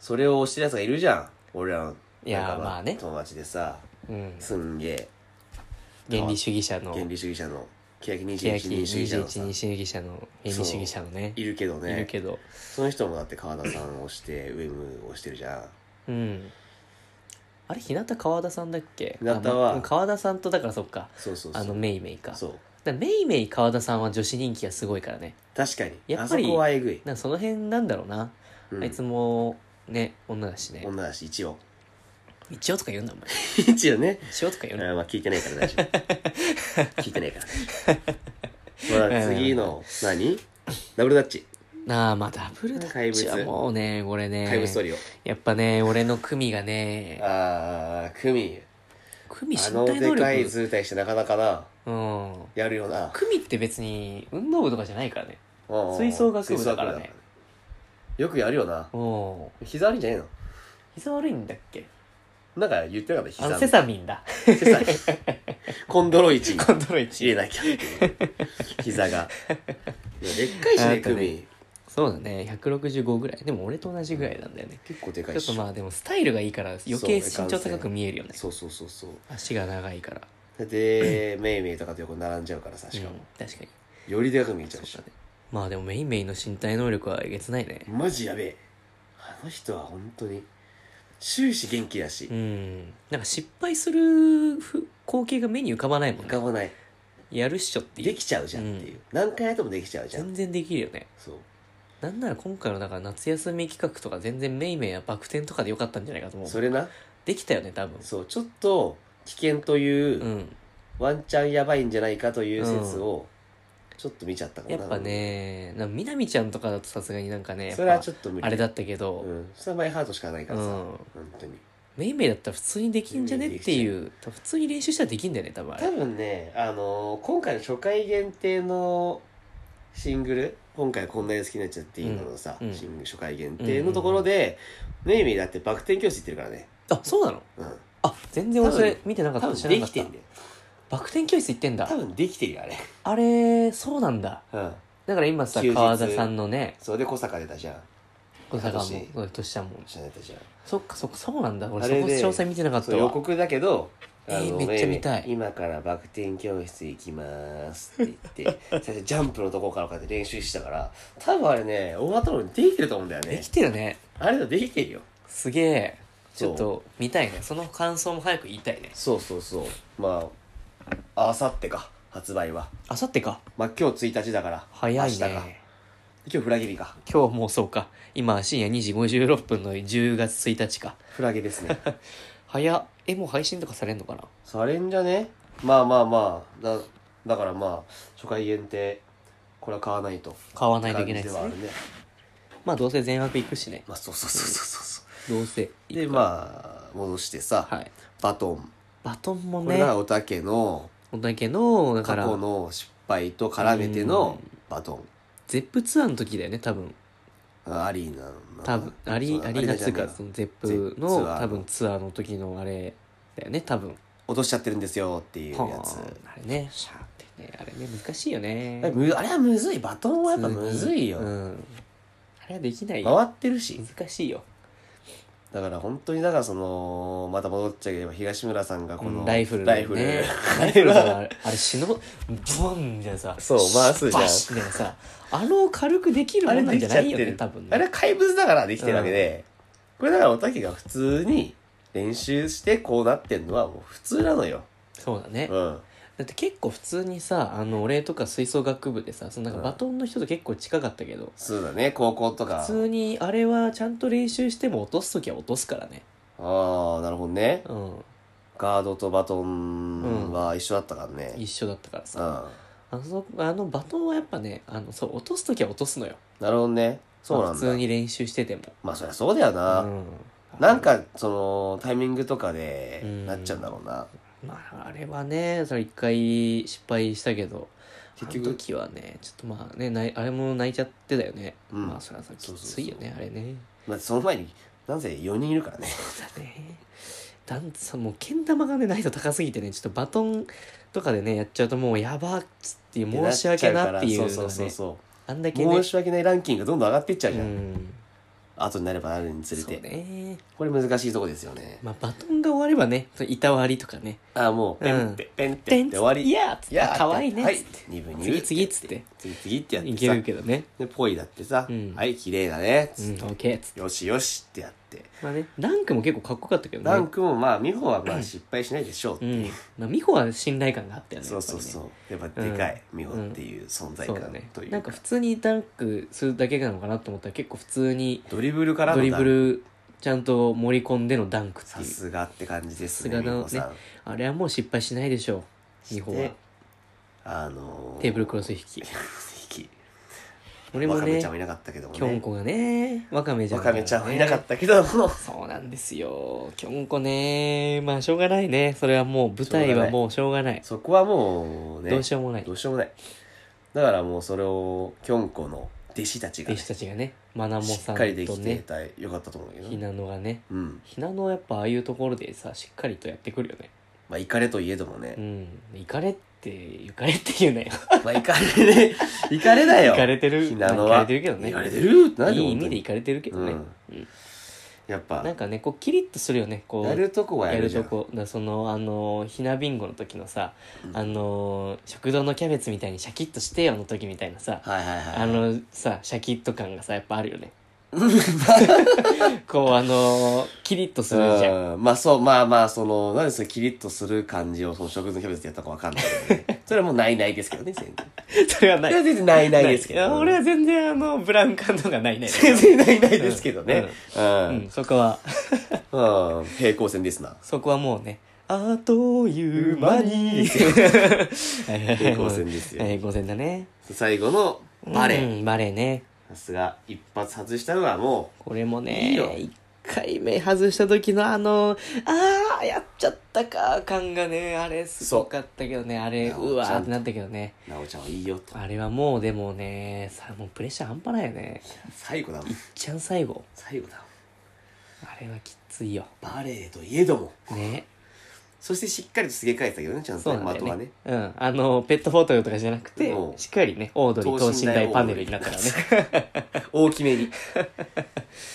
Speaker 1: そ
Speaker 2: それを推してる奴がいるじゃん俺らの
Speaker 1: いやー
Speaker 2: 仲間
Speaker 1: まあね
Speaker 2: 友達でさ
Speaker 1: うん
Speaker 2: すんげえ
Speaker 1: 原理主義者の
Speaker 2: 原理主義者の欅
Speaker 1: 欅
Speaker 2: 21人主義者のさ
Speaker 1: 21人主義者の原理主義者のね
Speaker 2: いるけど
Speaker 1: いる
Speaker 2: ね
Speaker 1: けど
Speaker 2: その人もだって川田さんを推して上村を推してるじゃ
Speaker 1: う
Speaker 2: ん
Speaker 1: んあれ日向川田さんだっけ
Speaker 2: 日向は
Speaker 1: あま川田さんとだからそっか
Speaker 2: そうそうそう
Speaker 1: あのメイメイかだか
Speaker 2: そう
Speaker 1: らメイメイ川田さんは女子人気がすごいからね
Speaker 2: 確かに
Speaker 1: やっぱり
Speaker 2: あそこはえぐい、
Speaker 1: なんかその辺なんだろうな、
Speaker 2: うん
Speaker 1: あいつもね女だしね
Speaker 2: 女だし一応
Speaker 1: 一応とか言うなお前
Speaker 2: 一応ね
Speaker 1: 一応とか言うな
Speaker 2: あまあ聞いてないから大丈 夫聞いてないから大丈夫まあ次の何ダブルダッチ
Speaker 1: なあまあダブルダッチは
Speaker 2: 怪物
Speaker 1: もうねこれ
Speaker 2: タイム
Speaker 1: ね
Speaker 2: ストーリーを、
Speaker 1: やっぱね俺の組がね
Speaker 2: ああクミ
Speaker 1: 組
Speaker 2: あ
Speaker 1: 身
Speaker 2: の
Speaker 1: 体能
Speaker 2: でかい
Speaker 1: 力
Speaker 2: 図体してなかなかな
Speaker 1: うん
Speaker 2: やるよな
Speaker 1: 組って別に運動部とかじゃないからね
Speaker 2: うんうん
Speaker 1: 吹奏楽部だからね
Speaker 2: 吹奏楽よくやるよな
Speaker 1: うん
Speaker 2: 膝悪いんじゃねえの
Speaker 1: 膝悪いんだっけ
Speaker 2: なんか言ってなかった膝
Speaker 1: あの
Speaker 2: の
Speaker 1: セサミンだ
Speaker 2: セサミン コンドロイチン
Speaker 1: コントロイチ
Speaker 2: 入れなきゃっていう膝がいやでっかいし
Speaker 1: あ
Speaker 2: ね
Speaker 1: んた
Speaker 2: ク
Speaker 1: ね
Speaker 2: ミ
Speaker 1: そうだね165ぐらいでも俺と同じぐらいなんだよね、
Speaker 2: 結構でか
Speaker 1: ちょ
Speaker 2: い
Speaker 1: っと
Speaker 2: し
Speaker 1: まあでもスタイルがいいから余計身長高く見えるよね
Speaker 2: そうそうそうそう
Speaker 1: 足が長いから
Speaker 2: で、メイメイとかと横に並んじゃうからさ、しかも
Speaker 1: うん。確かに
Speaker 2: よりでかく見えちゃうし
Speaker 1: そう。だねまあでもメインメインの身体能力はえげつないね
Speaker 2: マジやべえ。あの人は本当に、終始元気だし
Speaker 1: う、んなんか失敗するふ光景が目に浮かばないもん
Speaker 2: 浮
Speaker 1: ね
Speaker 2: かばない。
Speaker 1: やるっしょってい
Speaker 2: で
Speaker 1: う
Speaker 2: きちゃうじゃんっていう。何回やってもできちゃうじゃん。
Speaker 1: 全然できるよね
Speaker 2: そう。
Speaker 1: なんなら今回のだから夏休み企画とか全然メインメインはバク転とかでよかったんじゃないかと思う
Speaker 2: それな、
Speaker 1: できたよね多分
Speaker 2: そう、ちょっと、危険という、
Speaker 1: うん
Speaker 2: ワンチャンやばいんじゃないかという説を、ちょっと見ちゃったかな。
Speaker 1: やっぱ。ねなんかみなみちゃんとかだとさすがになんかねやっぱ
Speaker 2: それはちょっと無理。
Speaker 1: あれだったけど、
Speaker 2: うん。それはマイハートしかないからさ、
Speaker 1: うん
Speaker 2: 本当に。
Speaker 1: メインメイだったら普通にできんじゃねっていう普通に練習したらできんだよね多分あ
Speaker 2: 多
Speaker 1: れ
Speaker 2: 分ね、あのー今回の初回限定のシングル今回こんなに好きになっちゃっていいののさ、
Speaker 1: うんうん
Speaker 2: シングル初回限定のところで、メイミーだってバク転教室行ってるからね、
Speaker 1: あそうなの
Speaker 2: うん、
Speaker 1: あ全然俺それ見てなかっ
Speaker 2: 多
Speaker 1: た
Speaker 2: 分できてんだよ
Speaker 1: バク転教室行ってんだ
Speaker 2: 多。分できてるよあれ
Speaker 1: あれ、そうなんだ。
Speaker 2: うん
Speaker 1: だから今さ、
Speaker 2: 休日
Speaker 1: 川田さんのね、
Speaker 2: それで小坂出たじゃん
Speaker 1: 小坂も
Speaker 2: 今年、
Speaker 1: うんとしたもん。
Speaker 2: 知らない出たじゃん
Speaker 1: そっかそっか、そうなんだ。俺
Speaker 2: あ
Speaker 1: そこ
Speaker 2: れで
Speaker 1: 詳細見てなかった
Speaker 2: そう予
Speaker 1: わ。
Speaker 2: 告だけど、
Speaker 1: えーめっちゃ見たい
Speaker 2: 今からバク転教室行きますって言っ て最初ジャンプのとこからこうやって練習したから多分あれね大型のできてると思うんだよ
Speaker 1: で
Speaker 2: ね
Speaker 1: きてるね。
Speaker 2: あれだできてるよ
Speaker 1: すげえ。ち
Speaker 2: そう
Speaker 1: ょっと、見たいね。その感想も早く言いたいね。
Speaker 2: そうそうそうまああさってか発売は
Speaker 1: あさってか。
Speaker 2: まあ今日1日だから
Speaker 1: 早い
Speaker 2: 明日か
Speaker 1: ね。
Speaker 2: 今日フラギリか
Speaker 1: 今日もうそうか。今、深夜2時56分の10月1日か。
Speaker 2: フラゲですね
Speaker 1: 早っ。え、もう配信とかされんのかな
Speaker 2: それんじゃねまあまあまあだだからまあ初回限定これは買わないと
Speaker 1: 買わないといけないで
Speaker 2: ですはあ
Speaker 1: ね。
Speaker 2: るね
Speaker 1: まあ、どうせ全額行くしね。
Speaker 2: まあそうそうそうそうそうそう
Speaker 1: どうせ。
Speaker 2: でまあ戻してさ、
Speaker 1: はい。
Speaker 2: バトン
Speaker 1: バトンも
Speaker 2: これ
Speaker 1: ね、
Speaker 2: がおたけの
Speaker 1: おだけの、だか
Speaker 2: 過
Speaker 1: ら、
Speaker 2: 去の失敗と絡めてのバトン
Speaker 1: ゼップツアーの時だよね、多分。
Speaker 2: あアリーナの
Speaker 1: 多分、アリ
Speaker 2: そう
Speaker 1: アリーナツ
Speaker 2: じゃ
Speaker 1: ー
Speaker 2: ない
Speaker 1: か、
Speaker 2: な
Speaker 1: そのゼップの
Speaker 2: ゼツアーの
Speaker 1: 多分ツアーの時のあれだよね、多分。
Speaker 2: 落としちゃってるんですよっていう
Speaker 1: は
Speaker 2: やつ
Speaker 1: ああれね、シャーってね、あれね、難しいよね。
Speaker 2: えむあれはむずいバトンはやっぱむずいよ、
Speaker 1: うん。あれはできないよ。
Speaker 2: 回ってるし
Speaker 1: 難しいよ。
Speaker 2: だから本当にだからそのまた戻っちゃけば東村さんがこの、
Speaker 1: うんライフル
Speaker 2: ライフル、
Speaker 1: ね
Speaker 2: あ
Speaker 1: ライフ
Speaker 2: れ
Speaker 1: ルだから
Speaker 2: は
Speaker 1: あれあれ死ぬボンみたいなさ
Speaker 2: そう回すじゃん
Speaker 1: バシッみたいなさあの軽くできる
Speaker 2: あ
Speaker 1: も
Speaker 2: れ
Speaker 1: んなん
Speaker 2: で
Speaker 1: じゃな
Speaker 2: きちゃっ
Speaker 1: い
Speaker 2: て
Speaker 1: よね
Speaker 2: る
Speaker 1: 多分ね
Speaker 2: あれは怪物だからできてるわけで、これだからおたけが普通に練習してこうなってんのはもう普通なのよ
Speaker 1: そうだね、
Speaker 2: う
Speaker 1: だ
Speaker 2: ん
Speaker 1: って結構普通にさあの俺とか吹奏楽部でさそのなんかバトンの人と結構近かったけど、
Speaker 2: そうだね高校とか
Speaker 1: 普通にあれはちゃんと練習しても落とす時は落とすからね
Speaker 2: ああなるほどね
Speaker 1: うん
Speaker 2: ガードとバトンは一緒だったからね、うん
Speaker 1: 一緒だったからさ、あのあのバトンはやっぱねあのそう落とす時は落とすのよ
Speaker 2: なるほどねそうなんだ
Speaker 1: 普通に練習してても
Speaker 2: まあそりゃそうだよな、
Speaker 1: うん、
Speaker 2: なんかそのタイミングとかで
Speaker 1: うん
Speaker 2: なっちゃうんだろうな、
Speaker 1: まあ、あれはね、それ一回失敗したけど、
Speaker 2: 結
Speaker 1: あ
Speaker 2: 局
Speaker 1: の時はね、ちょっとまあね、ないあれも泣いちゃってたよね。
Speaker 2: うん
Speaker 1: まあ、それはさ、き
Speaker 2: そうそうそう
Speaker 1: ついよね、あれね。
Speaker 2: まあ、その前になんせ4人いるからね
Speaker 1: だね。だんさ、もう、けん玉がね、難易度高すぎてね、ちょっとバトンとかでね、やっちゃうともう、やばっつっていう、申し訳なっていうのがね、
Speaker 2: なっちゃうからそうそうそ
Speaker 1: あんだ
Speaker 2: う
Speaker 1: け
Speaker 2: そう、
Speaker 1: ね
Speaker 2: 申、し訳ないランキングがどんどん上がっていっちゃうじ
Speaker 1: う
Speaker 2: ゃん、
Speaker 1: ん。
Speaker 2: 後になればなるにつれ
Speaker 1: そう
Speaker 2: て、
Speaker 1: ね。
Speaker 2: これ難しいとこですよね、
Speaker 1: まあ、バトンが終わればね、その板割りとかね、
Speaker 2: ああもうペンって、ペンってって終わり
Speaker 1: いやーっつって、
Speaker 2: ー
Speaker 1: かわいいね、
Speaker 2: はい
Speaker 1: つって
Speaker 2: 2分
Speaker 1: 次
Speaker 2: 2
Speaker 1: 次っつって、
Speaker 2: 次次ってやって
Speaker 1: い
Speaker 2: さ
Speaker 1: けるけどね。
Speaker 2: でポイだってさ、
Speaker 1: うん
Speaker 2: はい綺麗だね
Speaker 1: う
Speaker 2: つ
Speaker 1: ん、
Speaker 2: っ
Speaker 1: オ
Speaker 2: て、
Speaker 1: ッケーっつって。
Speaker 2: よしよしってやって
Speaker 1: まあね、ランクも結構かっこよかったけどね。
Speaker 2: ランクもまあ美穂はまあ失敗しないでしょうって
Speaker 1: う
Speaker 2: いう、
Speaker 1: ん。まあ、美穂は信頼感があったよね。
Speaker 2: そうそう
Speaker 1: やっ
Speaker 2: そうやっぱでかい、
Speaker 1: うん
Speaker 2: 美穂っていう存
Speaker 1: ぱりね
Speaker 2: 在
Speaker 1: そ
Speaker 2: 感
Speaker 1: うだね
Speaker 2: というか,、
Speaker 1: なんか普通にダンクするだけなのかなと思ったら結構普通に
Speaker 2: ドリブルから
Speaker 1: ド
Speaker 2: の
Speaker 1: リ
Speaker 2: ダン
Speaker 1: ブルちゃんと盛り込んでのダンクって
Speaker 2: さ
Speaker 1: いう。
Speaker 2: すがって感じです
Speaker 1: さ
Speaker 2: ね
Speaker 1: すが
Speaker 2: 美
Speaker 1: だね
Speaker 2: 穂さん
Speaker 1: あれはもう失敗しないでしょう。美穂は
Speaker 2: で。あのー、
Speaker 1: テーブルクロス引き。
Speaker 2: 引き
Speaker 1: 俺も
Speaker 2: わかめ
Speaker 1: ね
Speaker 2: ちゃん、はいなかったけども
Speaker 1: きょん
Speaker 2: ね
Speaker 1: こがね、わかめちゃん
Speaker 2: わ
Speaker 1: が
Speaker 2: かめちゃんはいなかったけども
Speaker 1: そうなんですよ。きょんこね、まあしょうがないね。それはもう舞台はもうしょうがない。
Speaker 2: そこはもうね
Speaker 1: どうしようもない
Speaker 2: ど。うしようもないだからもうそれをきょんこの弟子たち
Speaker 1: 弟
Speaker 2: が、ね、
Speaker 1: 子たちがね、まなも
Speaker 2: し
Speaker 1: さ
Speaker 2: っ
Speaker 1: ん
Speaker 2: かりで
Speaker 1: と
Speaker 2: きて
Speaker 1: ね、
Speaker 2: たよかったと思うんだけ
Speaker 1: ひ
Speaker 2: ど
Speaker 1: なのがね、
Speaker 2: うん
Speaker 1: ひなのはやっぱああいうところでさしっかりとやってくるよね
Speaker 2: まあイカレといえどもね、
Speaker 1: うんイカレってイカレって言うね
Speaker 2: まあイカレね イカレだよ
Speaker 1: イカれてる
Speaker 2: ひなの
Speaker 1: まあ
Speaker 2: は
Speaker 1: イカれてるけどね
Speaker 2: イカれてるってなるよ
Speaker 1: いい意味でイ
Speaker 2: 本
Speaker 1: カれてるけどね、
Speaker 2: う
Speaker 1: うん
Speaker 2: 当にやっぱ
Speaker 1: なんかねこうキリッとするよねこう
Speaker 2: やるとこはや
Speaker 1: や
Speaker 2: る
Speaker 1: る
Speaker 2: じゃ
Speaker 1: と
Speaker 2: ん
Speaker 1: こだそのあのひなビンゴの時のさ、
Speaker 2: うん
Speaker 1: あの食堂のキャベツみたいにシャキッとしてよの時みたいなさ
Speaker 2: はいはいはい
Speaker 1: あのさシャキッと感がさやっぱあるよ ねこうあのキリッとするじゃん
Speaker 2: うんまあそうまあまあそのなんでそれキリッとする感じをその食のキャベツでやったかわかんないけ どねそれはもうないないですけどね全然
Speaker 1: それはない
Speaker 2: それは全然ないないですけ
Speaker 1: いや
Speaker 2: ど
Speaker 1: 俺は全然あのブラウン感度がないね
Speaker 2: 全然ないないですけどねう
Speaker 1: うんん、そこは
Speaker 2: うん平行線ですな
Speaker 1: そこはもうねあっという間 に
Speaker 2: 平
Speaker 1: 平
Speaker 2: 行線ですよ
Speaker 1: 平行線だね
Speaker 2: 最後のバレー
Speaker 1: うんバレーね
Speaker 2: さすが一発外したのはも
Speaker 1: これもね
Speaker 2: いいよ
Speaker 1: 1回目外した時のあのああやっちゃったか感がねあれすごかったけどねあれ
Speaker 2: そう
Speaker 1: うわ
Speaker 2: ちゃ
Speaker 1: ーっ
Speaker 2: んと
Speaker 1: てなったけどね
Speaker 2: うなおちゃんはいいよと
Speaker 1: あれはもうでもねさもうプレッシャー半端ないよね
Speaker 2: 最後だもん
Speaker 1: ちゃん最後
Speaker 2: 最後だもん
Speaker 1: あれはきついよ
Speaker 2: バレーといえども
Speaker 1: ね
Speaker 2: そしてしっかりとすげ替えてたけどね、ちゃん
Speaker 1: そ
Speaker 2: と
Speaker 1: う
Speaker 2: ね、
Speaker 1: なんだ
Speaker 2: 的は
Speaker 1: よね
Speaker 2: ね。
Speaker 1: うん。あの、ペットボトルとかじゃなくて
Speaker 2: う、ん
Speaker 1: しっかりね、オードリー等身大パネルになった からね。
Speaker 2: 大きめに。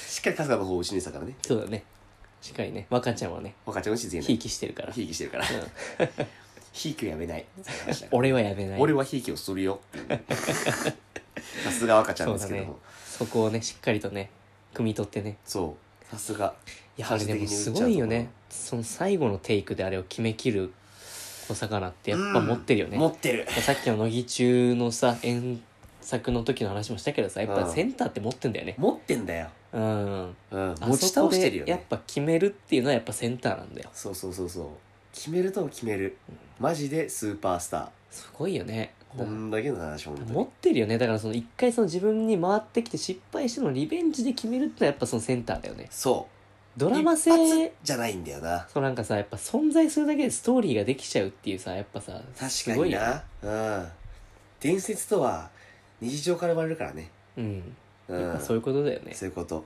Speaker 2: しっかり春日の方を失ってたからね。
Speaker 1: そうだね。しっかりね、若ちゃんはね、
Speaker 2: 若ちゃんの自然な
Speaker 1: ひいきしてるから。
Speaker 2: ひいきしてるから。 ひいきをや めない。
Speaker 1: 俺はやめない。
Speaker 2: 俺はひいきをするよっていう。さすが若ちゃん
Speaker 1: そう
Speaker 2: で
Speaker 1: だ
Speaker 2: すけど
Speaker 1: ね
Speaker 2: も。。
Speaker 1: そこをね、しっかりとね、汲み取ってね。
Speaker 2: そう。さすが。
Speaker 1: いや、あれでもすごいよね。その最後のテイクであれを決めきる小魚ってやっぱ持ってるよね。
Speaker 2: 持ってる。
Speaker 1: さっきの乃木中のさ、遠作の時の話もしたけどさ、やっぱセンターって持ってんだよね。
Speaker 2: 持ってんだよ。
Speaker 1: うん。
Speaker 2: うん。
Speaker 1: あ
Speaker 2: 持ち倒してるよ
Speaker 1: そこでやっ
Speaker 2: ね。
Speaker 1: ぱ決めるっていうのはやっぱセンターなんだよ。
Speaker 2: そうそうそうそう。決めると決める。マジでスーパースタ
Speaker 1: すごいよね。
Speaker 2: ー。こんだけの話、ほんと
Speaker 1: 持ってるよねだからその一回その自分に回ってきて失敗してのリベンジで決めるってのはやっぱそのセンターだよね
Speaker 2: そう。
Speaker 1: ドラマ
Speaker 2: 一
Speaker 1: 性
Speaker 2: 発じゃないんだよな。
Speaker 1: そうなんかさやっぱ存在するだけでストーリーができちゃうっていうさやっぱさ
Speaker 2: 確
Speaker 1: す
Speaker 2: か
Speaker 1: ごい
Speaker 2: に
Speaker 1: よね
Speaker 2: な。うん。伝説とは日常から生まれるからね。
Speaker 1: うん、
Speaker 2: うん。
Speaker 1: やっぱそういうことだよね
Speaker 2: そういうこと。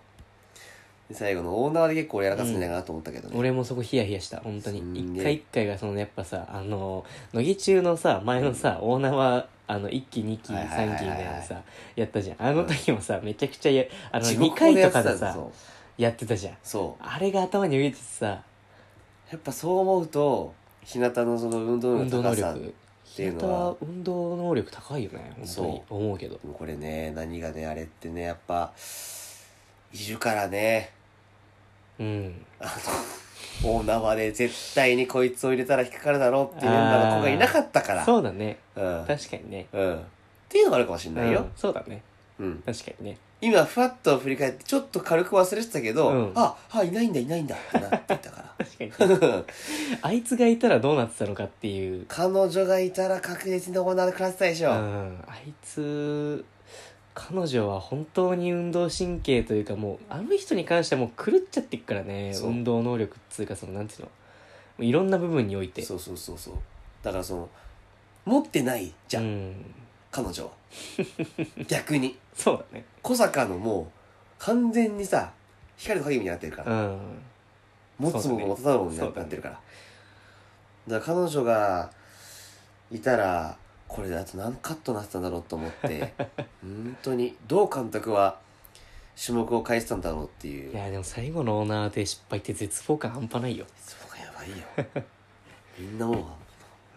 Speaker 2: で最後のオーナーで結構やらかすんじゃないかなと思ったけどね。
Speaker 1: 俺もそこヒヤヒヤした本当に
Speaker 2: すんげえ
Speaker 1: 一回一回がそのやっぱさあの乃木中のさ前のさ、オーナーはあの1期2期
Speaker 2: はいはいは
Speaker 1: 3
Speaker 2: いはい
Speaker 1: 期みたいなのさやったじゃんあの時もさ、めちゃくちゃやあの
Speaker 2: 地
Speaker 1: 2
Speaker 2: 獄語
Speaker 1: 回
Speaker 2: でや
Speaker 1: と
Speaker 2: って
Speaker 1: かで
Speaker 2: たんだ
Speaker 1: さ
Speaker 2: そう。
Speaker 1: やってたじゃん
Speaker 2: そう。
Speaker 1: あれが頭に浮いててさ
Speaker 2: やっぱそう思うと、日向のその運動
Speaker 1: 運
Speaker 2: 能
Speaker 1: 動
Speaker 2: の
Speaker 1: 能
Speaker 2: 高さ。
Speaker 1: 力
Speaker 2: てい
Speaker 1: 日
Speaker 2: う
Speaker 1: 向
Speaker 2: のは
Speaker 1: は運動能力高いよね本当に
Speaker 2: そ
Speaker 1: 思うけど
Speaker 2: でもこれね、何がね、あれってね、やっぱ、いるからね、
Speaker 1: うん
Speaker 2: あの、大縄で絶対にこいつを入れたら引っかかるだろうっていうメンバーの子がいなかったから。
Speaker 1: そうだね
Speaker 2: うん。
Speaker 1: 確かにね
Speaker 2: うん。っていうのがあるかもしれないよ
Speaker 1: うん。そうだね
Speaker 2: うん。
Speaker 1: 確かにね
Speaker 2: 今、ふわっと振り返って、ちょっと軽く忘れてたけど、
Speaker 1: うん
Speaker 2: あ、あ、いないんだ、いないんだってなってたか
Speaker 1: 確かにね
Speaker 2: ら。
Speaker 1: あいつがいたらどうなってたのかっていう
Speaker 2: 彼女がいたら確実にオーナーで暮らせたでし
Speaker 1: う
Speaker 2: ょ。
Speaker 1: んあいつ彼女は本当に運動神経というかもうあの人に関してはもう狂っちゃってっからね
Speaker 2: そう
Speaker 1: 運動能力っつうかそのなんていうのもういろんな部分において
Speaker 2: そうそうそうそう。だからその、持ってないじゃん、
Speaker 1: うん
Speaker 2: 彼女は。逆に。
Speaker 1: そうだね
Speaker 2: 小坂のもう、完全にさ、光の影みたいになってるか
Speaker 1: う
Speaker 2: ら。
Speaker 1: ん
Speaker 2: 持つもの持たざるものにな
Speaker 1: そうだね
Speaker 2: なってるから。だから彼女が、いたら、これであと何カットなってたんだろうと 思って、本当に、どう監督は、種目を返したんだろうっていう。
Speaker 1: いやでも最後のオーナーで失敗って絶望感半端ないよ
Speaker 2: そうかやばいよ。みんなもう、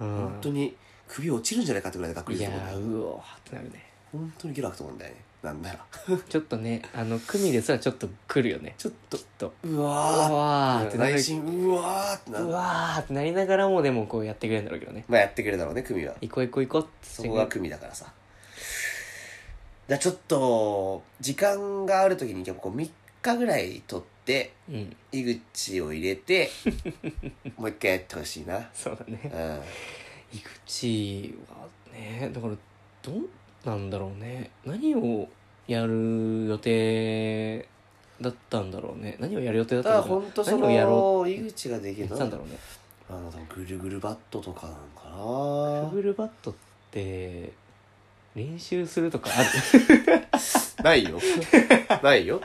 Speaker 1: うん
Speaker 2: 本当に、首落ちるんじゃないかってぐらいで確
Speaker 1: い
Speaker 2: 率
Speaker 1: や
Speaker 2: だもんね
Speaker 1: ーうおーってな るね
Speaker 2: 本当にゲラ吐くと思うんだよねなんなら
Speaker 1: ちょっとねあの組ですらちょっと来るよね
Speaker 2: ちょっと
Speaker 1: きっと
Speaker 2: う
Speaker 1: う
Speaker 2: わ
Speaker 1: わー
Speaker 2: ーっ
Speaker 1: っててなる
Speaker 2: 内心うわーってな
Speaker 1: う
Speaker 2: る
Speaker 1: わーってなりながらもでもこうやってくれるんだろうけどね
Speaker 2: まあやってくれるだろうね組は
Speaker 1: 行こう行こう行こうって
Speaker 2: そこが組だからさじゃあちょっと時間がある時にやっぱこう3日ぐらい取って
Speaker 1: うん
Speaker 2: 井口を入れて もう一回やってほしいな
Speaker 1: そうだね
Speaker 2: うん
Speaker 1: 井口はねだからどうなんだろうね何をやる予定だったんだろうね何をやる予定だ
Speaker 2: た
Speaker 1: ったんだ
Speaker 2: だ
Speaker 1: ろう
Speaker 2: 本当そ
Speaker 1: 何をやろ
Speaker 2: の井口がで
Speaker 1: う
Speaker 2: き
Speaker 1: や
Speaker 2: る
Speaker 1: っ
Speaker 2: の
Speaker 1: てたんだろうね
Speaker 2: あのぐるぐるバットとかなのか
Speaker 1: ダブルバットって練習するとかある
Speaker 2: なないよないよ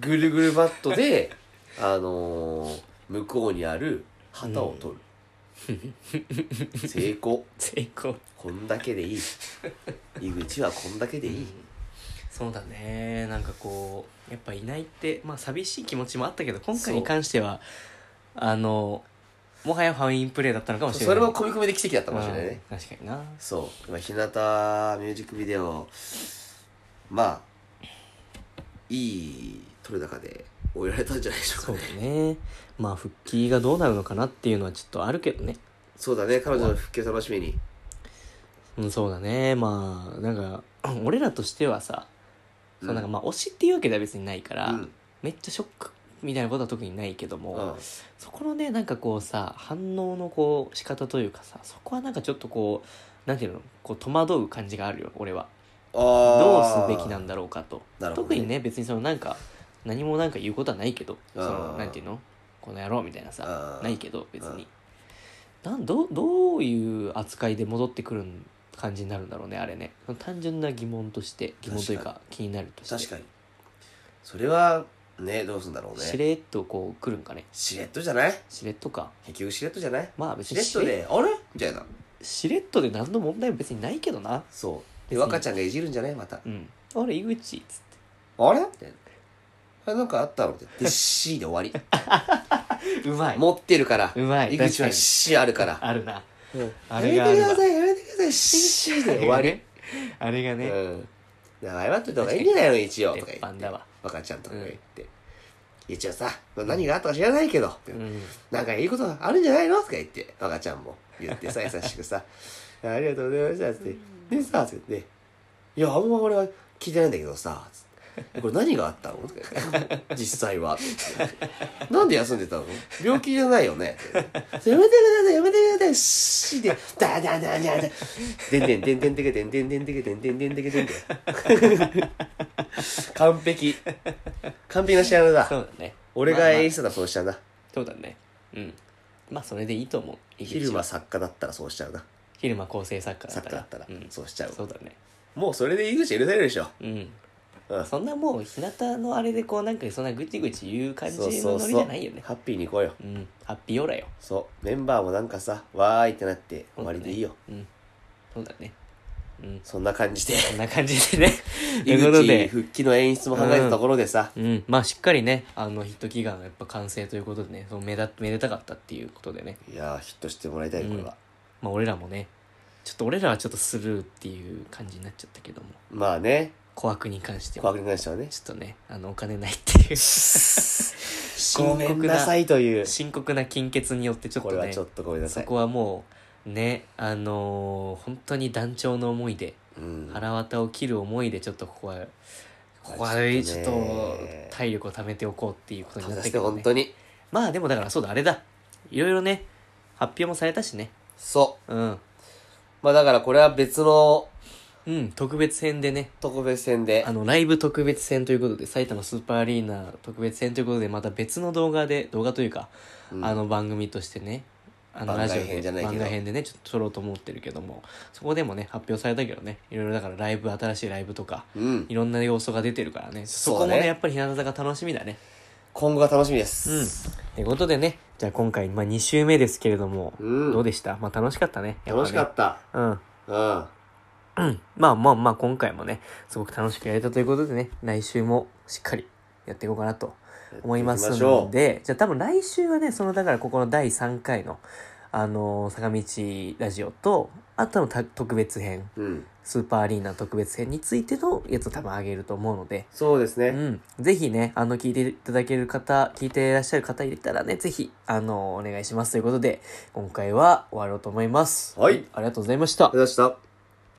Speaker 2: ぐるぐるバットであのー向こうにある旗を取る、 成功
Speaker 1: 成功
Speaker 2: こんだけでいい井口はこんだけでいい、
Speaker 1: そうだねなんかこうやっぱいないってまあ寂しい気持ちもあったけど今回に関してはあのもはやファインプレーだったのかもしれな
Speaker 2: そ
Speaker 1: い
Speaker 2: れも込み込みで奇跡だったかもしれないね、
Speaker 1: うん確かにな
Speaker 2: そう今日向ミュージックビデオまあいい取れ高で終えられたんじゃないでしょうか
Speaker 1: そ
Speaker 2: ね
Speaker 1: うだねまあ復帰がどうなるのかなっていうのはちょっとあるけどね
Speaker 2: そうだね彼女の復帰を楽しみに
Speaker 1: うんそうだねまあなんか 俺らとしてはさ、そうなんかまあ推しっていうわけでは別にないから、
Speaker 2: うん
Speaker 1: めっちゃショックみたいなことは特にないけども、
Speaker 2: うん
Speaker 1: そこのねなんかこうさ反応のこう仕方というかさそこはなんかちょっとこうなんていうのこう戸惑う感じがあるよ俺はどうすべきなんだろうかと、
Speaker 2: なるほど
Speaker 1: 特
Speaker 2: ね
Speaker 1: にね別にそのなんか何もなんか言うことはないけどそ
Speaker 2: あ
Speaker 1: の
Speaker 2: ー
Speaker 1: なんていうのこの野郎みたいなさ
Speaker 2: あー
Speaker 1: ないけど別になんどどういう扱いで戻ってくる感じになるんだろうねあれね単純な疑問として疑問というか気になるとして
Speaker 2: 確かにそれはねどうすんだろう
Speaker 1: し
Speaker 2: ね。
Speaker 1: れっとこう来るんかね
Speaker 2: しれっとじゃない
Speaker 1: しれっとか
Speaker 2: 結局しれっとじゃない
Speaker 1: まあ別
Speaker 2: し
Speaker 1: に
Speaker 2: れっとで、あれみたいな。
Speaker 1: しれっとで何の問題も別にないけどな
Speaker 2: そう。
Speaker 1: 別
Speaker 2: で、
Speaker 1: に
Speaker 2: 若ちゃんがいじるんじゃないまた。
Speaker 1: うんあれ井口っつって
Speaker 2: あれみたいな。あれなんかあったのって。で、C で終わ
Speaker 1: うま
Speaker 2: り。
Speaker 1: い
Speaker 2: 持ってるから。
Speaker 1: うまい
Speaker 2: 井口
Speaker 1: 確か
Speaker 2: は
Speaker 1: に
Speaker 2: C あるから。
Speaker 1: あるなあ
Speaker 2: や
Speaker 1: れ
Speaker 2: めて
Speaker 1: があるわ
Speaker 2: ください、やめてください、C で終わ り。
Speaker 1: あれがね、
Speaker 2: うん。だから謝っといた方がいいんじゃないの一応とか言
Speaker 1: 鉄板
Speaker 2: って
Speaker 1: だわ。
Speaker 2: 若ちゃんとかが言って。一応さ、何があったか知らないけど、
Speaker 1: うん
Speaker 2: なんかいいことあるんじゃないのとか言って、若ちゃんも言ってさ、優しくさ、ありがとうございました、つって。でさ、つって、いや、あんま俺は聞いてないんだけどさ、つってこれ何があったのとか言って実際は。なんで休んでたの病気じゃないよね。やめてください、やめてください、しーで、だだだだだ。でんでんでんでんでけでんでんでんでけでんでんでんでけでんでん。完璧。完璧な試合だ。
Speaker 1: そうだね
Speaker 2: 俺
Speaker 1: まあ
Speaker 2: が
Speaker 1: まあ
Speaker 2: 演出だ、そうしちゃうな。
Speaker 1: そうだねうんまあそれでいいと思う井口は
Speaker 2: 昼間作家だったらそうしちゃうな。
Speaker 1: 昼間構成作家だっ
Speaker 2: 作
Speaker 1: た
Speaker 2: 家だ
Speaker 1: ら
Speaker 2: ったら
Speaker 1: うん、
Speaker 2: そうしちゃう。
Speaker 1: そうだね
Speaker 2: もうそれで井口許されるでしょ。
Speaker 1: うん
Speaker 2: うん。
Speaker 1: そんなもう日向のあれでこうなんかそんなぐちぐち言う感じ
Speaker 2: そうそ
Speaker 1: の
Speaker 2: う
Speaker 1: ノリ
Speaker 2: そ
Speaker 1: じゃ
Speaker 2: う。
Speaker 1: ないよね
Speaker 2: ハッピーに行こうよ。
Speaker 1: うんハッピーオーラよ
Speaker 2: そう。メンバーもなんかさ、わーいってなって終わりでいいよ。
Speaker 1: うんそうだねうん
Speaker 2: そんな感じで。
Speaker 1: こんな感じでね と
Speaker 2: 井
Speaker 1: いうこと
Speaker 2: 口
Speaker 1: で
Speaker 2: 復帰の演出も考えたところでさ、
Speaker 1: うん、まあしっかりねあのヒット祈願がやっぱ完成ということでねその目だめでたかったっていうことでね、
Speaker 2: いやーヒットしてもらいたい、これは。
Speaker 1: まあ、俺らもねちょっと俺らはちょっとスルーっていう感じになっちゃったけども
Speaker 2: まあね、
Speaker 1: 琥珀に関して
Speaker 2: 小
Speaker 1: は
Speaker 2: 悪に関し てはね。
Speaker 1: ちょっとねあのお金ないっていう
Speaker 2: ご
Speaker 1: 深
Speaker 2: めん
Speaker 1: 刻
Speaker 2: な
Speaker 1: な
Speaker 2: さいという。
Speaker 1: 深刻な金欠によってちょっ
Speaker 2: ことれは
Speaker 1: ね
Speaker 2: ちょっとごめんなさ
Speaker 1: そ
Speaker 2: い
Speaker 1: こ。はもうねあのー本当に断腸の思いで
Speaker 2: うん。
Speaker 1: 腹渡を切る思いでちょっとここはここは
Speaker 2: まあちょっとね
Speaker 1: ちょっと体力を貯めておこうっていうことに
Speaker 2: そう
Speaker 1: なったけ
Speaker 2: ですね、
Speaker 1: ど、ね
Speaker 2: 本、当に。
Speaker 1: まあでもだからそうだあれだいろいろね発表もされたしね
Speaker 2: そ
Speaker 1: うん
Speaker 2: う。まあだからこれは別の
Speaker 1: うん特別編でね
Speaker 2: 特別戦で
Speaker 1: あ、のライブ特別戦ということで埼玉スーパーアリーナ特別戦ということでまた別の動画で動画というか、
Speaker 2: うん
Speaker 1: あの番組としてねあの
Speaker 2: 番外
Speaker 1: ラジオ
Speaker 2: 編
Speaker 1: で
Speaker 2: じゃないけど
Speaker 1: 番外編でねちょっと撮ろうと思ってるけどもそこでもね発表されたけどねいろいろだからライブ新しいライブとか
Speaker 2: うん
Speaker 1: い。ろんな要素が出てるからねそ
Speaker 2: そう
Speaker 1: こ
Speaker 2: だ
Speaker 1: も
Speaker 2: ね
Speaker 1: ねやっぱり日向坂楽しみだね
Speaker 2: 今後が楽しみで
Speaker 1: うん
Speaker 2: す。
Speaker 1: ということでねじゃあ今回、まあ、2週目ですけれども、
Speaker 2: うん
Speaker 1: どうでしたまあ楽しかったねやぱね
Speaker 2: 楽しかった。
Speaker 1: うん
Speaker 2: うん。
Speaker 1: まあまあまあ今回もね、すごく楽しくやれたということでね、来週もしっかりやっていこうかなと思います
Speaker 2: やっていきましょ
Speaker 1: の
Speaker 2: う
Speaker 1: で、じゃあ多分来週はね、そのだからここの第3回の、あのー坂道ラジオと、あとのた特別編、
Speaker 2: うん。
Speaker 1: スーパーアリーナ特別編についてのやつを多分あげると思うので、
Speaker 2: そうです
Speaker 1: う
Speaker 2: ね。
Speaker 1: ん。ぜひね、あの、聞いていただける方、聞いていらっしゃる方いたらね、ぜひ、あのーお願いしますということで、今回は終わろうと思います。
Speaker 2: はい。
Speaker 1: ありがとうございました
Speaker 2: ありがとうございました。